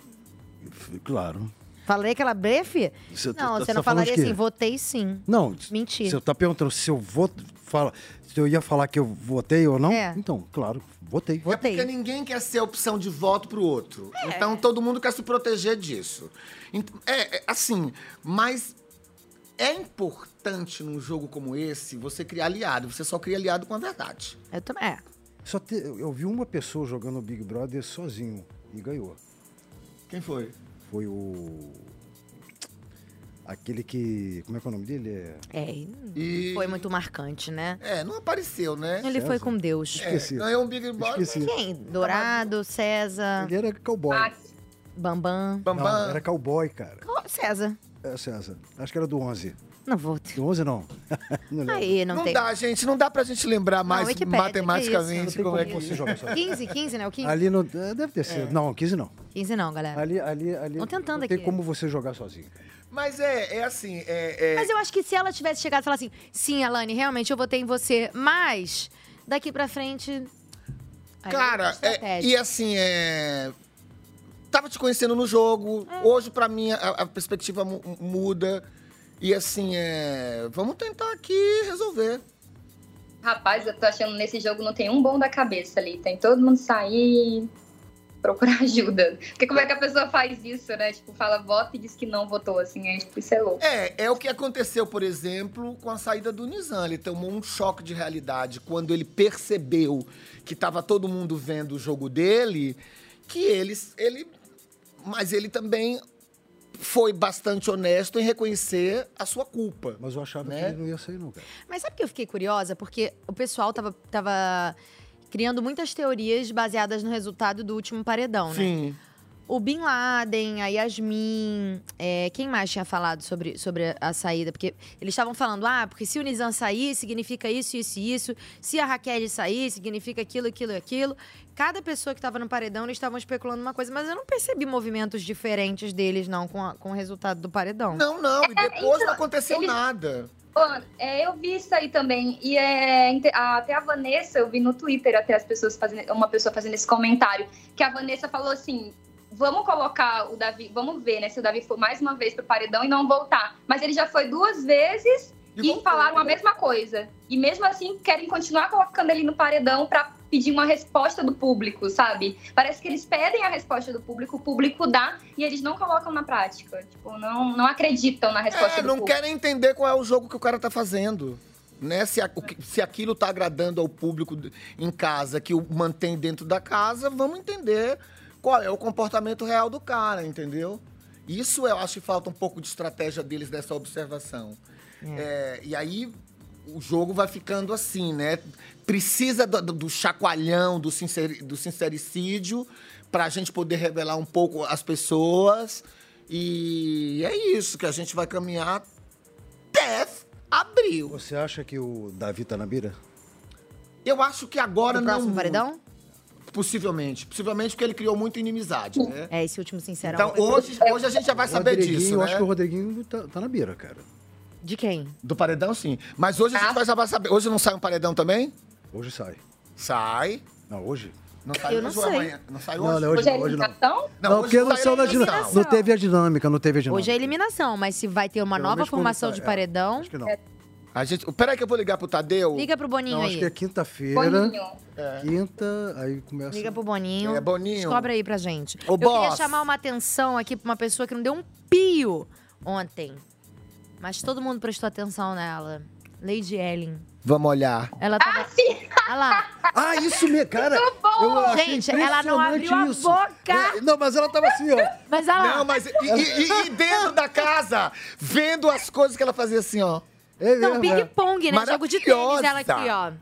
[SPEAKER 3] claro.
[SPEAKER 1] Falaria que ela é blefe?
[SPEAKER 3] Você tá-
[SPEAKER 1] não,
[SPEAKER 3] tá-
[SPEAKER 1] você
[SPEAKER 3] tá
[SPEAKER 1] não
[SPEAKER 3] falando de
[SPEAKER 1] falaria
[SPEAKER 3] quê?
[SPEAKER 1] assim, votei sim.
[SPEAKER 3] Não,
[SPEAKER 1] Mentira.
[SPEAKER 3] você tá perguntando se eu vou fala, se eu ia falar que eu votei ou não?
[SPEAKER 1] É.
[SPEAKER 3] Então, claro, votei.
[SPEAKER 2] É porque ninguém quer ser opção de voto pro outro.
[SPEAKER 1] É.
[SPEAKER 2] Então todo mundo quer se proteger disso. Ent- É, é, assim, mas é importante num jogo como esse você criar aliado. Você só cria aliado com a verdade.
[SPEAKER 1] Eu também. É.
[SPEAKER 3] Só te- eu eu vi uma pessoa jogando o Big Brother sozinho e ganhou.
[SPEAKER 2] Quem foi?
[SPEAKER 3] Foi o aquele que, como é que é o nome dele? É...
[SPEAKER 1] É, foi muito marcante, né?
[SPEAKER 2] É, não apareceu, né?
[SPEAKER 1] Ele foi com Deus.
[SPEAKER 3] Esqueci.
[SPEAKER 2] É, ganhou um Big Brother.
[SPEAKER 3] Esqueci.
[SPEAKER 1] Quem? Dourado, César.
[SPEAKER 3] Ele era cowboy.
[SPEAKER 1] Bambam.
[SPEAKER 3] Não, era cowboy, cara.
[SPEAKER 1] Qual- César.
[SPEAKER 3] É, César. Acho que era do 11.
[SPEAKER 1] Não vou.
[SPEAKER 3] Do
[SPEAKER 1] <laughs>
[SPEAKER 3] 11 não. não lembro.
[SPEAKER 1] Aí, não,
[SPEAKER 2] Não
[SPEAKER 1] tem.
[SPEAKER 2] dá, gente, não dá pra gente lembrar mais
[SPEAKER 1] Wikipédia, que
[SPEAKER 2] matematicamente
[SPEAKER 1] isso?
[SPEAKER 2] como é que
[SPEAKER 3] Você joga só.
[SPEAKER 1] 15, 15, né? O 15?
[SPEAKER 3] Ali no, é, deve ter sido.
[SPEAKER 1] É.
[SPEAKER 3] Não, 15 não.
[SPEAKER 1] 15 não, galera.
[SPEAKER 3] Ali, ali, ali.
[SPEAKER 1] Tô tentando
[SPEAKER 3] não tem
[SPEAKER 1] aqui.
[SPEAKER 3] como você jogar sozinho.
[SPEAKER 2] Mas é, é assim, é, é-
[SPEAKER 1] Mas eu acho que se ela tivesse chegado e falar assim, sim, Alane, realmente eu votei em você, mas daqui pra frente. Aí,
[SPEAKER 2] Cara, é-
[SPEAKER 1] estratégia.
[SPEAKER 2] e assim, é. Tava te conhecendo no jogo,
[SPEAKER 1] É.
[SPEAKER 2] hoje pra mim a, a perspectiva mu- muda. E assim, é. Vamos tentar aqui resolver.
[SPEAKER 17] Rapaz, eu tô achando nesse jogo não tem um bom da cabeça ali. Tem todo mundo sair procurar <laughs> ajuda. Porque como é que a pessoa faz isso, né? Tipo, fala vota e diz que não votou, assim. É, tipo, isso é louco.
[SPEAKER 2] É, é o que aconteceu, por exemplo, com a saída do Nizam. Ele tomou um choque de realidade quando ele percebeu que tava todo mundo vendo o jogo dele, que ele. ele mas ele também foi bastante honesto em reconhecer a sua culpa.
[SPEAKER 3] Mas eu achava
[SPEAKER 2] né?
[SPEAKER 3] que ele não ia sair, não, cara.
[SPEAKER 1] Mas sabe que eu fiquei curiosa? Porque o pessoal tava,
[SPEAKER 22] Então,
[SPEAKER 1] tava criando muitas teorias baseadas no resultado do último paredão, né?
[SPEAKER 2] Sim.
[SPEAKER 1] O Bin Laden, a Yasmin, é, quem mais tinha falado sobre, sobre a- a saída? Porque eles estavam falando, ah, porque se o Nizam sair, significa isso, isso e isso. Se a Raquel sair, significa aquilo, aquilo e aquilo. Cada pessoa que estava no paredão, eles estavam especulando uma coisa, mas eu não percebi movimentos diferentes deles, não, com, a- com o resultado do paredão.
[SPEAKER 2] Não, não, e depois
[SPEAKER 17] então,
[SPEAKER 2] não aconteceu
[SPEAKER 17] eles-
[SPEAKER 2] nada.
[SPEAKER 17] Ó, é, eu vi isso aí também. E é, inte- a- até a Vanessa, eu vi no Twitter até as pessoas fazendo, uma pessoa fazendo esse comentário, que a Vanessa falou assim: vamos colocar o Davi, vamos ver, né, se o Davi for mais uma vez pro paredão e não voltar. Mas ele já foi duas vezes e, falaram a mesma coisa. E mesmo assim querem continuar colocando ele no paredão para pedir uma resposta do público, sabe? Parece que eles pedem a resposta do público, o público dá e eles não colocam na prática. Tipo, não, não acreditam na resposta
[SPEAKER 2] É,
[SPEAKER 17] do
[SPEAKER 2] não
[SPEAKER 17] público.
[SPEAKER 2] querem entender qual é o jogo que o cara tá fazendo. Né? Se, a- o que- se aquilo tá agradando ao público d- em casa, que o mantém dentro da casa, vamos entender qual é o comportamento real do cara, entendeu? Isso eu acho que falta um pouco de estratégia deles nessa observação. É, e aí o jogo vai ficando assim, né? Precisa do, do- do chacoalhão, do, sinceri- do sincericídio, para a gente poder revelar um pouco as pessoas. E é isso que a gente vai caminhar até abril.
[SPEAKER 3] Você acha que o Davi tá na mira?
[SPEAKER 2] Eu acho que agora
[SPEAKER 1] No
[SPEAKER 2] não.
[SPEAKER 1] próximo paredão?
[SPEAKER 2] Possivelmente. Possivelmente porque ele criou muita inimizade, né?
[SPEAKER 1] É, esse último sincero.
[SPEAKER 2] Então hoje, hoje a gente já vai saber
[SPEAKER 3] Rodriguinho,
[SPEAKER 2] disso,
[SPEAKER 3] Eu
[SPEAKER 2] né?
[SPEAKER 3] acho que o Rodriguinho tá, tá na mira, cara.
[SPEAKER 1] De quem? Ah.
[SPEAKER 2] Do paredão, sim. Mas hoje a gente vai- já vai saber. Hoje não sai um paredão também?
[SPEAKER 3] Hoje sai.
[SPEAKER 2] Sai.
[SPEAKER 3] Não, hoje?
[SPEAKER 2] Não sai
[SPEAKER 3] Eu
[SPEAKER 2] hoje
[SPEAKER 3] não
[SPEAKER 2] ou
[SPEAKER 3] sei.
[SPEAKER 2] amanhã? Não sai
[SPEAKER 3] Não,
[SPEAKER 2] hoje?
[SPEAKER 3] não, hoje Hoje é não, hoje não.
[SPEAKER 17] eliminação?
[SPEAKER 3] Não,
[SPEAKER 2] hoje
[SPEAKER 3] porque não,
[SPEAKER 2] sai
[SPEAKER 3] saiu da
[SPEAKER 2] eliminação.
[SPEAKER 3] dinâmica. Não teve a dinâmica, não teve a dinâmica.
[SPEAKER 1] Hoje é eliminação, mas se vai ter uma
[SPEAKER 3] Pelo
[SPEAKER 1] nova
[SPEAKER 3] menos quando
[SPEAKER 1] formação
[SPEAKER 3] tá,
[SPEAKER 1] de
[SPEAKER 3] é.
[SPEAKER 1] paredão.
[SPEAKER 3] Acho que não.
[SPEAKER 2] A gente... Peraí que eu vou ligar pro Tadeu.
[SPEAKER 1] Liga pro Boninho
[SPEAKER 3] Não,
[SPEAKER 1] aí.
[SPEAKER 3] acho que é quinta-feira.
[SPEAKER 1] Boninho.
[SPEAKER 2] É.
[SPEAKER 3] Quinta, aí começa.
[SPEAKER 1] Liga pro Boninho.
[SPEAKER 3] É, Boninho.
[SPEAKER 1] Descobre aí pra gente.
[SPEAKER 3] Ô,
[SPEAKER 1] Eu queria
[SPEAKER 3] boss.
[SPEAKER 1] chamar uma atenção aqui pra uma pessoa que não deu um pio ontem. Mas todo mundo prestou atenção nela. Lady Ellen.
[SPEAKER 2] Vamos olhar.
[SPEAKER 1] Ela tava... Ah,
[SPEAKER 17] sim!
[SPEAKER 1] Olha lá.
[SPEAKER 3] Ah, isso mesmo, cara. Eu
[SPEAKER 1] Tá
[SPEAKER 3] achei
[SPEAKER 1] Gente, ela não
[SPEAKER 3] impressionante
[SPEAKER 1] abriu a
[SPEAKER 3] isso.
[SPEAKER 1] boca.
[SPEAKER 3] É, não, mas ela tava assim, ó.
[SPEAKER 1] Mas ela...
[SPEAKER 2] Não, mas e, e- e- e dentro da casa, vendo as coisas que ela fazia assim, ó.
[SPEAKER 3] É
[SPEAKER 1] Não, ping-pong, né? Jogo de tênis, ela aqui, ó.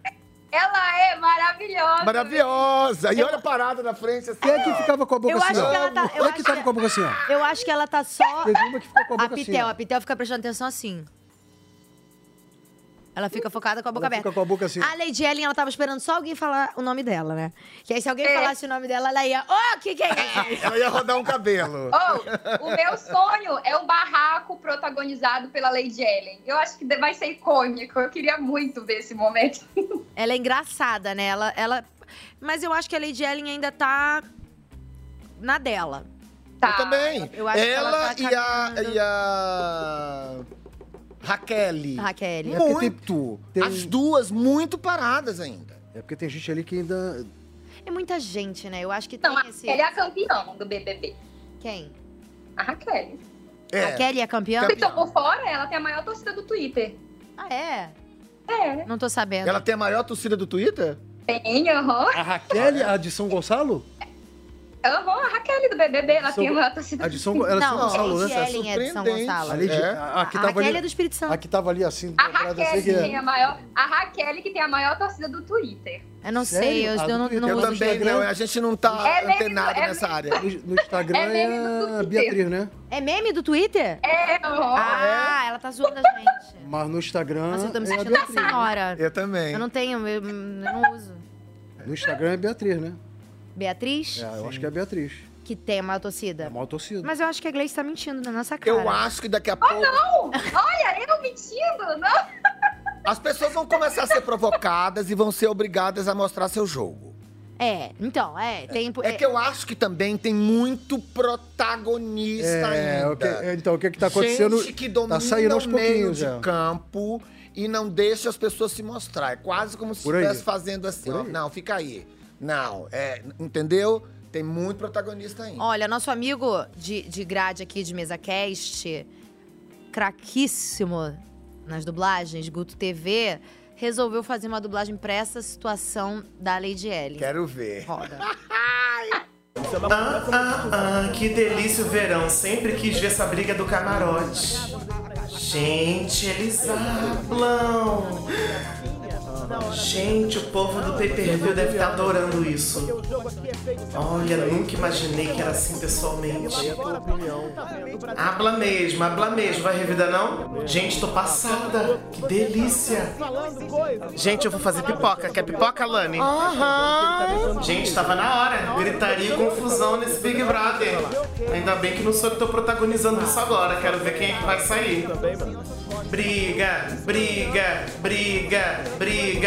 [SPEAKER 17] Ela é maravilhosa.
[SPEAKER 2] Maravilhosa. E olha a parada na frente assim.
[SPEAKER 3] Quem é que ficava com a boca
[SPEAKER 1] Eu
[SPEAKER 3] assim,
[SPEAKER 1] acho
[SPEAKER 3] ó?
[SPEAKER 1] que ela tá- eu
[SPEAKER 3] Quem é que tava com a boca assim, ó?
[SPEAKER 1] Eu acho que ela tá só...
[SPEAKER 3] Teve uma que ficou com a
[SPEAKER 1] A
[SPEAKER 3] boca assim,
[SPEAKER 1] Pitel,
[SPEAKER 3] ó.
[SPEAKER 1] a Pitel fica prestando atenção assim. Ela fica focada com a boca
[SPEAKER 3] Ela
[SPEAKER 1] aberta.
[SPEAKER 3] fica com a boca assim.
[SPEAKER 1] A Lady Ellen, ela tava esperando só alguém falar o nome dela, né? Que aí se
[SPEAKER 17] É.
[SPEAKER 1] alguém falasse o nome dela, ela ia... Ô, o que que é isso?
[SPEAKER 2] Ela ia rodar um cabelo.
[SPEAKER 17] Oh, o meu sonho é um barraco protagonizado pela Lady Ellen. Eu acho que vai ser icônico. Eu queria muito ver esse momento. <laughs>
[SPEAKER 1] Ela é engraçada, né? Ela, ela... Mas eu acho que a Lady Ellen ainda tá na dela.
[SPEAKER 2] Eu também.
[SPEAKER 1] Tá, Eu acho que ela tá
[SPEAKER 2] ela e, a, e a. Raquel.
[SPEAKER 1] Raquel.
[SPEAKER 2] Muito. As duas muito paradas ainda.
[SPEAKER 3] É porque tem gente ali que ainda.
[SPEAKER 1] É muita gente, né? Eu acho que
[SPEAKER 17] Não,
[SPEAKER 1] tem
[SPEAKER 17] a
[SPEAKER 1] esse...
[SPEAKER 17] Kelly é a campeã do BBB.
[SPEAKER 1] Quem?
[SPEAKER 17] A Raquel.
[SPEAKER 2] É.
[SPEAKER 1] A Kelly é campeã?
[SPEAKER 17] Você tomou fora? Ela tem a maior torcida do Twitter.
[SPEAKER 1] Ah, é?
[SPEAKER 17] É.
[SPEAKER 1] Não tô sabendo.
[SPEAKER 2] Ela tem a maior torcida do Twitter?
[SPEAKER 17] Tem, aham.
[SPEAKER 3] A Raquel, a de São Gonçalo?
[SPEAKER 17] Aham, a Raquel do BBB. Ela
[SPEAKER 3] São-
[SPEAKER 17] tem a maior torcida
[SPEAKER 3] A de São, era de São
[SPEAKER 1] Não,
[SPEAKER 3] Gonçalo,
[SPEAKER 1] a
[SPEAKER 3] né?
[SPEAKER 1] Lady Ellen é de São Gonçalo.
[SPEAKER 3] A, Lady,
[SPEAKER 1] É. Ah,
[SPEAKER 3] a, a que
[SPEAKER 1] A
[SPEAKER 3] tava
[SPEAKER 1] Raquel
[SPEAKER 3] ali,
[SPEAKER 1] é do Espírito Santo.
[SPEAKER 3] A que tava ali assim, dobrada
[SPEAKER 17] Raquel
[SPEAKER 3] assim,
[SPEAKER 17] que
[SPEAKER 3] que é-
[SPEAKER 17] tem a maior. A Raquel que tem a maior torcida do Twitter.
[SPEAKER 1] Eu não sei, eu,
[SPEAKER 3] Ah,
[SPEAKER 1] eu não,
[SPEAKER 3] no
[SPEAKER 1] não
[SPEAKER 3] Twitter.
[SPEAKER 1] uso
[SPEAKER 2] também
[SPEAKER 1] Instagram.
[SPEAKER 2] não, a gente não tá
[SPEAKER 1] É meme do-
[SPEAKER 2] antenado
[SPEAKER 1] é
[SPEAKER 2] nessa
[SPEAKER 1] meme-
[SPEAKER 2] área.
[SPEAKER 3] No Instagram
[SPEAKER 1] É meme
[SPEAKER 3] é a Beatriz, né?
[SPEAKER 1] É meme do Twitter?
[SPEAKER 17] É,
[SPEAKER 1] Ah, ela tá zoando a gente.
[SPEAKER 3] Mas no Instagram.
[SPEAKER 1] Nossa, eu tô me
[SPEAKER 3] é a
[SPEAKER 1] sentindo uma
[SPEAKER 3] Beatriz.
[SPEAKER 1] senhora.
[SPEAKER 2] Eu também.
[SPEAKER 1] Eu não tenho, eu, eu não uso.
[SPEAKER 3] No Instagram é Beatriz, né?
[SPEAKER 1] Beatriz?
[SPEAKER 3] É, eu acho que é Beatriz.
[SPEAKER 1] Que tem a maior torcida.
[SPEAKER 3] Mal torcido.
[SPEAKER 1] Mas eu acho que a Gleice tá mentindo na nossa cara.
[SPEAKER 2] É Eu acho que daqui a
[SPEAKER 17] Oh,
[SPEAKER 2] pouco.
[SPEAKER 17] não! Olha, eu mentindo! Não!
[SPEAKER 2] As pessoas vão começar a ser provocadas e vão ser obrigadas a mostrar seu jogo.
[SPEAKER 1] É, então, é. Tem,
[SPEAKER 2] É que eu acho que também tem muito protagonista
[SPEAKER 3] É,
[SPEAKER 2] ainda.
[SPEAKER 3] o que- é, então, o que que tá acontecendo?
[SPEAKER 2] Gente que domina
[SPEAKER 3] tá saindo aos
[SPEAKER 2] o meio
[SPEAKER 3] pouquinhos,
[SPEAKER 2] de
[SPEAKER 3] é.
[SPEAKER 2] campo e não deixa as pessoas se mostrar. É quase como se
[SPEAKER 3] Por aí.
[SPEAKER 2] estivesse fazendo assim,
[SPEAKER 3] Por
[SPEAKER 2] ó,
[SPEAKER 3] aí.
[SPEAKER 2] não, fica aí. Não, é, entendeu? Tem muito protagonista ainda.
[SPEAKER 1] Olha, nosso amigo de, de grade aqui de mesa cast, craquíssimo nas dublagens, Guto TV, resolveu fazer uma dublagem pra essa situação da Lady Ellen.
[SPEAKER 2] Quero ver.
[SPEAKER 1] Roda.
[SPEAKER 7] Ah, ah, ah, que delícia o verão. Sempre quis ver essa briga do camarote. Gente, eles hablam. Gente, o povo do pay-per-view deve estar adorando isso. Olha, nunca imaginei que era assim pessoalmente. Habla mesmo, habla mesmo. Vai revidar não? Gente, tô passada. Que delícia. Gente, eu vou fazer pipoca. Quer pipoca, Lani?
[SPEAKER 21] Aham.
[SPEAKER 7] Gente, tava na hora. né? Gritaria e confusão nesse Big Brother. Ainda bem que não sou eu que tô protagonizando isso agora. Quero ver quem é que vai sair. Briga, briga, briga, briga.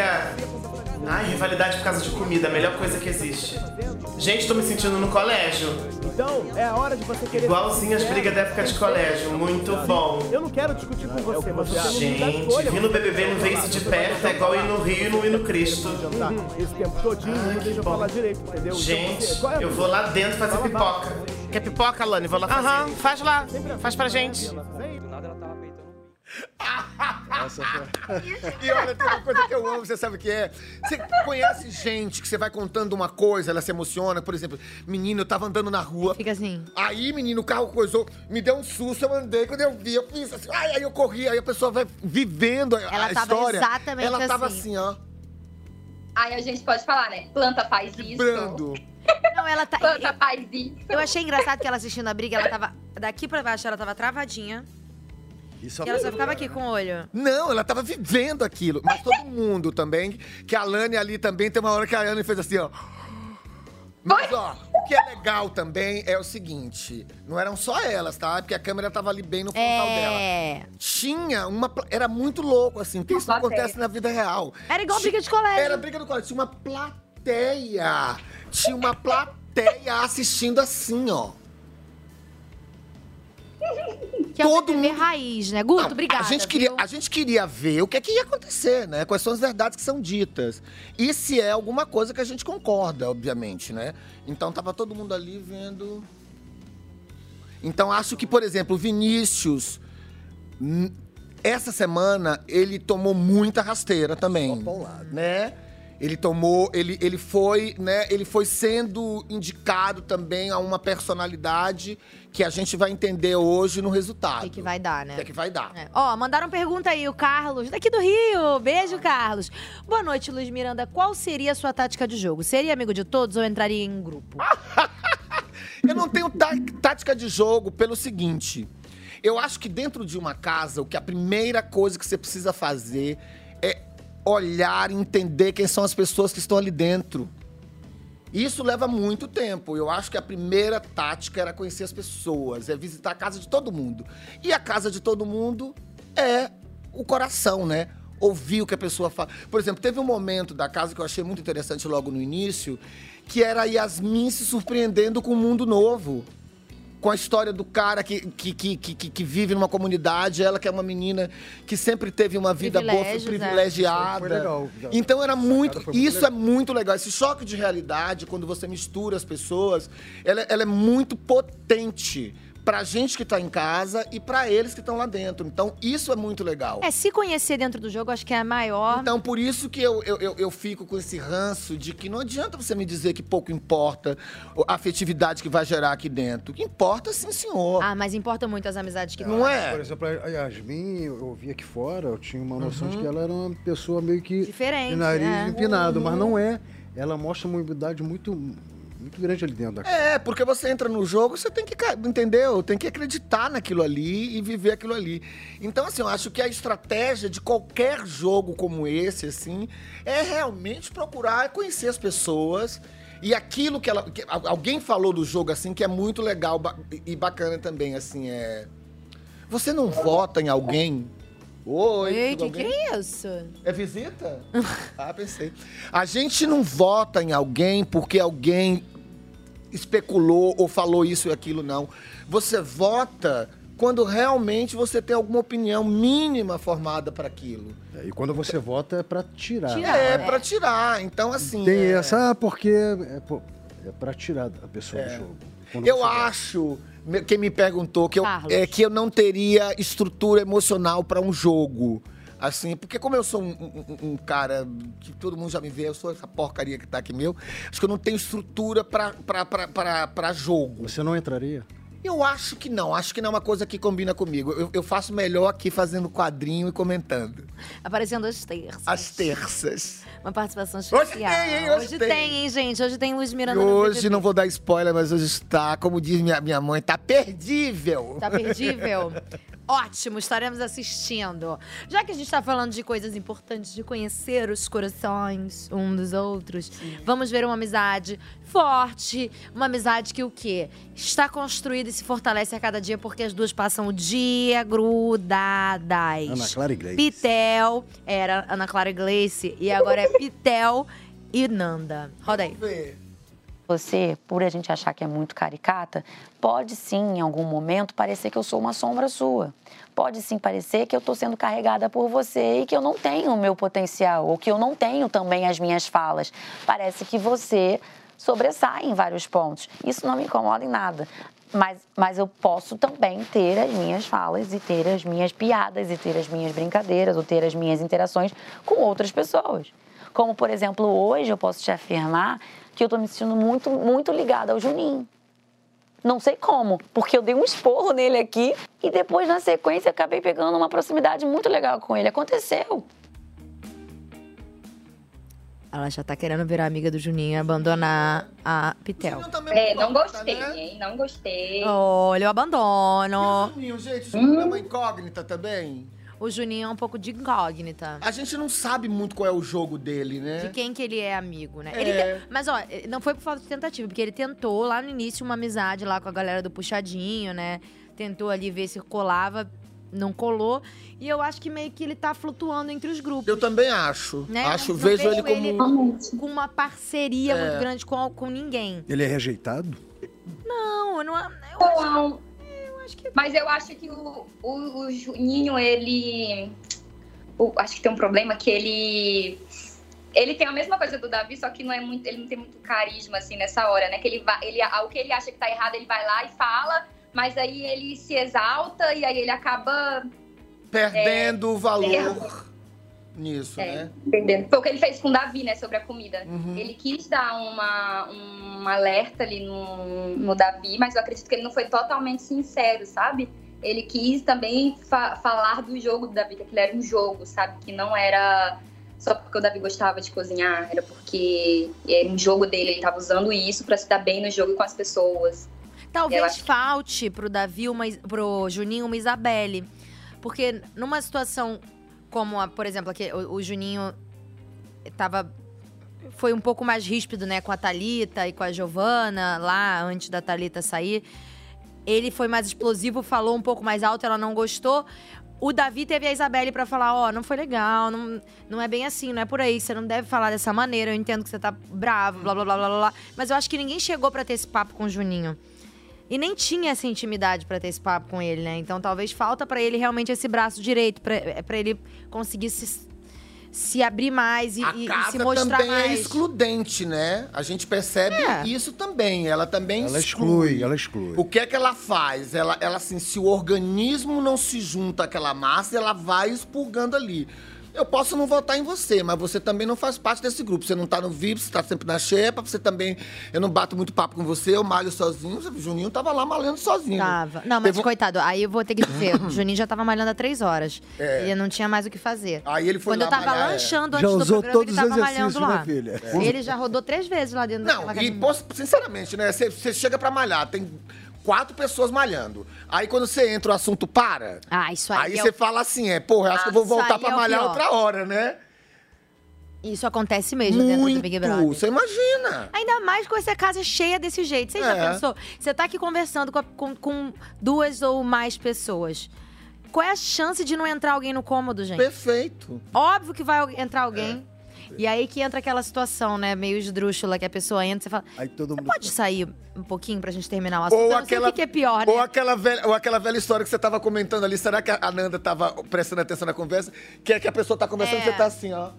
[SPEAKER 7] Ai, rivalidade por causa de comida, a melhor coisa que existe. Gente, tô me sentindo no colégio.
[SPEAKER 10] Então, é a hora de você querer.
[SPEAKER 7] Igualzinho as
[SPEAKER 15] É.
[SPEAKER 7] brigas da época de colégio, muito bom.
[SPEAKER 10] Eu não quero discutir com você, mas você não me dá
[SPEAKER 7] Gente,
[SPEAKER 10] escolha.
[SPEAKER 7] vir no BBB não vence de perto, é igual ir no Rio e não ir no Cristo.
[SPEAKER 10] Uhum, Esse tempo todinho, não deixa eu falar direito, entendeu? Então, você-
[SPEAKER 7] Gente,
[SPEAKER 10] qual é a
[SPEAKER 7] eu
[SPEAKER 10] sua-
[SPEAKER 7] vou lá dentro fazer pipoca. Quer pipoca, Lani? Vou lá fazer.
[SPEAKER 10] Aham,
[SPEAKER 7] faz lá. Faz pra gente.
[SPEAKER 2] E olha, tem uma coisa que eu amo, você sabe o que é? Você conhece gente que você vai contando uma coisa, ela se emociona. Por exemplo, menino, eu tava andando na rua. Fica
[SPEAKER 8] assim.
[SPEAKER 2] Aí, menino, o carro coisou, me deu um susto, eu andei. Quando eu vi, eu fiz assim, ai, aí eu corri. Aí a pessoa vai vivendo a,
[SPEAKER 17] Ela
[SPEAKER 2] a
[SPEAKER 17] tava
[SPEAKER 2] história.
[SPEAKER 17] exatamente
[SPEAKER 2] Ela tava assim,
[SPEAKER 17] assim.
[SPEAKER 2] ó,
[SPEAKER 17] Aí a gente pode falar, né? Planta faz isso.
[SPEAKER 2] brando.
[SPEAKER 1] Não, ela tá.
[SPEAKER 17] Planta faz isso.
[SPEAKER 1] Eu achei engraçado que ela assistindo a briga, ela tava. Daqui pra baixo ela tava travadinha.
[SPEAKER 2] Isso
[SPEAKER 1] e ela só ficava aqui com o olho.
[SPEAKER 2] Não, ela tava vivendo aquilo. Mas todo mundo também, que a Lani ali também, tem uma hora que a Lani fez assim, ó. Mas, ó, o que é legal também é o seguinte, não eram só elas, tá? Porque a câmera tava ali bem no frontal
[SPEAKER 1] É.
[SPEAKER 2] dela. Tinha uma... pla- Era muito louco, assim, porque isso não acontece na vida real.
[SPEAKER 1] Era igual
[SPEAKER 2] Tinha-
[SPEAKER 1] briga de colégio.
[SPEAKER 2] Era briga do colégio. Tinha uma plateia. Tinha uma plateia assistindo assim, ó.
[SPEAKER 1] Que é Todo mundo... raiz, né? Guto, obrigada.
[SPEAKER 2] A gente, queria, a gente queria ver o que, é que ia acontecer, né? Quais são as verdades que são ditas. E se é alguma coisa que a gente concorda, obviamente, né? Então tava todo mundo ali vendo. Então acho que, por exemplo, o Vinícius. n- Essa semana ele tomou muita rasteira também. Né? Ele tomou, ele, ele foi, né? Ele foi sendo indicado também a uma personalidade que a gente vai entender hoje no resultado. O que,
[SPEAKER 1] vai dar, né?
[SPEAKER 2] O que, é que vai dar?
[SPEAKER 1] Ó, mandaram pergunta aí, o Carlos, daqui do Rio. Beijo, Carlos. Boa noite, Luiz Miranda. Qual seria a sua tática de jogo? Seria amigo de todos ou entraria em grupo?
[SPEAKER 2] Eu não tenho tá- tática de jogo pelo seguinte. Eu acho que dentro de uma casa, o que a primeira coisa que você precisa fazer é olhar e entender quem são as pessoas que estão ali dentro. Isso leva muito tempo. Eu acho que a primeira tática era conhecer as pessoas, é visitar a casa de todo mundo. E a casa de todo mundo é o coração, né? Ouvir o que a pessoa fala. Por exemplo, teve um momento da casa que eu achei muito interessante logo no início, que era a Yasmin se surpreendendo com o mundo novo com a história do cara que, que, que, que, que- que vive numa comunidade, ela que é uma menina que sempre teve uma vida boa, foi
[SPEAKER 3] Privilégios, é.
[SPEAKER 2] privilegiada.
[SPEAKER 3] Foi legal, já.
[SPEAKER 2] Então era muito.
[SPEAKER 3] foi muito
[SPEAKER 2] Isso é muito legal. Esse choque de realidade, quando você mistura as pessoas, ela, ela é muito potente. Pra gente que tá em casa e pra eles que estão lá dentro. Então, isso é muito legal.
[SPEAKER 1] É, se conhecer dentro do jogo, acho que é a maior.
[SPEAKER 2] Então, por isso que eu, eu, eu, eu fico com esse ranço de que não adianta você me dizer que pouco importa a afetividade que vai gerar aqui dentro. O que importa, sim, senhor. é?
[SPEAKER 1] Ah, mas importa muito as amizades que é?
[SPEAKER 3] Por exemplo, a Yasmin, eu vi aqui fora, eu tinha uma noção de
[SPEAKER 1] Uhum.
[SPEAKER 3] que ela era uma pessoa meio que.
[SPEAKER 1] Diferente,
[SPEAKER 3] De nariz
[SPEAKER 1] né?
[SPEAKER 3] empinado, mas
[SPEAKER 1] Uhum.
[SPEAKER 3] não é. Ela mostra uma humildade muito, muito grande ali dentro da casa.
[SPEAKER 2] É, porque você entra no jogo, você tem que, ca- entendeu? Tem que acreditar naquilo ali e viver aquilo ali. Então, assim, eu acho que a estratégia de qualquer jogo como esse, assim, é realmente procurar conhecer as pessoas. E aquilo que ela. que al- alguém falou do jogo, assim, que é muito legal ba- e e bacana também, assim, é. Você não vota em alguém? Oi,
[SPEAKER 1] Ei,
[SPEAKER 2] tudo
[SPEAKER 1] que que
[SPEAKER 2] alguém?
[SPEAKER 1] é isso?
[SPEAKER 2] É visita? <laughs> ah, pensei. A gente não vota em alguém porque alguém especulou ou falou isso e aquilo, não. Você vota quando realmente você tem alguma opinião mínima formada para aquilo.
[SPEAKER 3] E quando você vota é pra tirar.
[SPEAKER 2] é, pra tirar. Então, assim.
[SPEAKER 3] Tem
[SPEAKER 2] é-
[SPEAKER 3] essa, ah, porque é, pô, é pra tirar a pessoa do
[SPEAKER 2] É.
[SPEAKER 3] jogo.
[SPEAKER 2] Eu acho, me- quem me perguntou, que eu, é que eu não teria estrutura emocional pra um jogo. Assim, porque como eu sou um, um- um- um cara que todo mundo já me vê, eu sou essa porcaria que tá aqui meu, acho que eu não tenho estrutura pra, pra, pra, pra, pra jogo.
[SPEAKER 3] Você não entraria?
[SPEAKER 2] Eu acho que não, acho que não é uma coisa que combina comigo. Eu, eu faço melhor aqui fazendo quadrinho e comentando.
[SPEAKER 1] Aparecendo às terças.
[SPEAKER 2] Às terças.
[SPEAKER 1] Uma participação especial.
[SPEAKER 2] tem, hein? Hoje tem.
[SPEAKER 1] hein, gente? Hoje tem Luiz
[SPEAKER 2] E
[SPEAKER 1] Miranda no
[SPEAKER 2] hoje
[SPEAKER 1] BBB.
[SPEAKER 2] não vou dar spoiler, mas hoje está, como diz minha, minha mãe, tá perdível.
[SPEAKER 1] Tá
[SPEAKER 2] <laughs>
[SPEAKER 1] perdível? Ótimo, estaremos assistindo. Já que a gente tá falando de coisas importantes, de conhecer os corações um dos outros, vamos ver uma amizade forte, uma amizade que o quê? Está construída e se fortalece a cada dia porque as duas passam o dia grudadas.
[SPEAKER 3] Ana Clara e Gleice.
[SPEAKER 1] Pitel, era Ana Clara e Gleice, e agora é Pitel e Nanda. Roda aí.
[SPEAKER 22] Você, por a gente achar que é muito caricata, pode sim, em algum momento, parecer que eu sou uma sombra sua. Pode sim parecer que eu estou sendo carregada por você e que eu não tenho o meu potencial, ou que eu não tenho também as minhas falas. Parece que você sobressai em vários pontos. Isso não me incomoda em nada. Mas, mas eu posso também ter as minhas falas e ter as minhas piadas e ter as minhas brincadeiras ou ter as minhas interações com outras pessoas. Como, por exemplo, hoje eu posso te afirmar que eu tô me sentindo muito, muito ligada ao Juninho. Não sei como, porque eu dei um esporro nele aqui e depois, na sequência, acabei pegando uma proximidade muito legal com ele. Aconteceu.
[SPEAKER 1] Ela já tá querendo virar amiga do Juninho e abandonar a Pitel.
[SPEAKER 17] É, não gostei, hein? Não gostei.
[SPEAKER 1] Olha, eu abandono.
[SPEAKER 2] Juninho, gente, o Juninho
[SPEAKER 3] Hum?
[SPEAKER 2] é uma incógnita também.
[SPEAKER 1] O Juninho é um pouco de incógnita.
[SPEAKER 2] A gente não sabe muito qual é o jogo dele, né?
[SPEAKER 1] De quem que ele é amigo, né?
[SPEAKER 2] É.
[SPEAKER 1] Ele te- Mas, ó, eh, não foi por falta de tentativa, porque ele tentou lá no início uma amizade lá com a galera do Puxadinho, né? Tentou ali ver se colava, não colou. E eu acho que meio que ele tá flutuando entre os grupos.
[SPEAKER 2] Eu também acho.
[SPEAKER 1] né?
[SPEAKER 2] Acho,
[SPEAKER 1] Não- não
[SPEAKER 2] vejo ele
[SPEAKER 1] vejo
[SPEAKER 2] como.
[SPEAKER 1] com uma parceria
[SPEAKER 2] É.
[SPEAKER 1] muito grande com, com ninguém.
[SPEAKER 3] Ele é rejeitado?
[SPEAKER 1] Não, eu não. Eu é,
[SPEAKER 17] acho, Mas eu acho que o, o, o Juninho, ele. o- acho que tem um problema que ele. Ele tem a mesma coisa do Davi, só que não é muito, ele não tem muito carisma assim nessa hora, né? Que ele vai, ele, o que ele acha que tá errado, ele vai lá e fala, mas aí ele se exalta e aí ele acaba
[SPEAKER 2] Perdendo
[SPEAKER 1] É.
[SPEAKER 2] o valor
[SPEAKER 17] errando.
[SPEAKER 2] nisso, né?
[SPEAKER 17] Entendendo. Foi o que ele fez com o Davi, né, sobre a comida. Ele quis dar uma, um alerta ali no, no Davi, mas eu acredito que ele não foi totalmente sincero, sabe? Ele quis também fa- falar do jogo do Davi, que aquilo era um jogo, sabe? Que não era só porque o Davi gostava de cozinhar, era porque era um jogo dele, ele tava usando isso pra se dar bem no jogo com as pessoas. Eu
[SPEAKER 1] Talvez
[SPEAKER 17] acho
[SPEAKER 1] falte pro Davi, uma, Is- pro Juninho, uma Isabelle. Porque numa situação como, a, por exemplo, aqui, o, o Juninho tava. Foi um pouco mais ríspido, né, com a Thalita e com a Giovana, lá antes da Thalita sair. Ele foi mais explosivo, falou um pouco mais alto, ela não gostou. O Davi teve a Isabelle pra falar: Ó, não foi legal, não, não é bem assim, não é por aí, você não deve falar dessa maneira, eu entendo que você tá bravo, blá blá blá blá blá, blá. Mas eu acho que ninguém chegou pra ter esse papo com o Juninho. E nem tinha essa intimidade pra ter esse papo com ele, né? Então talvez falta pra ele realmente esse braço direito, pra é pra ele conseguir se, se abrir mais e, e- e
[SPEAKER 2] Casa
[SPEAKER 1] se mostrar
[SPEAKER 2] também é
[SPEAKER 1] mais.
[SPEAKER 2] excludente, né? A gente percebe
[SPEAKER 1] É.
[SPEAKER 2] isso também. Ela também
[SPEAKER 3] Ela exclui, ela exclui.
[SPEAKER 2] O que é que ela faz? Ela, ela assim, se o organismo não se junta àquela massa, ela vai expurgando ali. Eu posso não votar em você, mas você também não faz parte desse grupo. Você não tá no VIP, você tá sempre na xepa, você também. Eu não bato muito papo com você, eu malho sozinho. O Juninho tava lá malhando sozinho.
[SPEAKER 1] Tava. Não, mas
[SPEAKER 2] Teve um-
[SPEAKER 1] coitado, aí eu vou ter que
[SPEAKER 2] <coughs>
[SPEAKER 1] dizer, o Juninho já tava malhando há três horas.
[SPEAKER 2] É.
[SPEAKER 1] Ele não tinha mais o que fazer.
[SPEAKER 2] Aí ele foi
[SPEAKER 1] Quando
[SPEAKER 2] lá
[SPEAKER 1] eu tava
[SPEAKER 2] malhar, é.
[SPEAKER 1] lanchando
[SPEAKER 2] Já
[SPEAKER 1] antes do
[SPEAKER 2] usou
[SPEAKER 1] programa,
[SPEAKER 2] todos
[SPEAKER 1] ele
[SPEAKER 2] os
[SPEAKER 1] tava malhando
[SPEAKER 2] exercícios,
[SPEAKER 1] lá.
[SPEAKER 2] né, filha? É.
[SPEAKER 1] Ele já rodou três vezes lá dentro
[SPEAKER 2] Não,
[SPEAKER 1] daquela
[SPEAKER 2] e posso, sinceramente, né? Você você chega pra malhar, tem quatro pessoas malhando. Aí quando você entra, o assunto para.
[SPEAKER 1] Ah, isso aí.
[SPEAKER 2] Aí
[SPEAKER 1] é
[SPEAKER 2] você
[SPEAKER 1] o-
[SPEAKER 2] fala assim, é, porra, eu acho que eu vou
[SPEAKER 1] Isso aí
[SPEAKER 2] voltar pra
[SPEAKER 1] é o
[SPEAKER 2] malhar
[SPEAKER 1] pior.
[SPEAKER 2] outra hora, né?
[SPEAKER 1] Isso acontece mesmo dentro do Big Brother.
[SPEAKER 2] Você imagina.
[SPEAKER 1] Ainda mais com essa casa cheia desse jeito. Você
[SPEAKER 2] É.
[SPEAKER 1] já pensou? Você tá aqui conversando com, a- com- com duas ou mais pessoas. Qual é a chance de não entrar alguém no cômodo, gente?
[SPEAKER 2] Perfeito. É.
[SPEAKER 1] Óbvio que vai al- entrar alguém. E aí que entra aquela situação, né? Meio esdrúxula, que a pessoa entra e você fala.
[SPEAKER 3] Aí todo mundo.
[SPEAKER 1] Pode sair um pouquinho pra gente terminar o assunto? Eu não sei o que que é pior, né?
[SPEAKER 2] ou, aquela velha, ou aquela velha história que você tava comentando ali, será que a Nanda tava prestando atenção na conversa? Que é que a pessoa tá conversando e
[SPEAKER 17] É.
[SPEAKER 2] você tá assim, ó.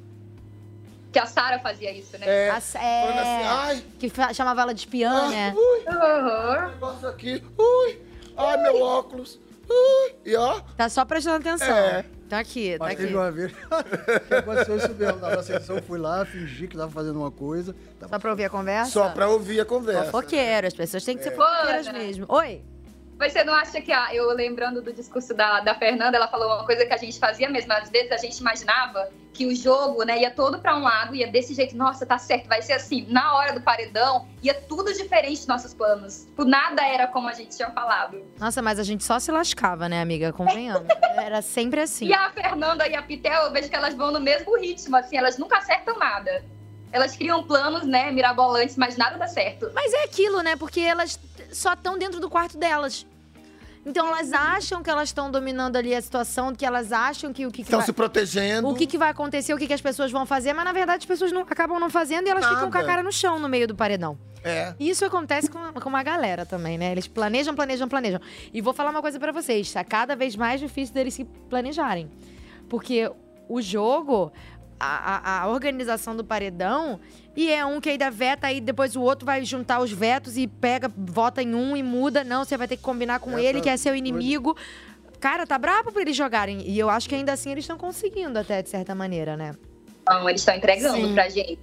[SPEAKER 17] Que a Sara fazia isso, né?
[SPEAKER 2] É.
[SPEAKER 1] A- é,
[SPEAKER 2] Falando assim, ai. Ah,
[SPEAKER 1] Que fa- chamava ela de piã, né?
[SPEAKER 2] Ui, negócio aqui, ui, ai meu óculos, ui, e ó.
[SPEAKER 1] Tá só prestando atenção.
[SPEAKER 3] É.
[SPEAKER 1] Tá aqui, tá
[SPEAKER 3] Mas
[SPEAKER 1] aqui.
[SPEAKER 3] teve uma vez <laughs> que aconteceu isso mesmo. Tava na sessão, fui lá, fingi que tava fazendo uma coisa. Tava...
[SPEAKER 1] Só pra ouvir a conversa?
[SPEAKER 2] Só pra ouvir a conversa.
[SPEAKER 1] Fofoqueiro, as pessoas têm que ser
[SPEAKER 3] É.
[SPEAKER 1] fofoqueiras mesmo. Oi?
[SPEAKER 17] Mas você não acha que a- eu lembrando do discurso da, da Fernanda, ela falou uma coisa que a gente fazia mesmo. Às vezes a gente imaginava que o jogo né, ia todo para um lado, ia desse jeito, nossa, tá certo, vai ser assim. Na hora do paredão, ia tudo diferente dos nossos planos. Tipo, nada era como a gente tinha falado.
[SPEAKER 1] Nossa, mas a gente só se lascava, né, amiga? Convenhamos. Era sempre assim.
[SPEAKER 17] <laughs> E a Fernanda e a Pitel, eu vejo que elas vão no mesmo ritmo, assim, elas nunca acertam nada. Elas criam planos, né, mirabolantes, mas nada dá certo.
[SPEAKER 1] Mas é aquilo, né? Porque elas só estão dentro do quarto delas. Então elas acham que elas estão dominando ali a situação, que elas acham que o que, que
[SPEAKER 2] Estão
[SPEAKER 1] vai-
[SPEAKER 2] se protegendo.
[SPEAKER 1] o que, que vai acontecer, o que, que as pessoas vão fazer, mas na verdade as pessoas não, acabam não fazendo e elas ficam com a
[SPEAKER 2] Nada.
[SPEAKER 1] cara no chão no meio do paredão.
[SPEAKER 2] É.
[SPEAKER 1] E Isso acontece com, com uma galera também, né? Eles planejam, planejam, planejam. E vou falar uma coisa pra vocês: tá cada vez mais difícil deles se planejarem. Porque o jogo, a, a- a organização do paredão, e é um que ainda veta, aí depois o outro vai juntar os vetos e pega, vota em um e muda. Não, você vai ter que combinar com
[SPEAKER 8] É,
[SPEAKER 1] ele,
[SPEAKER 8] tá
[SPEAKER 1] que é seu
[SPEAKER 8] doido.
[SPEAKER 1] inimigo. Cara, tá brabo pra eles jogarem. E eu acho que ainda assim eles estão conseguindo, até de certa maneira, né?
[SPEAKER 17] Então, eles estão entregando
[SPEAKER 1] Sim.
[SPEAKER 17] pra gente.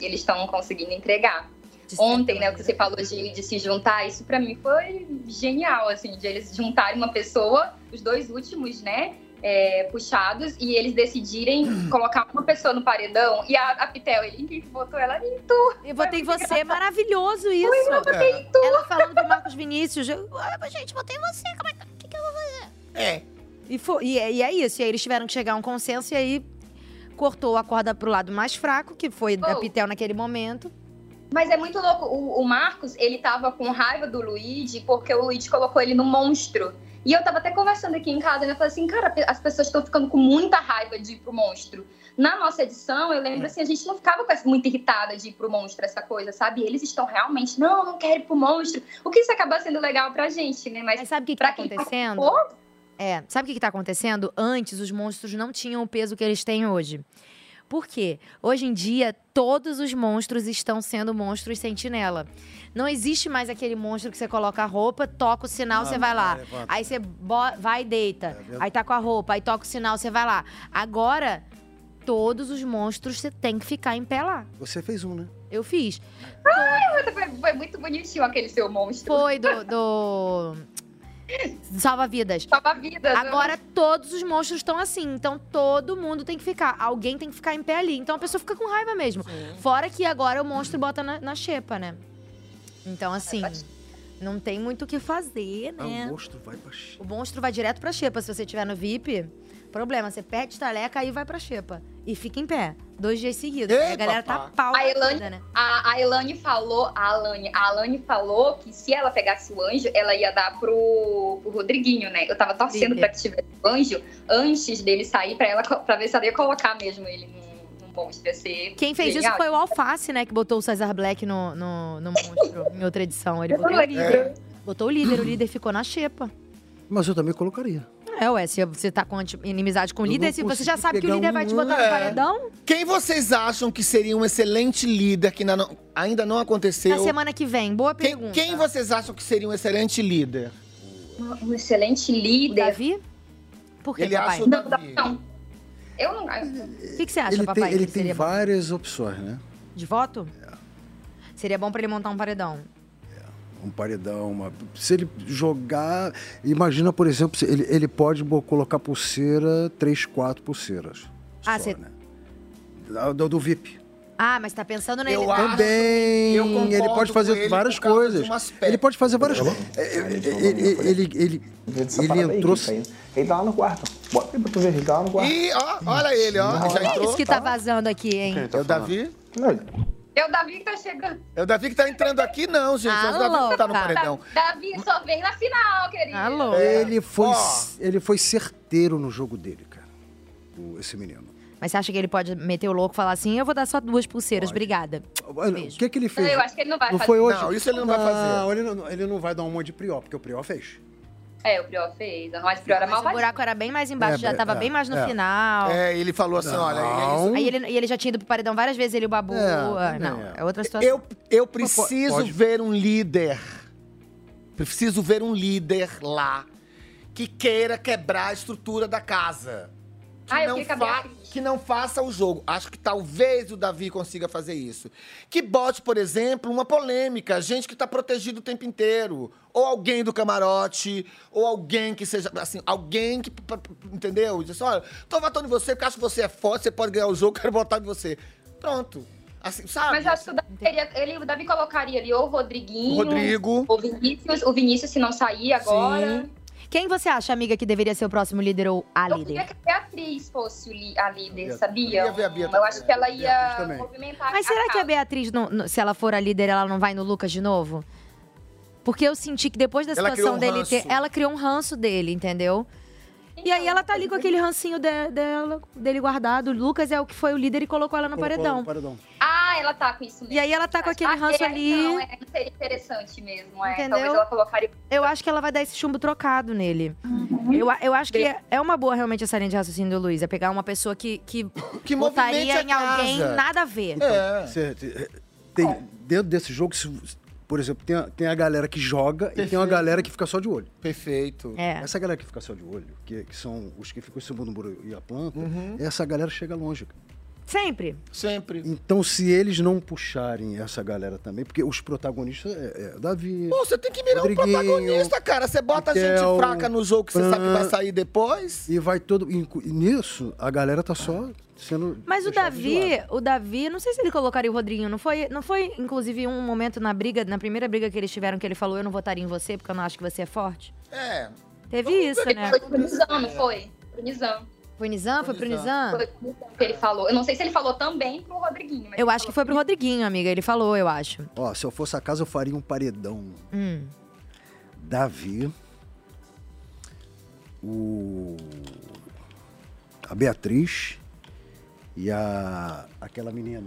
[SPEAKER 17] Eles estão conseguindo entregar. Ontem, né, o que você falou de, de se juntar, isso pra mim foi genial, assim, de eles juntarem uma pessoa, os dois últimos, né, é, puxados, e eles
[SPEAKER 1] <clears throat>
[SPEAKER 17] decidirem colocar uma pessoa no paredão, e a, a Pitel, ele "Quem que botou ela em tu.
[SPEAKER 1] Eu votei em você, é maravilhoso isso.
[SPEAKER 17] Ui, eu
[SPEAKER 1] É.
[SPEAKER 17] votei em tu.
[SPEAKER 1] Ela falando pro Marcos Vinícius, eu, "Ah, mas, gente, votei em você, como é que, o que que eu vou fazer?
[SPEAKER 2] É.
[SPEAKER 1] E, foi, e, é- e é isso, e aí eles tiveram que chegar a um consenso, e aí cortou a corda pro lado mais fraco, que foi da
[SPEAKER 17] Oh.
[SPEAKER 1] Pitel naquele momento.
[SPEAKER 17] Mas é muito louco. O, o Marcos, ele tava com raiva do Luigi porque o Luigi colocou ele no monstro. E eu tava até conversando aqui em casa, né? Eu falei assim, cara, pe- as pessoas estão ficando com muita raiva de ir pro monstro. Na nossa edição, eu lembro assim, a gente não ficava com essa- muito irritada de ir pro monstro, essa coisa, sabe? Eles estão realmente, não, não quero ir pro monstro. O que isso acaba sendo legal pra gente, né? Mas,
[SPEAKER 1] sabe o que,
[SPEAKER 17] pra
[SPEAKER 1] tá
[SPEAKER 17] quem
[SPEAKER 1] acontecendo?
[SPEAKER 17] participou,
[SPEAKER 1] É, sabe o que, que tá acontecendo? Antes, os monstros não tinham o peso que eles têm hoje. Por quê? Hoje em dia, todos os monstros estão sendo monstros sentinela. Não existe mais aquele monstro que você coloca a roupa, toca o sinal,
[SPEAKER 8] Ah,
[SPEAKER 1] você vai lá.
[SPEAKER 8] é, bota.
[SPEAKER 1] aí você bo- vai e deita.
[SPEAKER 3] É,
[SPEAKER 8] verdade.
[SPEAKER 1] aí tá com a roupa, aí toca o sinal, você vai lá. Agora, todos os monstros você tem que ficar em pé lá.
[SPEAKER 3] Você fez um, né?
[SPEAKER 1] Eu fiz.
[SPEAKER 17] Ai, foi, foi muito bonitinho aquele seu monstro.
[SPEAKER 1] Foi do.
[SPEAKER 17] <laughs>
[SPEAKER 1] do... Salva-vidas.
[SPEAKER 17] Salva-vidas. né?
[SPEAKER 1] Agora todos os monstros estão assim. Então todo mundo tem que ficar. Alguém tem que ficar em pé ali. Então a pessoa fica com raiva mesmo. Fora que agora o monstro bota na, na xepa, né?
[SPEAKER 17] É
[SPEAKER 1] Então, assim. Não tem muito o que fazer,
[SPEAKER 3] Ah, o
[SPEAKER 1] né?
[SPEAKER 3] monstro vai pra chi-
[SPEAKER 1] O monstro vai direto pra xepa. Se você tiver no VIP, problema. Você perde estaleca e vai pra xepa. E fica em pé. Dois dias seguidos. a galera tá pau.
[SPEAKER 17] A
[SPEAKER 1] da
[SPEAKER 17] Elane,
[SPEAKER 1] vida, né?
[SPEAKER 17] a, a Elane falou, a Alane, a Alane falou que se ela pegasse o anjo, ela ia dar pro, pro Rodriguinho, né? Eu tava torcendo
[SPEAKER 1] Sim.
[SPEAKER 17] pra que tivesse o anjo antes dele sair pra ela co- pra ver se ela ia colocar mesmo ele no, no monstro. Ia ser
[SPEAKER 1] Quem fez
[SPEAKER 17] genial.
[SPEAKER 1] isso foi o Alface, né? Que botou o Cesar Black no, no, no monstro em outra edição. Ele
[SPEAKER 17] Eu não
[SPEAKER 1] botou o
[SPEAKER 17] lembro.
[SPEAKER 1] líder. Botou o líder, o líder ficou na xepa.
[SPEAKER 3] É. Mas eu também colocaria.
[SPEAKER 1] É, ué, se você tá com anti- inimizade com o
[SPEAKER 3] Eu
[SPEAKER 1] líder,
[SPEAKER 3] não
[SPEAKER 1] é se você
[SPEAKER 3] consegui
[SPEAKER 1] já sabe que o
[SPEAKER 3] pegar
[SPEAKER 1] líder
[SPEAKER 3] um
[SPEAKER 1] vai te botar no
[SPEAKER 2] É.
[SPEAKER 1] paredão,
[SPEAKER 2] Quem vocês acham que seria um excelente líder que ainda não, ainda não aconteceu?
[SPEAKER 1] na semana que vem. Boa
[SPEAKER 2] Quem-
[SPEAKER 1] pergunta.
[SPEAKER 2] quem vocês acham que seria um excelente líder?
[SPEAKER 17] Um- Um excelente líder.
[SPEAKER 1] Davi? Por
[SPEAKER 2] que, Ele papai? acha o
[SPEAKER 17] Não, não. Eu não.
[SPEAKER 1] O que, que você acha,
[SPEAKER 3] ele
[SPEAKER 1] papai?
[SPEAKER 3] tem, ele
[SPEAKER 1] Ah, que
[SPEAKER 3] tem
[SPEAKER 1] seria bom?
[SPEAKER 3] várias opções, né?
[SPEAKER 1] De voto? Seria bom pra ele montar um paredão.
[SPEAKER 3] Um paredão, uma... Se ele jogar... Imagina, por exemplo, se ele, ele pode bo- colocar pulseira, três, quatro pulseiras.
[SPEAKER 1] Ah, você-
[SPEAKER 3] Da- Do, do VIP.
[SPEAKER 1] ah, mas tá pensando nele.
[SPEAKER 3] Também,
[SPEAKER 1] eu concordo
[SPEAKER 3] ele pode fazer
[SPEAKER 1] com ele
[SPEAKER 3] várias
[SPEAKER 1] por causa um
[SPEAKER 3] coisas. Ele pode fazer várias coisas.
[SPEAKER 15] É,
[SPEAKER 3] Ele, ele, ele, ele, ele entrou...
[SPEAKER 9] Ele tá lá no quarto. Bota ele pra tu ver, ele tá lá no quarto.
[SPEAKER 2] Ih, ó, olha ele, ó.
[SPEAKER 1] Quem é isso que tá vazando aqui, hein?
[SPEAKER 3] Então.
[SPEAKER 2] É o Davi?
[SPEAKER 17] É o Davi que tá chegando.
[SPEAKER 2] É o Davi que tá entrando aqui, não, gente. É o Davi
[SPEAKER 1] Ah,
[SPEAKER 2] que tá no paredão.
[SPEAKER 17] Davi só vem na final, querido.
[SPEAKER 3] Ele
[SPEAKER 1] É,
[SPEAKER 3] foi, ele foi certeiro no jogo dele, cara. o- Esse menino.
[SPEAKER 1] Mas você acha que ele pode meter o louco e falar assim, eu vou dar só duas pulseiras, obrigada.
[SPEAKER 3] Olha, O que, que ele fez?
[SPEAKER 1] Eu acho que ele não vai
[SPEAKER 3] não
[SPEAKER 1] fazer.
[SPEAKER 3] Foi hoje?
[SPEAKER 1] Não, isso ele não vai fazer.
[SPEAKER 3] Não, ele não, ele não vai dar um monte de prió, porque o prió fez.
[SPEAKER 17] É, o Prior fez. Mas o Prior era
[SPEAKER 1] Mas o
[SPEAKER 17] malvadinho.
[SPEAKER 1] buraco era bem mais embaixo,
[SPEAKER 3] É,
[SPEAKER 1] já tava
[SPEAKER 3] é,
[SPEAKER 1] bem mais no
[SPEAKER 3] é.
[SPEAKER 1] final.
[SPEAKER 2] É, ele falou assim, olha, é isso.
[SPEAKER 1] Aí ele, e ele já tinha ido pro paredão várias vezes, ele e o Babu. ah, não, é. outra situação.
[SPEAKER 2] Eu, eu preciso ver um líder. Preciso ver um líder lá que queira quebrar a estrutura da casa. Que
[SPEAKER 17] Ah, eu
[SPEAKER 2] não
[SPEAKER 17] fiquei
[SPEAKER 2] fa-
[SPEAKER 17] cabreira.
[SPEAKER 2] que não faça o jogo. Acho que talvez o Davi consiga fazer isso. Que bote, por exemplo, uma polêmica, gente que está protegida o tempo inteiro. Ou alguém do camarote, ou alguém que seja, assim, alguém que, p- p- entendeu? Diz assim, olha, tô votando em você porque acho que você é forte, você pode ganhar o jogo, <laughs> quero votar em você. Pronto. Assim, sabe?
[SPEAKER 17] Mas eu acho que o Davi, teria- ele, o Davi colocaria ali ou o Rodriguinho.
[SPEAKER 2] O Rodrigo.
[SPEAKER 17] O Vinícius, o Vinícius se não sair agora.
[SPEAKER 1] Quem você acha, amiga, que deveria ser o próximo líder ou a
[SPEAKER 17] Eu queria
[SPEAKER 1] líder?
[SPEAKER 17] que a Beatriz fosse o li- a líder,
[SPEAKER 1] Beatriz.
[SPEAKER 17] sabia?
[SPEAKER 1] Queria ver a Bia
[SPEAKER 17] eu
[SPEAKER 1] também.
[SPEAKER 17] acho que ela
[SPEAKER 1] Beatriz
[SPEAKER 17] ia
[SPEAKER 1] também.
[SPEAKER 17] movimentar
[SPEAKER 1] Mas
[SPEAKER 17] a
[SPEAKER 1] será que a
[SPEAKER 17] casa.
[SPEAKER 1] Beatriz, não- não- se ela for a líder, ela não vai no Lucas de novo? Porque eu senti que depois da
[SPEAKER 17] Ela
[SPEAKER 1] situação
[SPEAKER 17] criou um
[SPEAKER 1] dele ter.
[SPEAKER 17] ranço.
[SPEAKER 1] Ela criou um ranço dele, entendeu? E
[SPEAKER 17] Então,
[SPEAKER 1] aí ela tá ali com aquele rancinho de- dela, dele guardado. O Lucas é o que foi o líder e colocou ela no
[SPEAKER 3] Colocou
[SPEAKER 1] paredão.
[SPEAKER 3] no paredão.
[SPEAKER 17] Ah, ela tá com isso mesmo.
[SPEAKER 1] E aí ela tá com aquele
[SPEAKER 17] Ah,
[SPEAKER 1] ranço
[SPEAKER 17] é,
[SPEAKER 1] ali.
[SPEAKER 17] Não, é, seria interessante mesmo, é. Talvez
[SPEAKER 1] Entendeu?
[SPEAKER 17] ela colocaria...
[SPEAKER 1] Eu acho que ela vai dar esse chumbo trocado nele.
[SPEAKER 3] Uhum.
[SPEAKER 1] Eu, a- eu acho que é, é uma boa realmente essa linha de raciocínio do Luiz. É pegar uma pessoa que, que,
[SPEAKER 2] que
[SPEAKER 1] votaria
[SPEAKER 2] movimente
[SPEAKER 1] em
[SPEAKER 2] a
[SPEAKER 1] alguém
[SPEAKER 2] casa.
[SPEAKER 1] nada a
[SPEAKER 2] É.
[SPEAKER 1] ver.
[SPEAKER 3] Então, Cê- cê- tem- dentro desse jogo, se- por exemplo, tem a, tem a galera que joga e tem uma galera que fica só de olho.
[SPEAKER 2] Perfeito.
[SPEAKER 1] É.
[SPEAKER 3] Essa galera que fica só de olho, que, que são os que ficam em cima do muro e a planta, essa galera chega longe.
[SPEAKER 1] Sempre.
[SPEAKER 2] Uhum. Sempre.
[SPEAKER 3] Então, se eles não puxarem essa galera também, porque os protagonistas é, é Davi.
[SPEAKER 2] Pô, você tem que mirar um
[SPEAKER 3] Rodriguinho,
[SPEAKER 2] protagonista, cara. Você bota gente
[SPEAKER 3] Raquel,
[SPEAKER 2] fraca no jogo que você sabe que vai
[SPEAKER 3] Fran.
[SPEAKER 2] sair depois.
[SPEAKER 3] E vai todo. E, cu- e nisso, a galera tá só sendo.
[SPEAKER 1] Mas o
[SPEAKER 3] deixada de lado.
[SPEAKER 1] Davi, o Davi, não sei se ele colocaria o Rodriguinho. Não foi, não foi, inclusive, um momento na briga, na primeira briga que eles tiveram, que ele falou: Eu não votaria em você porque eu não acho que você é forte?
[SPEAKER 2] É.
[SPEAKER 1] Teve isso, né?
[SPEAKER 17] Foi pro Nizam, não foi? Pro Nizam.
[SPEAKER 1] Foi Nizam? Foi pro Nizam?
[SPEAKER 17] Foi pro Nizam que ele falou. Eu não sei se ele falou também pro Rodriguinho, mas
[SPEAKER 1] Eu acho que foi pro Rodriguinho, amiga. Ele falou, eu acho.
[SPEAKER 3] Ó, se eu fosse a casa, eu faria um paredão.
[SPEAKER 1] Hum.
[SPEAKER 3] Davi. O. A Beatriz. E a. Aquela menina.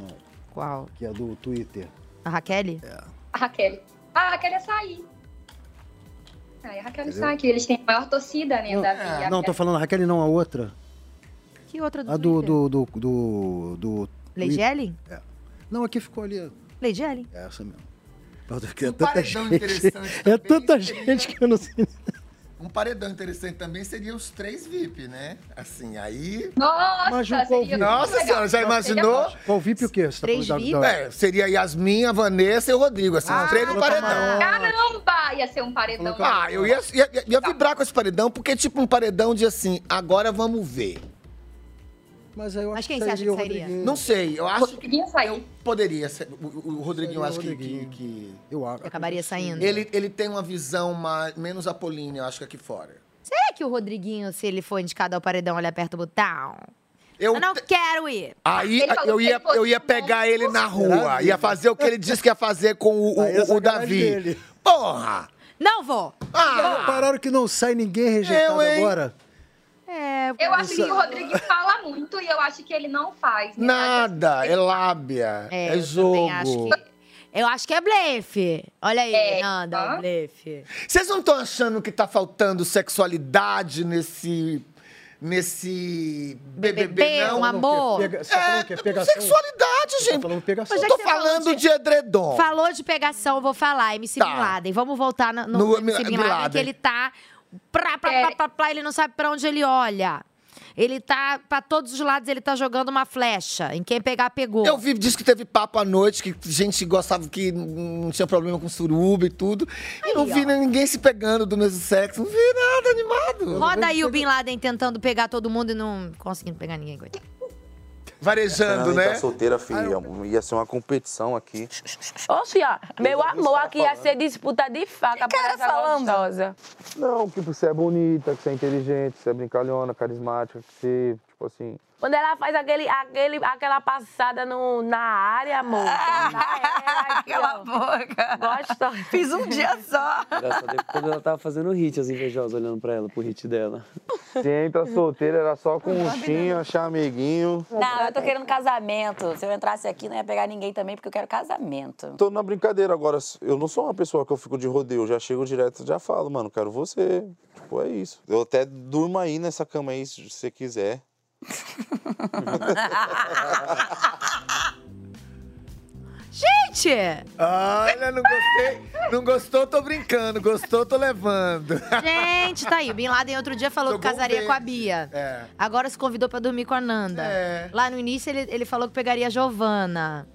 [SPEAKER 1] Qual?
[SPEAKER 3] Que é do Twitter. É.
[SPEAKER 1] A Raquel?
[SPEAKER 17] a Raquel. Ah, a Raquel ia sair. Ai, a Raquel não
[SPEAKER 3] Entendeu?
[SPEAKER 17] sai aqui. Eles têm a maior torcida, né, Davi? A
[SPEAKER 3] Não, tô falando a Raquel, não, a outra.
[SPEAKER 1] Que outra do
[SPEAKER 3] A do. do, do, do, do
[SPEAKER 1] Lady Ellen?
[SPEAKER 3] É. Não, aqui ficou ali.
[SPEAKER 1] Lady Ellen.
[SPEAKER 3] É essa mesmo. Nossa, porque É tanta
[SPEAKER 2] Um paredão
[SPEAKER 3] gente,
[SPEAKER 2] interessante
[SPEAKER 3] é tanta gente que eu não sei.
[SPEAKER 2] Um paredão interessante também seria os três VIP, né? Assim, aí.
[SPEAKER 17] Nossa, seria
[SPEAKER 2] Nossa
[SPEAKER 17] legal.
[SPEAKER 2] senhora, já imaginou?
[SPEAKER 3] Qual VIP o quê? Você tá
[SPEAKER 2] Três
[SPEAKER 3] falando da-
[SPEAKER 2] VIP?
[SPEAKER 3] da-
[SPEAKER 2] É, seria Yasmin, a Vanessa e o Rodrigo. Assim,
[SPEAKER 17] Ah,
[SPEAKER 2] os
[SPEAKER 17] tá
[SPEAKER 2] três no paredão.
[SPEAKER 17] Caramba, ia ser um paredão.
[SPEAKER 2] Ah, eu ia, ia, ia- ia vibrar com esse paredão, porque, tipo, um paredão de assim, agora vamos ver.
[SPEAKER 3] Mas aí eu acho
[SPEAKER 1] quem você acha que sairia?
[SPEAKER 2] Não sei, eu acho que
[SPEAKER 17] Rodriguinho saiu.
[SPEAKER 2] poderia ser. O, o- o Rodriguinho, eu acho que- que. que-
[SPEAKER 3] Eu acho.
[SPEAKER 1] Acabaria saindo.
[SPEAKER 2] Ele, ele tem uma visão mais, menos apolínea, eu acho que aqui fora.
[SPEAKER 1] Será que o Rodriguinho, se ele for indicado ao paredão, ele aperta o botão?
[SPEAKER 2] Eu,
[SPEAKER 1] não quero ir.
[SPEAKER 2] Aí
[SPEAKER 1] Ele falou
[SPEAKER 2] eu
[SPEAKER 1] que
[SPEAKER 2] ia,
[SPEAKER 1] ele fosse um
[SPEAKER 2] eu ia pegar ele na rua, ia fazer o que ele disse que ia fazer com o, o-
[SPEAKER 3] Aí é
[SPEAKER 2] o Davi.
[SPEAKER 3] sacanagem dele.
[SPEAKER 2] Porra!
[SPEAKER 1] Não vou!
[SPEAKER 3] Ah, pararam que não sai ninguém rejeitado
[SPEAKER 2] Eu, hein?
[SPEAKER 3] agora?
[SPEAKER 1] É,
[SPEAKER 17] Eu acho que
[SPEAKER 3] Isso-
[SPEAKER 17] o Rodriguinho fala muito e eu acho que ele não faz. né?
[SPEAKER 2] Nada, é lábia,
[SPEAKER 1] É, eu
[SPEAKER 2] é,
[SPEAKER 1] também
[SPEAKER 2] jogo.
[SPEAKER 1] acho que- Eu acho que é blefe. Olha aí, Nanda, é blefe.
[SPEAKER 2] Vocês não estão achando que tá faltando sexualidade nesse. nesse. BBB,
[SPEAKER 1] BBB,
[SPEAKER 2] não?
[SPEAKER 1] um amor.
[SPEAKER 2] É,
[SPEAKER 1] Você tá falando que é pegação?
[SPEAKER 2] sexualidade, gente.
[SPEAKER 3] falando
[SPEAKER 1] Mas já
[SPEAKER 2] Eu tô
[SPEAKER 1] que é você falou
[SPEAKER 2] falando de...
[SPEAKER 1] de-
[SPEAKER 2] edredom.
[SPEAKER 1] Falou de pegação, vou falar. MC
[SPEAKER 2] Tá.
[SPEAKER 1] Bin Laden. Vamos voltar no, no,
[SPEAKER 2] No
[SPEAKER 1] MC Bin
[SPEAKER 2] Bin
[SPEAKER 1] Laden,
[SPEAKER 2] Laden.
[SPEAKER 1] que ele tá... Pra, pra, pra, pra, pra, ele não sabe pra onde ele olha. Ele tá... Pra todos os lados, ele tá jogando uma flecha. Em quem pegar, pegou.
[SPEAKER 2] Eu vi, diz que teve papo à noite, que gente gostava que não tinha problema com suruba e tudo. e não vi nem ninguém se pegando do mesmo sexo. Não vi nada animado.
[SPEAKER 1] Roda aí o Bin Laden tentando pegar todo mundo e não conseguindo pegar ninguém, coitado.
[SPEAKER 2] Varejando,
[SPEAKER 20] Fernanda
[SPEAKER 2] né?
[SPEAKER 20] Tá solteira, filha. Ia ser uma competição aqui.
[SPEAKER 5] Ô, Fia, meu
[SPEAKER 20] ouvi os
[SPEAKER 5] amor,
[SPEAKER 20] caras
[SPEAKER 5] aqui ia
[SPEAKER 20] falando.
[SPEAKER 5] ser disputa de faca para essa gostosa.
[SPEAKER 20] Não, que você é bonita, que você é inteligente, que você é brincalhona, carismática, que você, tipo assim.
[SPEAKER 5] Quando ela faz aquele, aquele, aquela passada no, na área, amor. Ah, Cala a boca. Gosta. Fiz um dia só.
[SPEAKER 24] Engraçado é que quando ela tava fazendo hit,
[SPEAKER 14] assim,
[SPEAKER 24] as invejosas olhando pra ela, pro hit dela.
[SPEAKER 20] Se entra solteira, era só com um chinho, achar amiguinho.
[SPEAKER 22] Não, eu tô querendo casamento. Se eu entrasse aqui, não ia pegar ninguém também, porque eu
[SPEAKER 20] <laughs>
[SPEAKER 22] quero casamento.
[SPEAKER 20] Tô na brincadeira agora. Eu não sou uma pessoa que eu fico de rodeio. Eu já chego direto já falo, mano, quero você. Tipo, é isso. Eu até durmo aí nessa cama aí, se você quiser.
[SPEAKER 1] Gente,
[SPEAKER 8] Gente!
[SPEAKER 2] Olha, não gostei. Não gostou, tô brincando. Gostou, tô levando.
[SPEAKER 1] Gente, tá aí. Bin Laden outro dia falou que
[SPEAKER 2] Jogou um
[SPEAKER 1] casaria
[SPEAKER 2] verde.
[SPEAKER 1] com a Bia.
[SPEAKER 2] É.
[SPEAKER 1] Agora se convidou pra dormir com a Nanda.
[SPEAKER 2] É.
[SPEAKER 1] Lá no início ele, ele falou que pegaria a Giovana.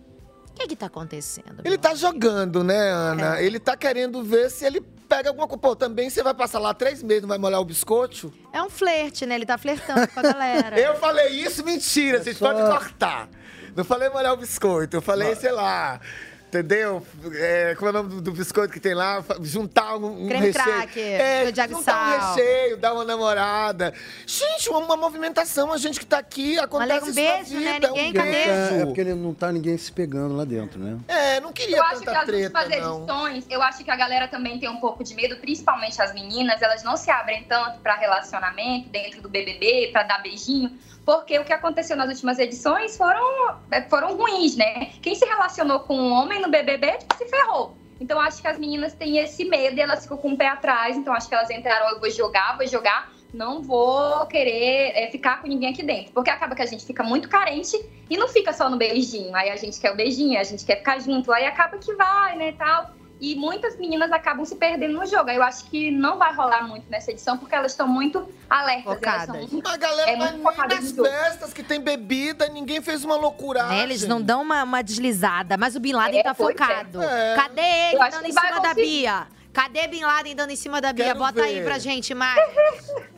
[SPEAKER 1] O que que tá acontecendo?
[SPEAKER 2] Ele tá jogando, né,
[SPEAKER 1] É.
[SPEAKER 2] Ana? Ele tá querendo ver se ele pega alguma coisa. Pô, também você vai passar lá três meses, não vai molhar o biscoito?
[SPEAKER 1] É um flerte, né? Ele tá flertando
[SPEAKER 2] <laughs>
[SPEAKER 1] com a galera.
[SPEAKER 2] Eu falei isso, mentira. Vocês podem cortar. Não falei molhar o biscoito, eu falei, sei lá. Entendeu? É, como é o nome do, do biscoito que tem lá? Fa- Juntar um, um
[SPEAKER 1] Creme
[SPEAKER 2] recheio.
[SPEAKER 1] cracker,
[SPEAKER 2] é,
[SPEAKER 1] de água e
[SPEAKER 2] juntar um
[SPEAKER 1] sal.
[SPEAKER 2] recheio, dar uma namorada. Gente, uma, uma movimentação, a gente que tá aqui, acontece
[SPEAKER 1] um
[SPEAKER 2] isso na
[SPEAKER 1] beijo, né?
[SPEAKER 2] vida,
[SPEAKER 1] Ninguém-
[SPEAKER 2] um
[SPEAKER 3] Porque não tá-
[SPEAKER 2] beijo.
[SPEAKER 3] É porque ele não tá ninguém se pegando lá dentro, né?
[SPEAKER 2] É, não queria
[SPEAKER 17] eu acho
[SPEAKER 2] tanta
[SPEAKER 17] que as
[SPEAKER 2] treta,
[SPEAKER 17] últimas
[SPEAKER 2] não.
[SPEAKER 17] edições, eu acho que a galera também tem um pouco de medo, principalmente as meninas, elas não se abrem tanto pra relacionamento dentro do BBB, pra dar beijinho, porque o que aconteceu nas últimas edições foram, eh, foram ruins, né? Quem se relacionou com um homem no BBB tipo, se ferrou. Então acho que as meninas têm esse medo e elas ficam com o pé atrás, então acho que elas entraram, eu vou jogar, vou jogar. Não vou querer eh, ficar com ninguém aqui dentro. Porque acaba que a gente fica muito carente e não fica só no beijinho. Aí a gente quer o beijinho, a gente quer ficar junto, aí acaba que vai, né, tal. E muitas meninas acabam se perdendo no jogo. Aí eu acho que não vai rolar muito nessa edição, porque elas estão muito alertas. Elas
[SPEAKER 1] Focadas.
[SPEAKER 17] são muito,
[SPEAKER 2] a galera
[SPEAKER 17] é
[SPEAKER 2] vai
[SPEAKER 17] muito
[SPEAKER 2] nem
[SPEAKER 17] focada
[SPEAKER 2] nas
[SPEAKER 17] no jogo.
[SPEAKER 2] festas que tem bebida, ninguém fez uma loucura.
[SPEAKER 1] Né, Eles não dão uma, uma deslizada, mas o Bin Laden
[SPEAKER 2] É,
[SPEAKER 1] tá
[SPEAKER 2] pois é.
[SPEAKER 1] focado.
[SPEAKER 2] É.
[SPEAKER 1] Cadê ele
[SPEAKER 2] Eu acho
[SPEAKER 1] dando
[SPEAKER 2] que
[SPEAKER 1] em
[SPEAKER 2] vai
[SPEAKER 1] cima da
[SPEAKER 2] conseguir.
[SPEAKER 1] Bia? Cadê Bin Laden dando em cima da Bia?
[SPEAKER 4] Quero
[SPEAKER 1] Bota aí
[SPEAKER 4] ver.
[SPEAKER 1] pra gente, Mari.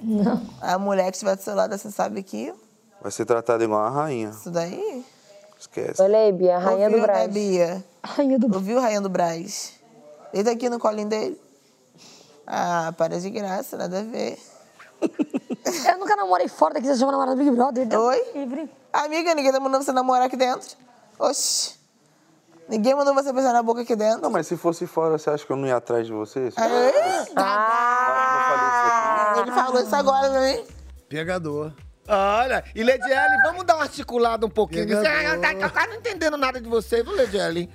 [SPEAKER 2] <laughs>
[SPEAKER 4] A mulher que estiver do seu lado, você sabe que
[SPEAKER 20] Vai ser tratado igual uma rainha.
[SPEAKER 4] isso daí.
[SPEAKER 20] Esquece.
[SPEAKER 4] Olha aí, Bia,
[SPEAKER 15] rainha do
[SPEAKER 4] Né,
[SPEAKER 15] Brás.
[SPEAKER 4] Bia? Rainha do Ouviu, rainha do Brás? Deita aqui no colinho dele. Ah, para de graça, nada a ver. Eu nunca namorei fora daqui, você chama namorada do Big Brother. então Oi? Amiga, ninguém tá mandando você namorar aqui dentro. Oxi. Ninguém mandou você beijar na boca aqui dentro.
[SPEAKER 20] Não, mas se fosse fora, você acha que eu não ia atrás de vocês?
[SPEAKER 25] É.
[SPEAKER 17] Ah,
[SPEAKER 4] Ele falou isso agora, né?
[SPEAKER 2] Pegador. Olha, e Lediele, vamos dar uma articulada um pouquinho.
[SPEAKER 17] Pegador.
[SPEAKER 2] Eu tá, tá quase não entendendo nada de você, viu, Lediele?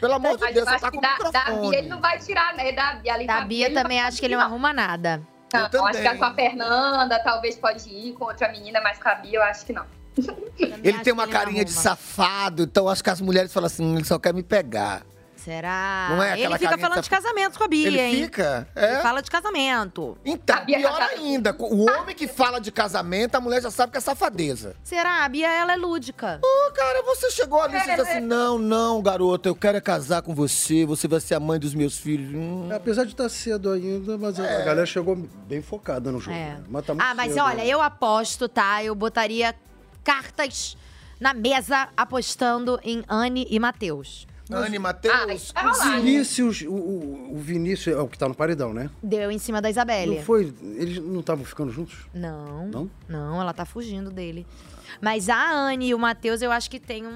[SPEAKER 2] Pelo amor de
[SPEAKER 17] Mas
[SPEAKER 2] Deus,
[SPEAKER 17] eu
[SPEAKER 2] você
[SPEAKER 17] acho
[SPEAKER 2] tá com o
[SPEAKER 17] que da, da Bia ele
[SPEAKER 2] microfone.
[SPEAKER 17] não vai tirar, né? Da Bia, ali,
[SPEAKER 1] Da Bia também acho que ele não arruma nada.
[SPEAKER 17] Não, eu acho que é com a Fernanda, talvez pode ir com outra menina, mas com a Bia eu acho que não.
[SPEAKER 2] Ele tem uma
[SPEAKER 1] é um
[SPEAKER 2] carinha de safado, então acho que as mulheres falam assim, ele só quer me pegar.
[SPEAKER 1] Será?
[SPEAKER 2] Não é
[SPEAKER 1] ele
[SPEAKER 2] aquela
[SPEAKER 1] fica
[SPEAKER 2] carinha
[SPEAKER 1] falando
[SPEAKER 2] saf-
[SPEAKER 1] de casamento com a Bia,
[SPEAKER 2] Ele
[SPEAKER 1] hein?
[SPEAKER 2] fica? É?
[SPEAKER 1] Ele fala de casamento.
[SPEAKER 2] Então, pior ainda, o homem que fala de casamento, a mulher já sabe que é safadeza.
[SPEAKER 1] Será? A Bia, ela é lúdica.
[SPEAKER 2] Ô, cara, você chegou ali e disse
[SPEAKER 1] <laughs>
[SPEAKER 2] assim, não, não, garoto, eu quero é casar com você, você vai ser a mãe dos meus filhos. Hum.
[SPEAKER 3] É, Apesar de estar cedo ainda, mas a galera chegou bem focada no jogo. né? Mas tá muito
[SPEAKER 1] É. Ah, mas
[SPEAKER 3] cedo.
[SPEAKER 1] olha, eu aposto, tá? Eu botaria cartas na mesa apostando em Anne e Matheus.
[SPEAKER 2] Anne, Matheus,
[SPEAKER 1] vai rolar,
[SPEAKER 3] O
[SPEAKER 1] né?
[SPEAKER 3] Vinícius, o, o, o Vinícius é o que tá no paredão, né?
[SPEAKER 1] Deu em cima da Isabelle.
[SPEAKER 3] Não foi? Eles não estavam ficando juntos?
[SPEAKER 1] Não.
[SPEAKER 3] Não?
[SPEAKER 1] Não, ela tá fugindo dele. Mas a Anne e o Matheus, eu acho que tem um,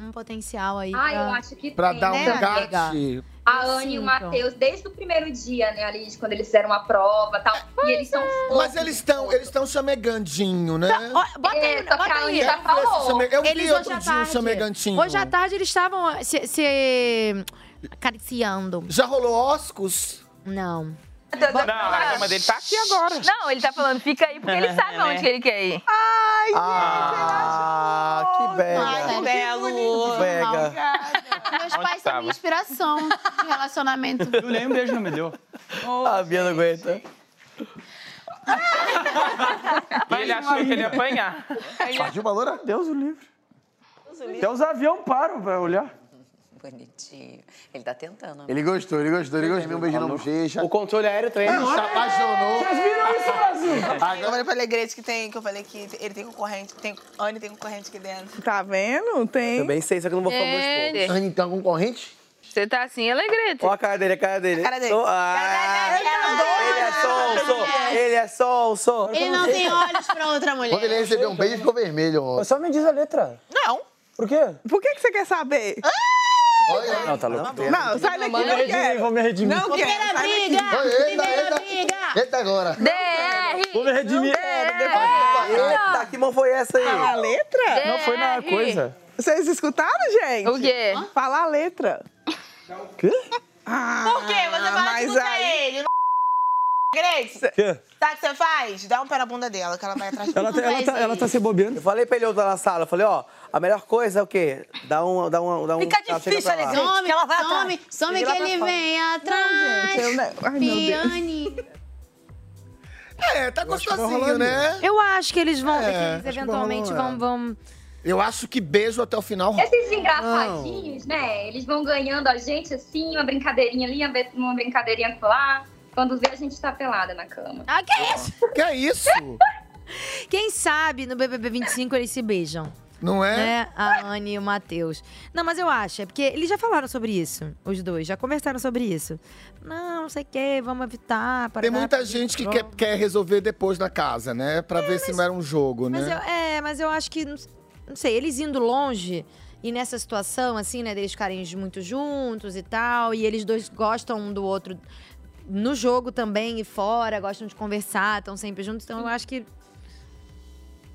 [SPEAKER 1] um- um potencial aí.
[SPEAKER 17] Ah,
[SPEAKER 1] pra-
[SPEAKER 17] eu acho que
[SPEAKER 2] pra
[SPEAKER 17] tem,
[SPEAKER 2] dar um
[SPEAKER 17] né, amiga?
[SPEAKER 15] é,
[SPEAKER 2] gate.
[SPEAKER 17] A Anne e o
[SPEAKER 1] sinto.
[SPEAKER 17] Matheus, desde o primeiro dia, né, ali, de quando eles fizeram a prova e tal. e eles
[SPEAKER 1] é.
[SPEAKER 17] são
[SPEAKER 2] Mas eles estão eles estão chamegandinho, né?
[SPEAKER 1] Tá, Bota aí,
[SPEAKER 17] É, só que
[SPEAKER 1] bota
[SPEAKER 17] a
[SPEAKER 1] aí.
[SPEAKER 17] Anne
[SPEAKER 2] é,
[SPEAKER 17] já falou.
[SPEAKER 2] Eu vi
[SPEAKER 1] Eles hoje
[SPEAKER 2] outro
[SPEAKER 1] à
[SPEAKER 2] dia um
[SPEAKER 1] tarde-
[SPEAKER 2] chamegantinho.
[SPEAKER 1] Hoje à tarde eles estavam se, se acariciando.
[SPEAKER 2] Já rolou Oscos?
[SPEAKER 1] Não.
[SPEAKER 26] Não, a cama dele tá aqui agora. Não, ele tá falando, fica aí, <laughs> porque ele sabe
[SPEAKER 15] É, né?
[SPEAKER 26] onde que ele quer ir.
[SPEAKER 15] Ai,
[SPEAKER 26] Ah, que
[SPEAKER 15] belo.
[SPEAKER 26] belo.
[SPEAKER 15] Pega.
[SPEAKER 12] Meus
[SPEAKER 15] Onde
[SPEAKER 12] pais são
[SPEAKER 15] tava?
[SPEAKER 12] minha inspiração de relacionamento.
[SPEAKER 15] Tu nem um beijo não me deu. a Bia não aguenta.
[SPEAKER 26] E ele achou que ele ia apanhar.
[SPEAKER 15] Partiu valor a Deus o livre. Até os aviões param pra olhar.
[SPEAKER 22] Bonitinho. Ele tá tentando.
[SPEAKER 15] Ele gostou, ele gostou, ele gostou. Um beijo na bochecha. O controle aéreo também. Ele se apaixonou. Vocês viram isso, Brasil?
[SPEAKER 4] Eu falei pra Alegrete que tem, que eu falei que ele tem concorrente, tem, Anne tem concorrente aqui dentro.
[SPEAKER 15] Tá vendo? Tem. Também sei, só que eu não vou falar muito
[SPEAKER 26] Gente.
[SPEAKER 15] pouco. Anne, então, concorrente?
[SPEAKER 26] Você tá assim, alegrete.
[SPEAKER 15] Ó a cara dele, a cara dele.
[SPEAKER 26] cara dele.
[SPEAKER 15] Tô- Ah, ele é sonso, ele é sonso.
[SPEAKER 12] Ele
[SPEAKER 23] assim.
[SPEAKER 12] não tem olhos pra outra mulher.
[SPEAKER 15] Quando ele recebeu um beijo, ficou vermelho. ó. Só me diz a letra.
[SPEAKER 12] Não.
[SPEAKER 15] Por quê?
[SPEAKER 25] Por que, que você quer saber?
[SPEAKER 15] Ah! Não, tá louco.
[SPEAKER 25] Não, sai daqui,
[SPEAKER 15] Vou me
[SPEAKER 25] não
[SPEAKER 15] redimir,
[SPEAKER 25] quero.
[SPEAKER 15] vou me redimir.
[SPEAKER 25] Não quero,
[SPEAKER 15] Primeira
[SPEAKER 25] sai daqui.
[SPEAKER 15] briga, Foi, eita, primeira eita.
[SPEAKER 12] briga.
[SPEAKER 15] Eita agora.
[SPEAKER 26] DR.
[SPEAKER 15] Vou me redimir. Tá É, Eita, que mão foi essa aí?
[SPEAKER 25] Fala a letra?
[SPEAKER 15] Não foi na coisa.
[SPEAKER 25] Vocês escutaram, gente?
[SPEAKER 26] O quê?
[SPEAKER 25] Fala a letra.
[SPEAKER 15] Quê?
[SPEAKER 25] Ah, Por quê? Você fala mas aí... ele. Grace,
[SPEAKER 27] Quê?
[SPEAKER 25] sabe o que você faz? Dá um pé na bunda dela, que ela vai atrás de
[SPEAKER 27] Ela tá, ela, tá, ela tá se bobeando.
[SPEAKER 15] Eu falei pra ele ontem lá na sala, eu falei, ó, a melhor coisa é o quê? Dá um. Dá um dá um
[SPEAKER 25] Fica
[SPEAKER 15] ela chega
[SPEAKER 25] difícil,
[SPEAKER 15] pra lá.
[SPEAKER 25] Alexandre.
[SPEAKER 12] Some,
[SPEAKER 25] que ela vai
[SPEAKER 12] some,
[SPEAKER 25] atrás.
[SPEAKER 12] some
[SPEAKER 25] Vira
[SPEAKER 12] que
[SPEAKER 25] pra
[SPEAKER 12] ele
[SPEAKER 25] fora.
[SPEAKER 12] vem
[SPEAKER 25] Não,
[SPEAKER 12] atrás.
[SPEAKER 25] gente, eu não- Ai, meu Deus.
[SPEAKER 12] Piane.
[SPEAKER 2] É, tá
[SPEAKER 1] rolando.
[SPEAKER 2] gostosinho, né?
[SPEAKER 1] Eu acho que eles vão,
[SPEAKER 2] É,
[SPEAKER 1] que eles
[SPEAKER 2] acho que
[SPEAKER 1] eventualmente
[SPEAKER 2] vai rolar.
[SPEAKER 1] vão, vão...
[SPEAKER 2] Eu acho que beijo até o final. rola.
[SPEAKER 17] Esses engraçadinhos, né? Eles vão ganhando a gente assim, uma brincadeirinha ali, uma be- uma brincadeirinha lá. Quando vê, a gente tá pelada na cama.
[SPEAKER 1] Ah, que isso?
[SPEAKER 2] Que é isso?
[SPEAKER 1] <laughs> Quem sabe no BBB 25 eles se beijam.
[SPEAKER 2] Não é?
[SPEAKER 1] Né? A Anne e o Matheus. Não, mas eu acho, é porque eles já falaram sobre isso, os dois, já conversaram sobre isso. Não, não sei o quê, vamos evitar.
[SPEAKER 2] Tem
[SPEAKER 1] parará,
[SPEAKER 2] muita gente que quer, quer resolver depois na casa, né? Pra ver se não era um jogo,
[SPEAKER 1] É, Mas
[SPEAKER 2] né?
[SPEAKER 1] eu, é, mas eu acho que, não s- não sei, eles indo longe e nessa situação, assim, né, deles ficarem ju- muito juntos e tal, e eles dois gostam um do outro no jogo também e fora, gostam de conversar, estão sempre juntos, então eu acho que.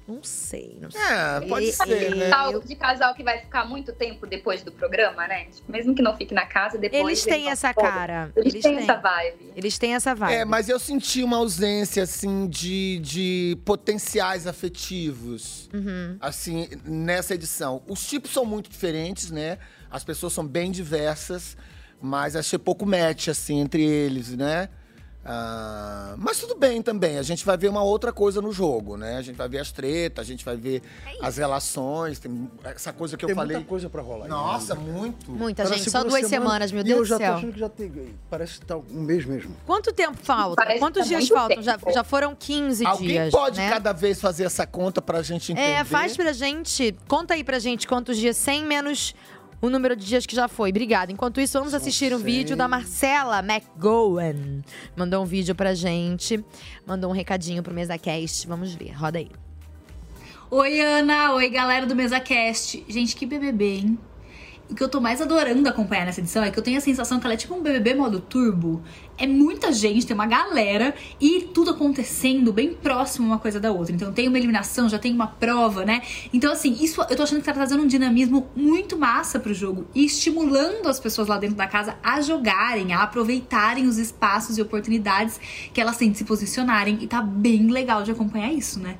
[SPEAKER 1] Não sei, não sei.
[SPEAKER 2] É, pode ser, né?
[SPEAKER 17] Tal de casal que vai ficar muito tempo depois do programa, né? Tipo, mesmo que não fique na casa, depois.
[SPEAKER 1] Eles têm
[SPEAKER 17] vão-
[SPEAKER 1] essa cara.
[SPEAKER 17] Eles,
[SPEAKER 1] Eles
[SPEAKER 17] têm,
[SPEAKER 1] têm.
[SPEAKER 17] essa vibe.
[SPEAKER 1] Eles têm essa vibe.
[SPEAKER 2] É, mas eu senti uma ausência, assim, de, de potenciais afetivos.
[SPEAKER 1] Uhum.
[SPEAKER 2] assim, nessa edição. Os tipos são muito diferentes, né? As pessoas são bem diversas, mas achei pouco match, assim, entre eles, né? Ah, mas tudo bem também, a gente vai ver uma outra coisa no jogo, né? A gente vai ver as tretas, a gente vai ver
[SPEAKER 1] É
[SPEAKER 2] as relações, tem essa coisa que eu
[SPEAKER 3] Tem
[SPEAKER 2] falei.
[SPEAKER 3] muita coisa pra rolar.
[SPEAKER 2] Nossa, muito.
[SPEAKER 1] é Muita,
[SPEAKER 3] Cara,
[SPEAKER 1] gente. Só
[SPEAKER 3] segura
[SPEAKER 1] duas
[SPEAKER 3] Tá semana,
[SPEAKER 1] semanas, meu
[SPEAKER 3] e
[SPEAKER 1] Deus
[SPEAKER 3] eu já
[SPEAKER 1] do céu.
[SPEAKER 3] Tô achando que já tem, parece que tá um mês mesmo.
[SPEAKER 1] Quanto tempo falta?
[SPEAKER 3] Parece que
[SPEAKER 1] Quantos
[SPEAKER 3] tá
[SPEAKER 1] dias
[SPEAKER 3] muito
[SPEAKER 1] faltam? Já,
[SPEAKER 3] tempo.
[SPEAKER 1] já foram 15
[SPEAKER 2] Alguém
[SPEAKER 1] dias.
[SPEAKER 2] pode
[SPEAKER 1] né?
[SPEAKER 2] cada vez fazer essa conta pra gente entender?
[SPEAKER 1] É, faz pra gente. Conta aí pra gente quantos dias, 100 menos o número de dias que já foi. Obrigada. Enquanto isso, vamos assistir um vídeo da Marcela McGowan. Mandou um vídeo pra gente, mandou um recadinho pro MesaCast. Vamos ver, roda aí.
[SPEAKER 11] Oi, Ana! Oi, galera do MesaCast! Gente, que BBB, hein? O que eu tô mais adorando acompanhar nessa edição é que eu tenho a sensação que ela é tipo um BBB modo turbo. É muita gente, tem uma galera e tudo acontecendo bem próximo uma coisa da outra. Então tem uma eliminação, já tem uma prova, né? Então assim, isso eu tô achando que tá trazendo um dinamismo muito massa pro jogo e estimulando as pessoas lá dentro da casa a jogarem, a aproveitarem os espaços e oportunidades que elas têm de se posicionarem e tá bem legal de acompanhar isso, né?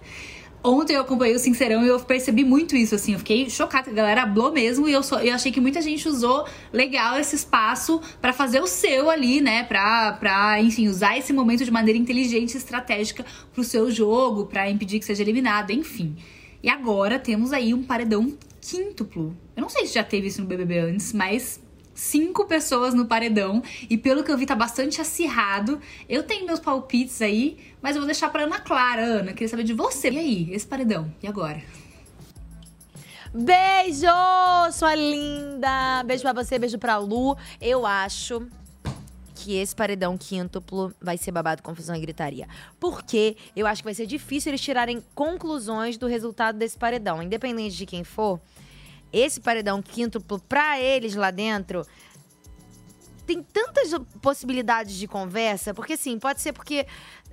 [SPEAKER 11] Ontem eu acompanhei o Sincerão e eu percebi muito isso, assim. Eu fiquei chocada, que a galera ablou mesmo. E eu, só, eu achei que muita gente usou legal esse espaço pra fazer o seu ali, né? Pra, pra, enfim, usar esse momento de maneira inteligente e estratégica pro seu jogo, pra impedir que seja eliminado, enfim. E agora temos aí um paredão quíntuplo. Eu não sei se já teve isso no BBB antes, mas cinco pessoas no paredão e pelo que eu vi tá bastante acirrado. Eu tenho meus palpites aí, mas eu vou deixar pra Ana Clara. Ana, queria saber de você. E aí, esse paredão? E agora?
[SPEAKER 1] Beijo, sua linda! Beijo pra você, beijo pra Lu. Eu acho que esse paredão quíntuplo vai ser babado, confusão e gritaria. Porque eu acho que vai ser difícil eles tirarem conclusões do resultado desse paredão. Independente de quem for, esse paredão quíntuplo, pra eles lá dentro, tem tantas possibilidades de conversa, porque assim, pode ser porque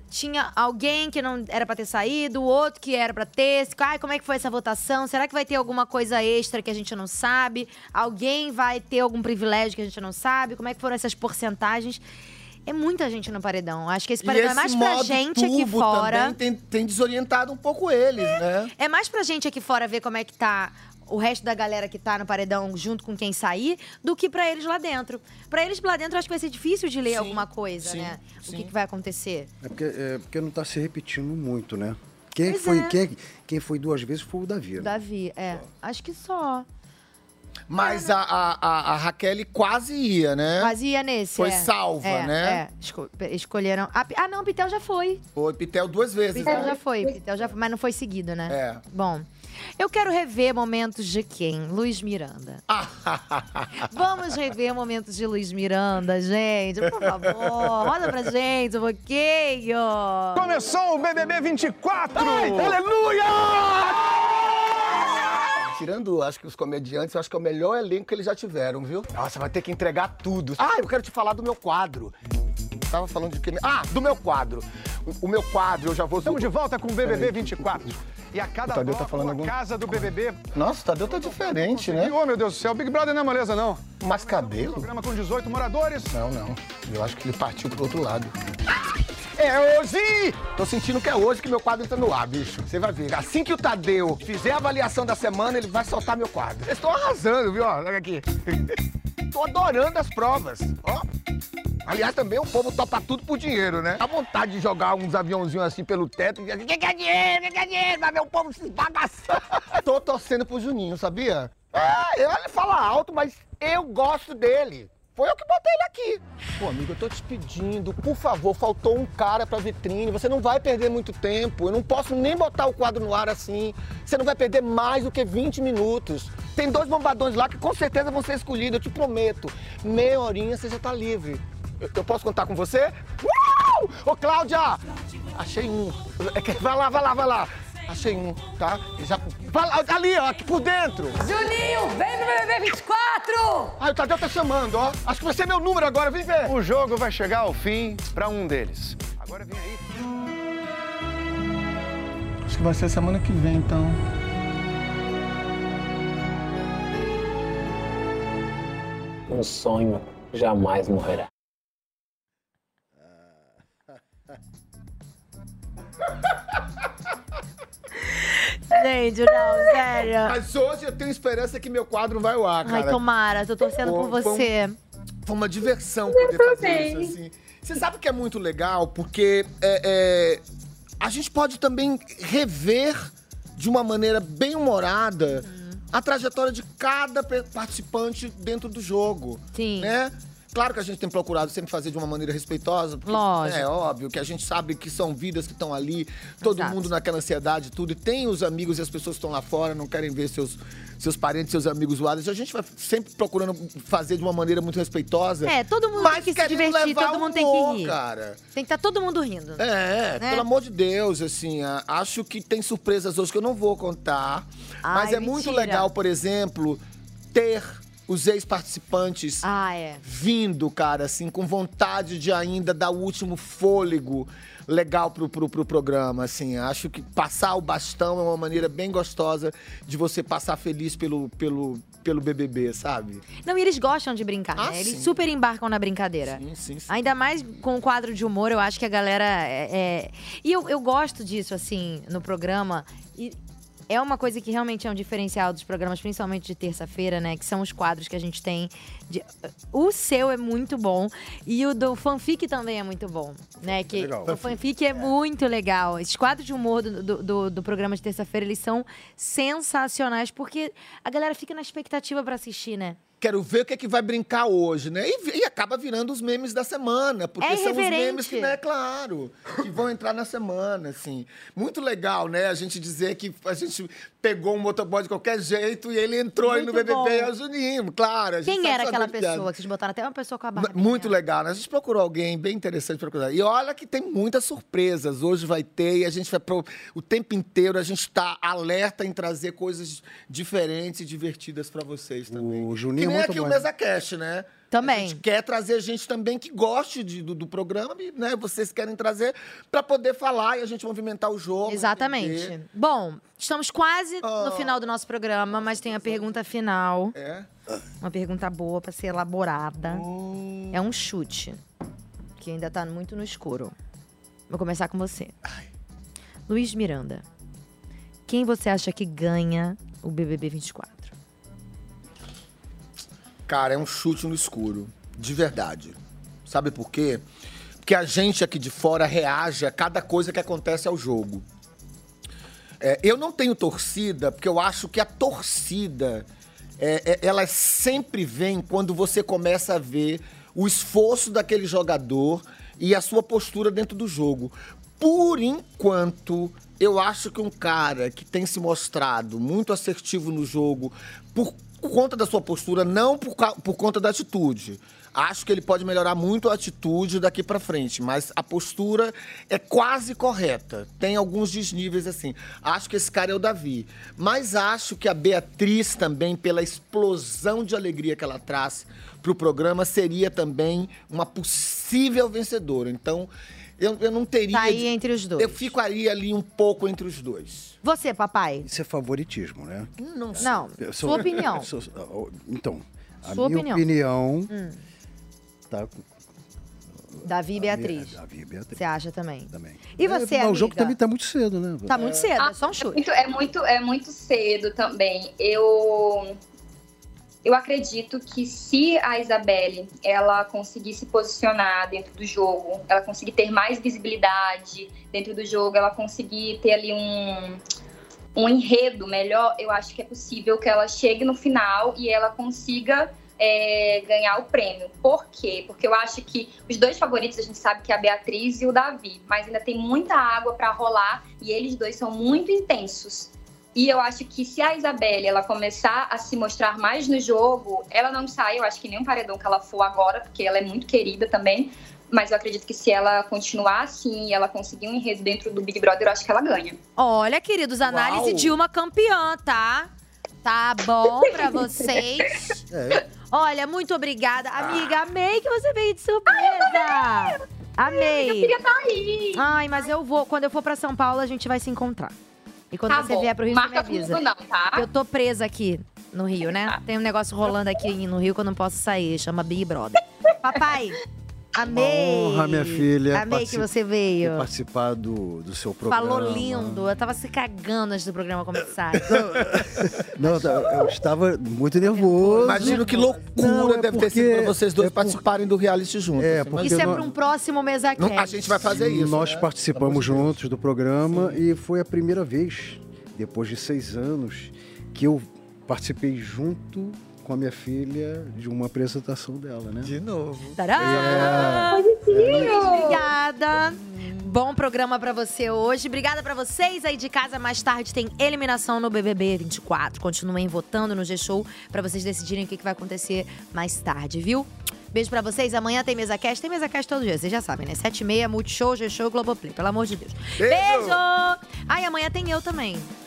[SPEAKER 1] tinha alguém que não era pra ter saído, outro que era pra ter, ai, como é que foi essa votação? Será que vai ter alguma coisa extra que a gente não sabe? Alguém vai ter algum privilégio que a gente não sabe? Como é que foram essas porcentagens? É muita gente no paredão. Acho que esse
[SPEAKER 2] E
[SPEAKER 1] paredão é mais
[SPEAKER 2] esse
[SPEAKER 1] pra
[SPEAKER 2] modo
[SPEAKER 1] gente aqui
[SPEAKER 2] turbo
[SPEAKER 1] fora.
[SPEAKER 2] também tem, tem desorientado um pouco eles, né?
[SPEAKER 1] É mais pra gente aqui fora ver como é que tá o resto da galera que tá no paredão junto com quem sair, do que pra eles lá dentro. Pra eles lá dentro, acho que vai ser difícil de ler alguma coisa,
[SPEAKER 3] sim,
[SPEAKER 1] né? O que,
[SPEAKER 3] sim.
[SPEAKER 1] que vai acontecer.
[SPEAKER 3] É porque, é porque não tá se repetindo muito, né? Quem
[SPEAKER 1] Pois
[SPEAKER 3] foi,
[SPEAKER 1] é.
[SPEAKER 3] quem, quem foi duas vezes foi o Davi.
[SPEAKER 1] <laughs>
[SPEAKER 3] né?
[SPEAKER 1] Davi, é. Acho que só.
[SPEAKER 2] Mas a, a, a- a Raquel quase ia, né?
[SPEAKER 1] Mas ia nesse.
[SPEAKER 2] Foi
[SPEAKER 1] é.
[SPEAKER 2] salva,
[SPEAKER 1] É,
[SPEAKER 2] né?
[SPEAKER 1] é. Esco- escolheram. a Pi- ah, não, Pitel já foi.
[SPEAKER 2] Foi Pitel duas vezes.
[SPEAKER 1] Pitel
[SPEAKER 2] né?
[SPEAKER 1] já foi, Pitel já foi, mas não foi seguido, né?
[SPEAKER 2] É.
[SPEAKER 1] Bom. Eu quero rever momentos de quem? Luiz Miranda. Vamos rever momentos de Luiz Miranda, gente. Por favor, olha pra gente um pouquinho.
[SPEAKER 28] Começou o BBB 24!
[SPEAKER 7] Tirando, acho que os comediantes, eu acho que é o melhor elenco que eles já tiveram, viu? Nossa, vai ter que entregar tudo. Ah, eu quero te falar do meu quadro. Tava falando de quê? Ah, do meu quadro. O, o meu quadro, eu já vou... Estamos de volta com o BBB 24. E a cada Tadeu tá falando alguma... casa do BBB... Nossa, o Tadeu tá diferente, né? Ô, meu Deus do céu, Big Brother não é moleza, não. um Mas cabelo? programa com 18 moradores. Não, não.
[SPEAKER 2] Eu acho que ele partiu pro outro lado.
[SPEAKER 29] É hoje! Tô sentindo que é hoje que meu quadro tá no ar, bicho. Você vai ver. Assim que o Tadeu fizer a avaliação da semana, ele vai soltar meu quadro. Vocês estão arrasando, viu? Ó, Olha aqui. Tô adorando as provas. Ó. Aliás, também o povo topa tudo por dinheiro, né? Dá vontade de jogar uns aviãozinhos assim pelo teto. e- Quem quer é dinheiro? Quem quer dinheiro? Vai ver o povo se bagaçando. <laughs> Tô torcendo pro Juninho, sabia? É, ele fala alto, mas eu gosto dele. Foi eu que botei ele aqui. Pô, amigo, eu tô te pedindo, por favor, faltou um cara pra vitrine. Você não vai perder muito tempo. Eu não posso nem botar o quadro no ar assim. Você não vai perder mais do que 20 minutos. Tem dois bombadões lá que com certeza vão ser escolhidos, eu te prometo. Meia horinha você já tá livre. Eu, eu posso contar com você? Uau! Ô, Cláudia! Achei um. É que- Vai lá, vai lá, vai lá. Achei um, tá? Já... Vai lá, ali, ó, aqui por dentro.
[SPEAKER 15] Juninho, vem pro BBB 24!
[SPEAKER 29] Ai, o Tadeu tá chamando, ó. Acho que vai ser meu número agora, vem ver.
[SPEAKER 4] O jogo vai chegar ao fim pra um deles.
[SPEAKER 29] Agora vem aí.
[SPEAKER 2] Acho que vai ser semana que vem, então.
[SPEAKER 16] <laughs> Um sonho jamais morrerá.
[SPEAKER 1] Gente, não, sério.
[SPEAKER 2] Mas hoje eu tenho esperança que meu quadro vai ao ar, cara.
[SPEAKER 1] Ai, tomara, tô torcendo por
[SPEAKER 2] Foi um-
[SPEAKER 1] você.
[SPEAKER 2] Foi uma diversão poder fazer isso, assim. Você sabe que é muito legal, porque é, é, a gente pode também rever de uma maneira bem humorada a trajetória de cada pe- participante dentro do jogo. Sim. Né? Claro que a gente tem procurado sempre fazer de uma maneira respeitosa, porque
[SPEAKER 29] Lógico.
[SPEAKER 2] é óbvio que a gente sabe que são vidas que estão ali, todo mundo naquela ansiedade e tudo, e tem os amigos e as pessoas que estão lá fora, não querem ver seus, seus parentes, seus amigos zoados. A gente vai sempre procurando fazer de uma maneira muito respeitosa.
[SPEAKER 1] É, todo mundo
[SPEAKER 2] mas
[SPEAKER 1] tem que se
[SPEAKER 2] querendo
[SPEAKER 1] divertir,
[SPEAKER 2] levar um
[SPEAKER 1] todo mundo
[SPEAKER 2] humor,
[SPEAKER 1] tem que rir.
[SPEAKER 2] cara.
[SPEAKER 1] Tem que estar todo mundo rindo.
[SPEAKER 2] É,
[SPEAKER 1] né?
[SPEAKER 2] pelo amor de Deus, assim, a- acho que tem surpresas hoje que eu não vou contar. mas
[SPEAKER 1] Ai,
[SPEAKER 2] é muito
[SPEAKER 1] mentira.
[SPEAKER 2] legal, por exemplo, ter os ex-participantes
[SPEAKER 1] Ah, é.
[SPEAKER 2] vindo, cara, assim, com vontade de ainda dar o último fôlego legal pro, pro, pro programa, assim. Acho que passar o bastão é uma maneira bem gostosa de você passar feliz pelo, pelo, pelo BBB, sabe?
[SPEAKER 1] Não, e eles gostam de brincar,
[SPEAKER 2] Ah,
[SPEAKER 1] né? Eles
[SPEAKER 2] sim.
[SPEAKER 1] super embarcam na brincadeira.
[SPEAKER 2] Sim, sim, sim.
[SPEAKER 1] Ainda mais com o quadro de humor, eu acho que a galera é. é- E eu, eu gosto disso, assim, no programa. E é uma coisa que realmente é um diferencial dos programas, principalmente de terça-feira, né? Que são os quadros que a gente tem. de- O seu é muito bom. E o do fanfic também é muito bom, né? Que
[SPEAKER 11] legal.
[SPEAKER 1] o fanfic é, muito legal. Esses quadros de humor do, do, do- do programa de terça-feira, eles são sensacionais, porque a galera fica na expectativa pra assistir, né?
[SPEAKER 2] Quero ver o que é que vai brincar hoje, né? E, vi- e acaba virando os memes da semana, porque
[SPEAKER 1] É
[SPEAKER 2] são os memes
[SPEAKER 1] irreverente.
[SPEAKER 2] que, né, claro, que vão entrar na semana, assim. Muito legal, né? A gente dizer que a gente pegou um motoboy de qualquer jeito e ele entrou aí no
[SPEAKER 1] Muito
[SPEAKER 2] BBB
[SPEAKER 1] bom.
[SPEAKER 2] e é o Juninho, claro. a gente
[SPEAKER 1] Quem
[SPEAKER 2] sabe
[SPEAKER 1] era
[SPEAKER 2] fazer
[SPEAKER 1] aquela
[SPEAKER 2] piada.
[SPEAKER 1] pessoa? Que vocês botaram até uma pessoa com a barba.
[SPEAKER 2] Muito legal, né? A gente procurou alguém bem interessante pra procurar. E olha que tem muitas surpresas. Hoje vai ter e a gente vai pro... o tempo inteiro a gente tá alerta em trazer coisas diferentes e divertidas pra vocês também. O
[SPEAKER 3] Juninho
[SPEAKER 2] que nem
[SPEAKER 3] é muito
[SPEAKER 2] aqui
[SPEAKER 3] bom,
[SPEAKER 2] o
[SPEAKER 3] né?
[SPEAKER 2] Mesa Cash, né? Também. A gente quer trazer gente também que goste de- do, do programa, e, né? Vocês querem trazer pra poder falar e a gente movimentar o jogo.
[SPEAKER 1] Exatamente.
[SPEAKER 3] é.
[SPEAKER 2] entender.
[SPEAKER 1] Bom, estamos quase
[SPEAKER 3] Ah.
[SPEAKER 1] no final do nosso programa, mas tem a pergunta final.
[SPEAKER 2] É?
[SPEAKER 1] Uma pergunta boa pra ser elaborada.
[SPEAKER 3] Oh.
[SPEAKER 1] É um chute, que ainda tá muito no escuro. Vou começar com você. Luiz Miranda, quem você acha que ganha o BBB 24?
[SPEAKER 2] Cara, é um chute no escuro. De verdade. Sabe por quê? Porque a gente aqui de fora reage a cada coisa que acontece ao jogo. É, eu não tenho torcida, porque eu acho que a torcida, é, é, ela sempre vem quando você começa a ver o esforço daquele jogador e a sua postura dentro do jogo. Por enquanto, eu acho que um cara que tem se mostrado muito assertivo no jogo por conta da sua postura, não por, ca- por conta da atitude. Acho que ele pode melhorar muito a atitude daqui pra frente, mas a postura é quase correta. Tem alguns desníveis assim. Acho que esse cara é o Davi, mas acho que a Beatriz também pela explosão de alegria que ela traz pro programa seria também uma possível vencedora. Então, eu, eu não teria
[SPEAKER 1] Tá aí
[SPEAKER 2] de-
[SPEAKER 1] entre os dois.
[SPEAKER 2] Eu ficaria ali um pouco entre os dois.
[SPEAKER 1] Você, papai?
[SPEAKER 3] Isso é favoritismo, né?
[SPEAKER 1] Não,
[SPEAKER 2] sei.
[SPEAKER 3] Eu
[SPEAKER 1] sua opinião.
[SPEAKER 3] <laughs> eu sou- eu- então, a
[SPEAKER 1] Sua
[SPEAKER 3] minha
[SPEAKER 1] opinião.
[SPEAKER 3] opinião,
[SPEAKER 1] Hum.
[SPEAKER 3] tá,
[SPEAKER 1] Davi e Beatriz.
[SPEAKER 3] Davi e Beatriz.
[SPEAKER 1] Você acha também?
[SPEAKER 3] Também.
[SPEAKER 1] E você,
[SPEAKER 3] Não, o jogo
[SPEAKER 1] amiga?
[SPEAKER 3] também tá muito cedo, né?
[SPEAKER 1] Tá muito cedo,
[SPEAKER 17] Ah,
[SPEAKER 1] é só um chute.
[SPEAKER 17] muito- é muito, é muito cedo também. Eu, eu acredito que se a Isabelle ela conseguir se posicionar dentro do jogo, ela conseguir ter mais visibilidade dentro do jogo, ela conseguir ter ali um, um enredo melhor, eu acho que é possível que ela chegue no final e ela consiga é, ganhar o prêmio. Por quê? Porque eu acho que os dois favoritos a gente sabe que é a Beatriz e o Davi, mas ainda tem muita água para rolar e eles dois são muito intensos. E eu acho que se a Isabelle ela começar a se mostrar mais no jogo, ela não sai, eu acho que nem um paredão que ela for agora, porque ela é muito querida também. Mas eu acredito que se ela continuar assim e ela conseguir um enredo dentro do Big Brother, eu acho que ela ganha.
[SPEAKER 1] Olha, queridos, análise
[SPEAKER 17] Uau.
[SPEAKER 1] de uma campeã, tá? Tá bom pra vocês.
[SPEAKER 17] É.
[SPEAKER 1] Olha, muito obrigada.
[SPEAKER 17] Ah.
[SPEAKER 1] Amiga, amei que você veio de surpresa. Amei.
[SPEAKER 17] eu queria estar tá aí.
[SPEAKER 1] Ai, mas eu vou. Quando eu for pra São Paulo, a gente vai se encontrar. E quando
[SPEAKER 17] Tá
[SPEAKER 1] você
[SPEAKER 17] bom.
[SPEAKER 1] vier pro Rio,
[SPEAKER 17] Marca
[SPEAKER 1] você me avisa.
[SPEAKER 17] comigo não, tá?
[SPEAKER 1] Eu tô presa aqui no Rio, né? Tem um negócio rolando aqui no Rio que eu não posso sair. Chama Big Brother. Papai, amei.
[SPEAKER 3] Honra, minha filha.
[SPEAKER 1] Amei Tá que
[SPEAKER 3] partici-
[SPEAKER 1] você veio.
[SPEAKER 3] ter Participado do, do seu programa.
[SPEAKER 1] Falou lindo. Eu tava se cagando antes do programa começar.
[SPEAKER 3] Não, eu, eu estava muito nervoso.
[SPEAKER 2] Imagino que loucura deve ter sido pra vocês dois participarem do reality juntos. assim,
[SPEAKER 3] É, porque
[SPEAKER 1] Isso é
[SPEAKER 3] nós-
[SPEAKER 1] pra um próximo mesa
[SPEAKER 2] Não, a gente vai fazer isso.
[SPEAKER 3] Nós
[SPEAKER 2] né?
[SPEAKER 3] participamos juntos do programa e foi a primeira vez, depois de seis anos, que eu participei junto com a minha filha de uma apresentação dela, né?
[SPEAKER 2] De novo.
[SPEAKER 1] Tará!
[SPEAKER 3] É.
[SPEAKER 1] Obrigada. Bom programa pra você hoje. Obrigada pra vocês aí de casa. Mais tarde tem eliminação no BBB 24. Continuem votando no G-Show pra vocês decidirem o que que vai acontecer mais tarde, viu? Beijo pra vocês. Amanhã tem mesa cast. Tem mesa cast todo dia, vocês já sabem, né? 7h30, Multishow, G-Show, Globoplay. Pelo amor de Deus. Beijo! Ai, amanhã tem eu também.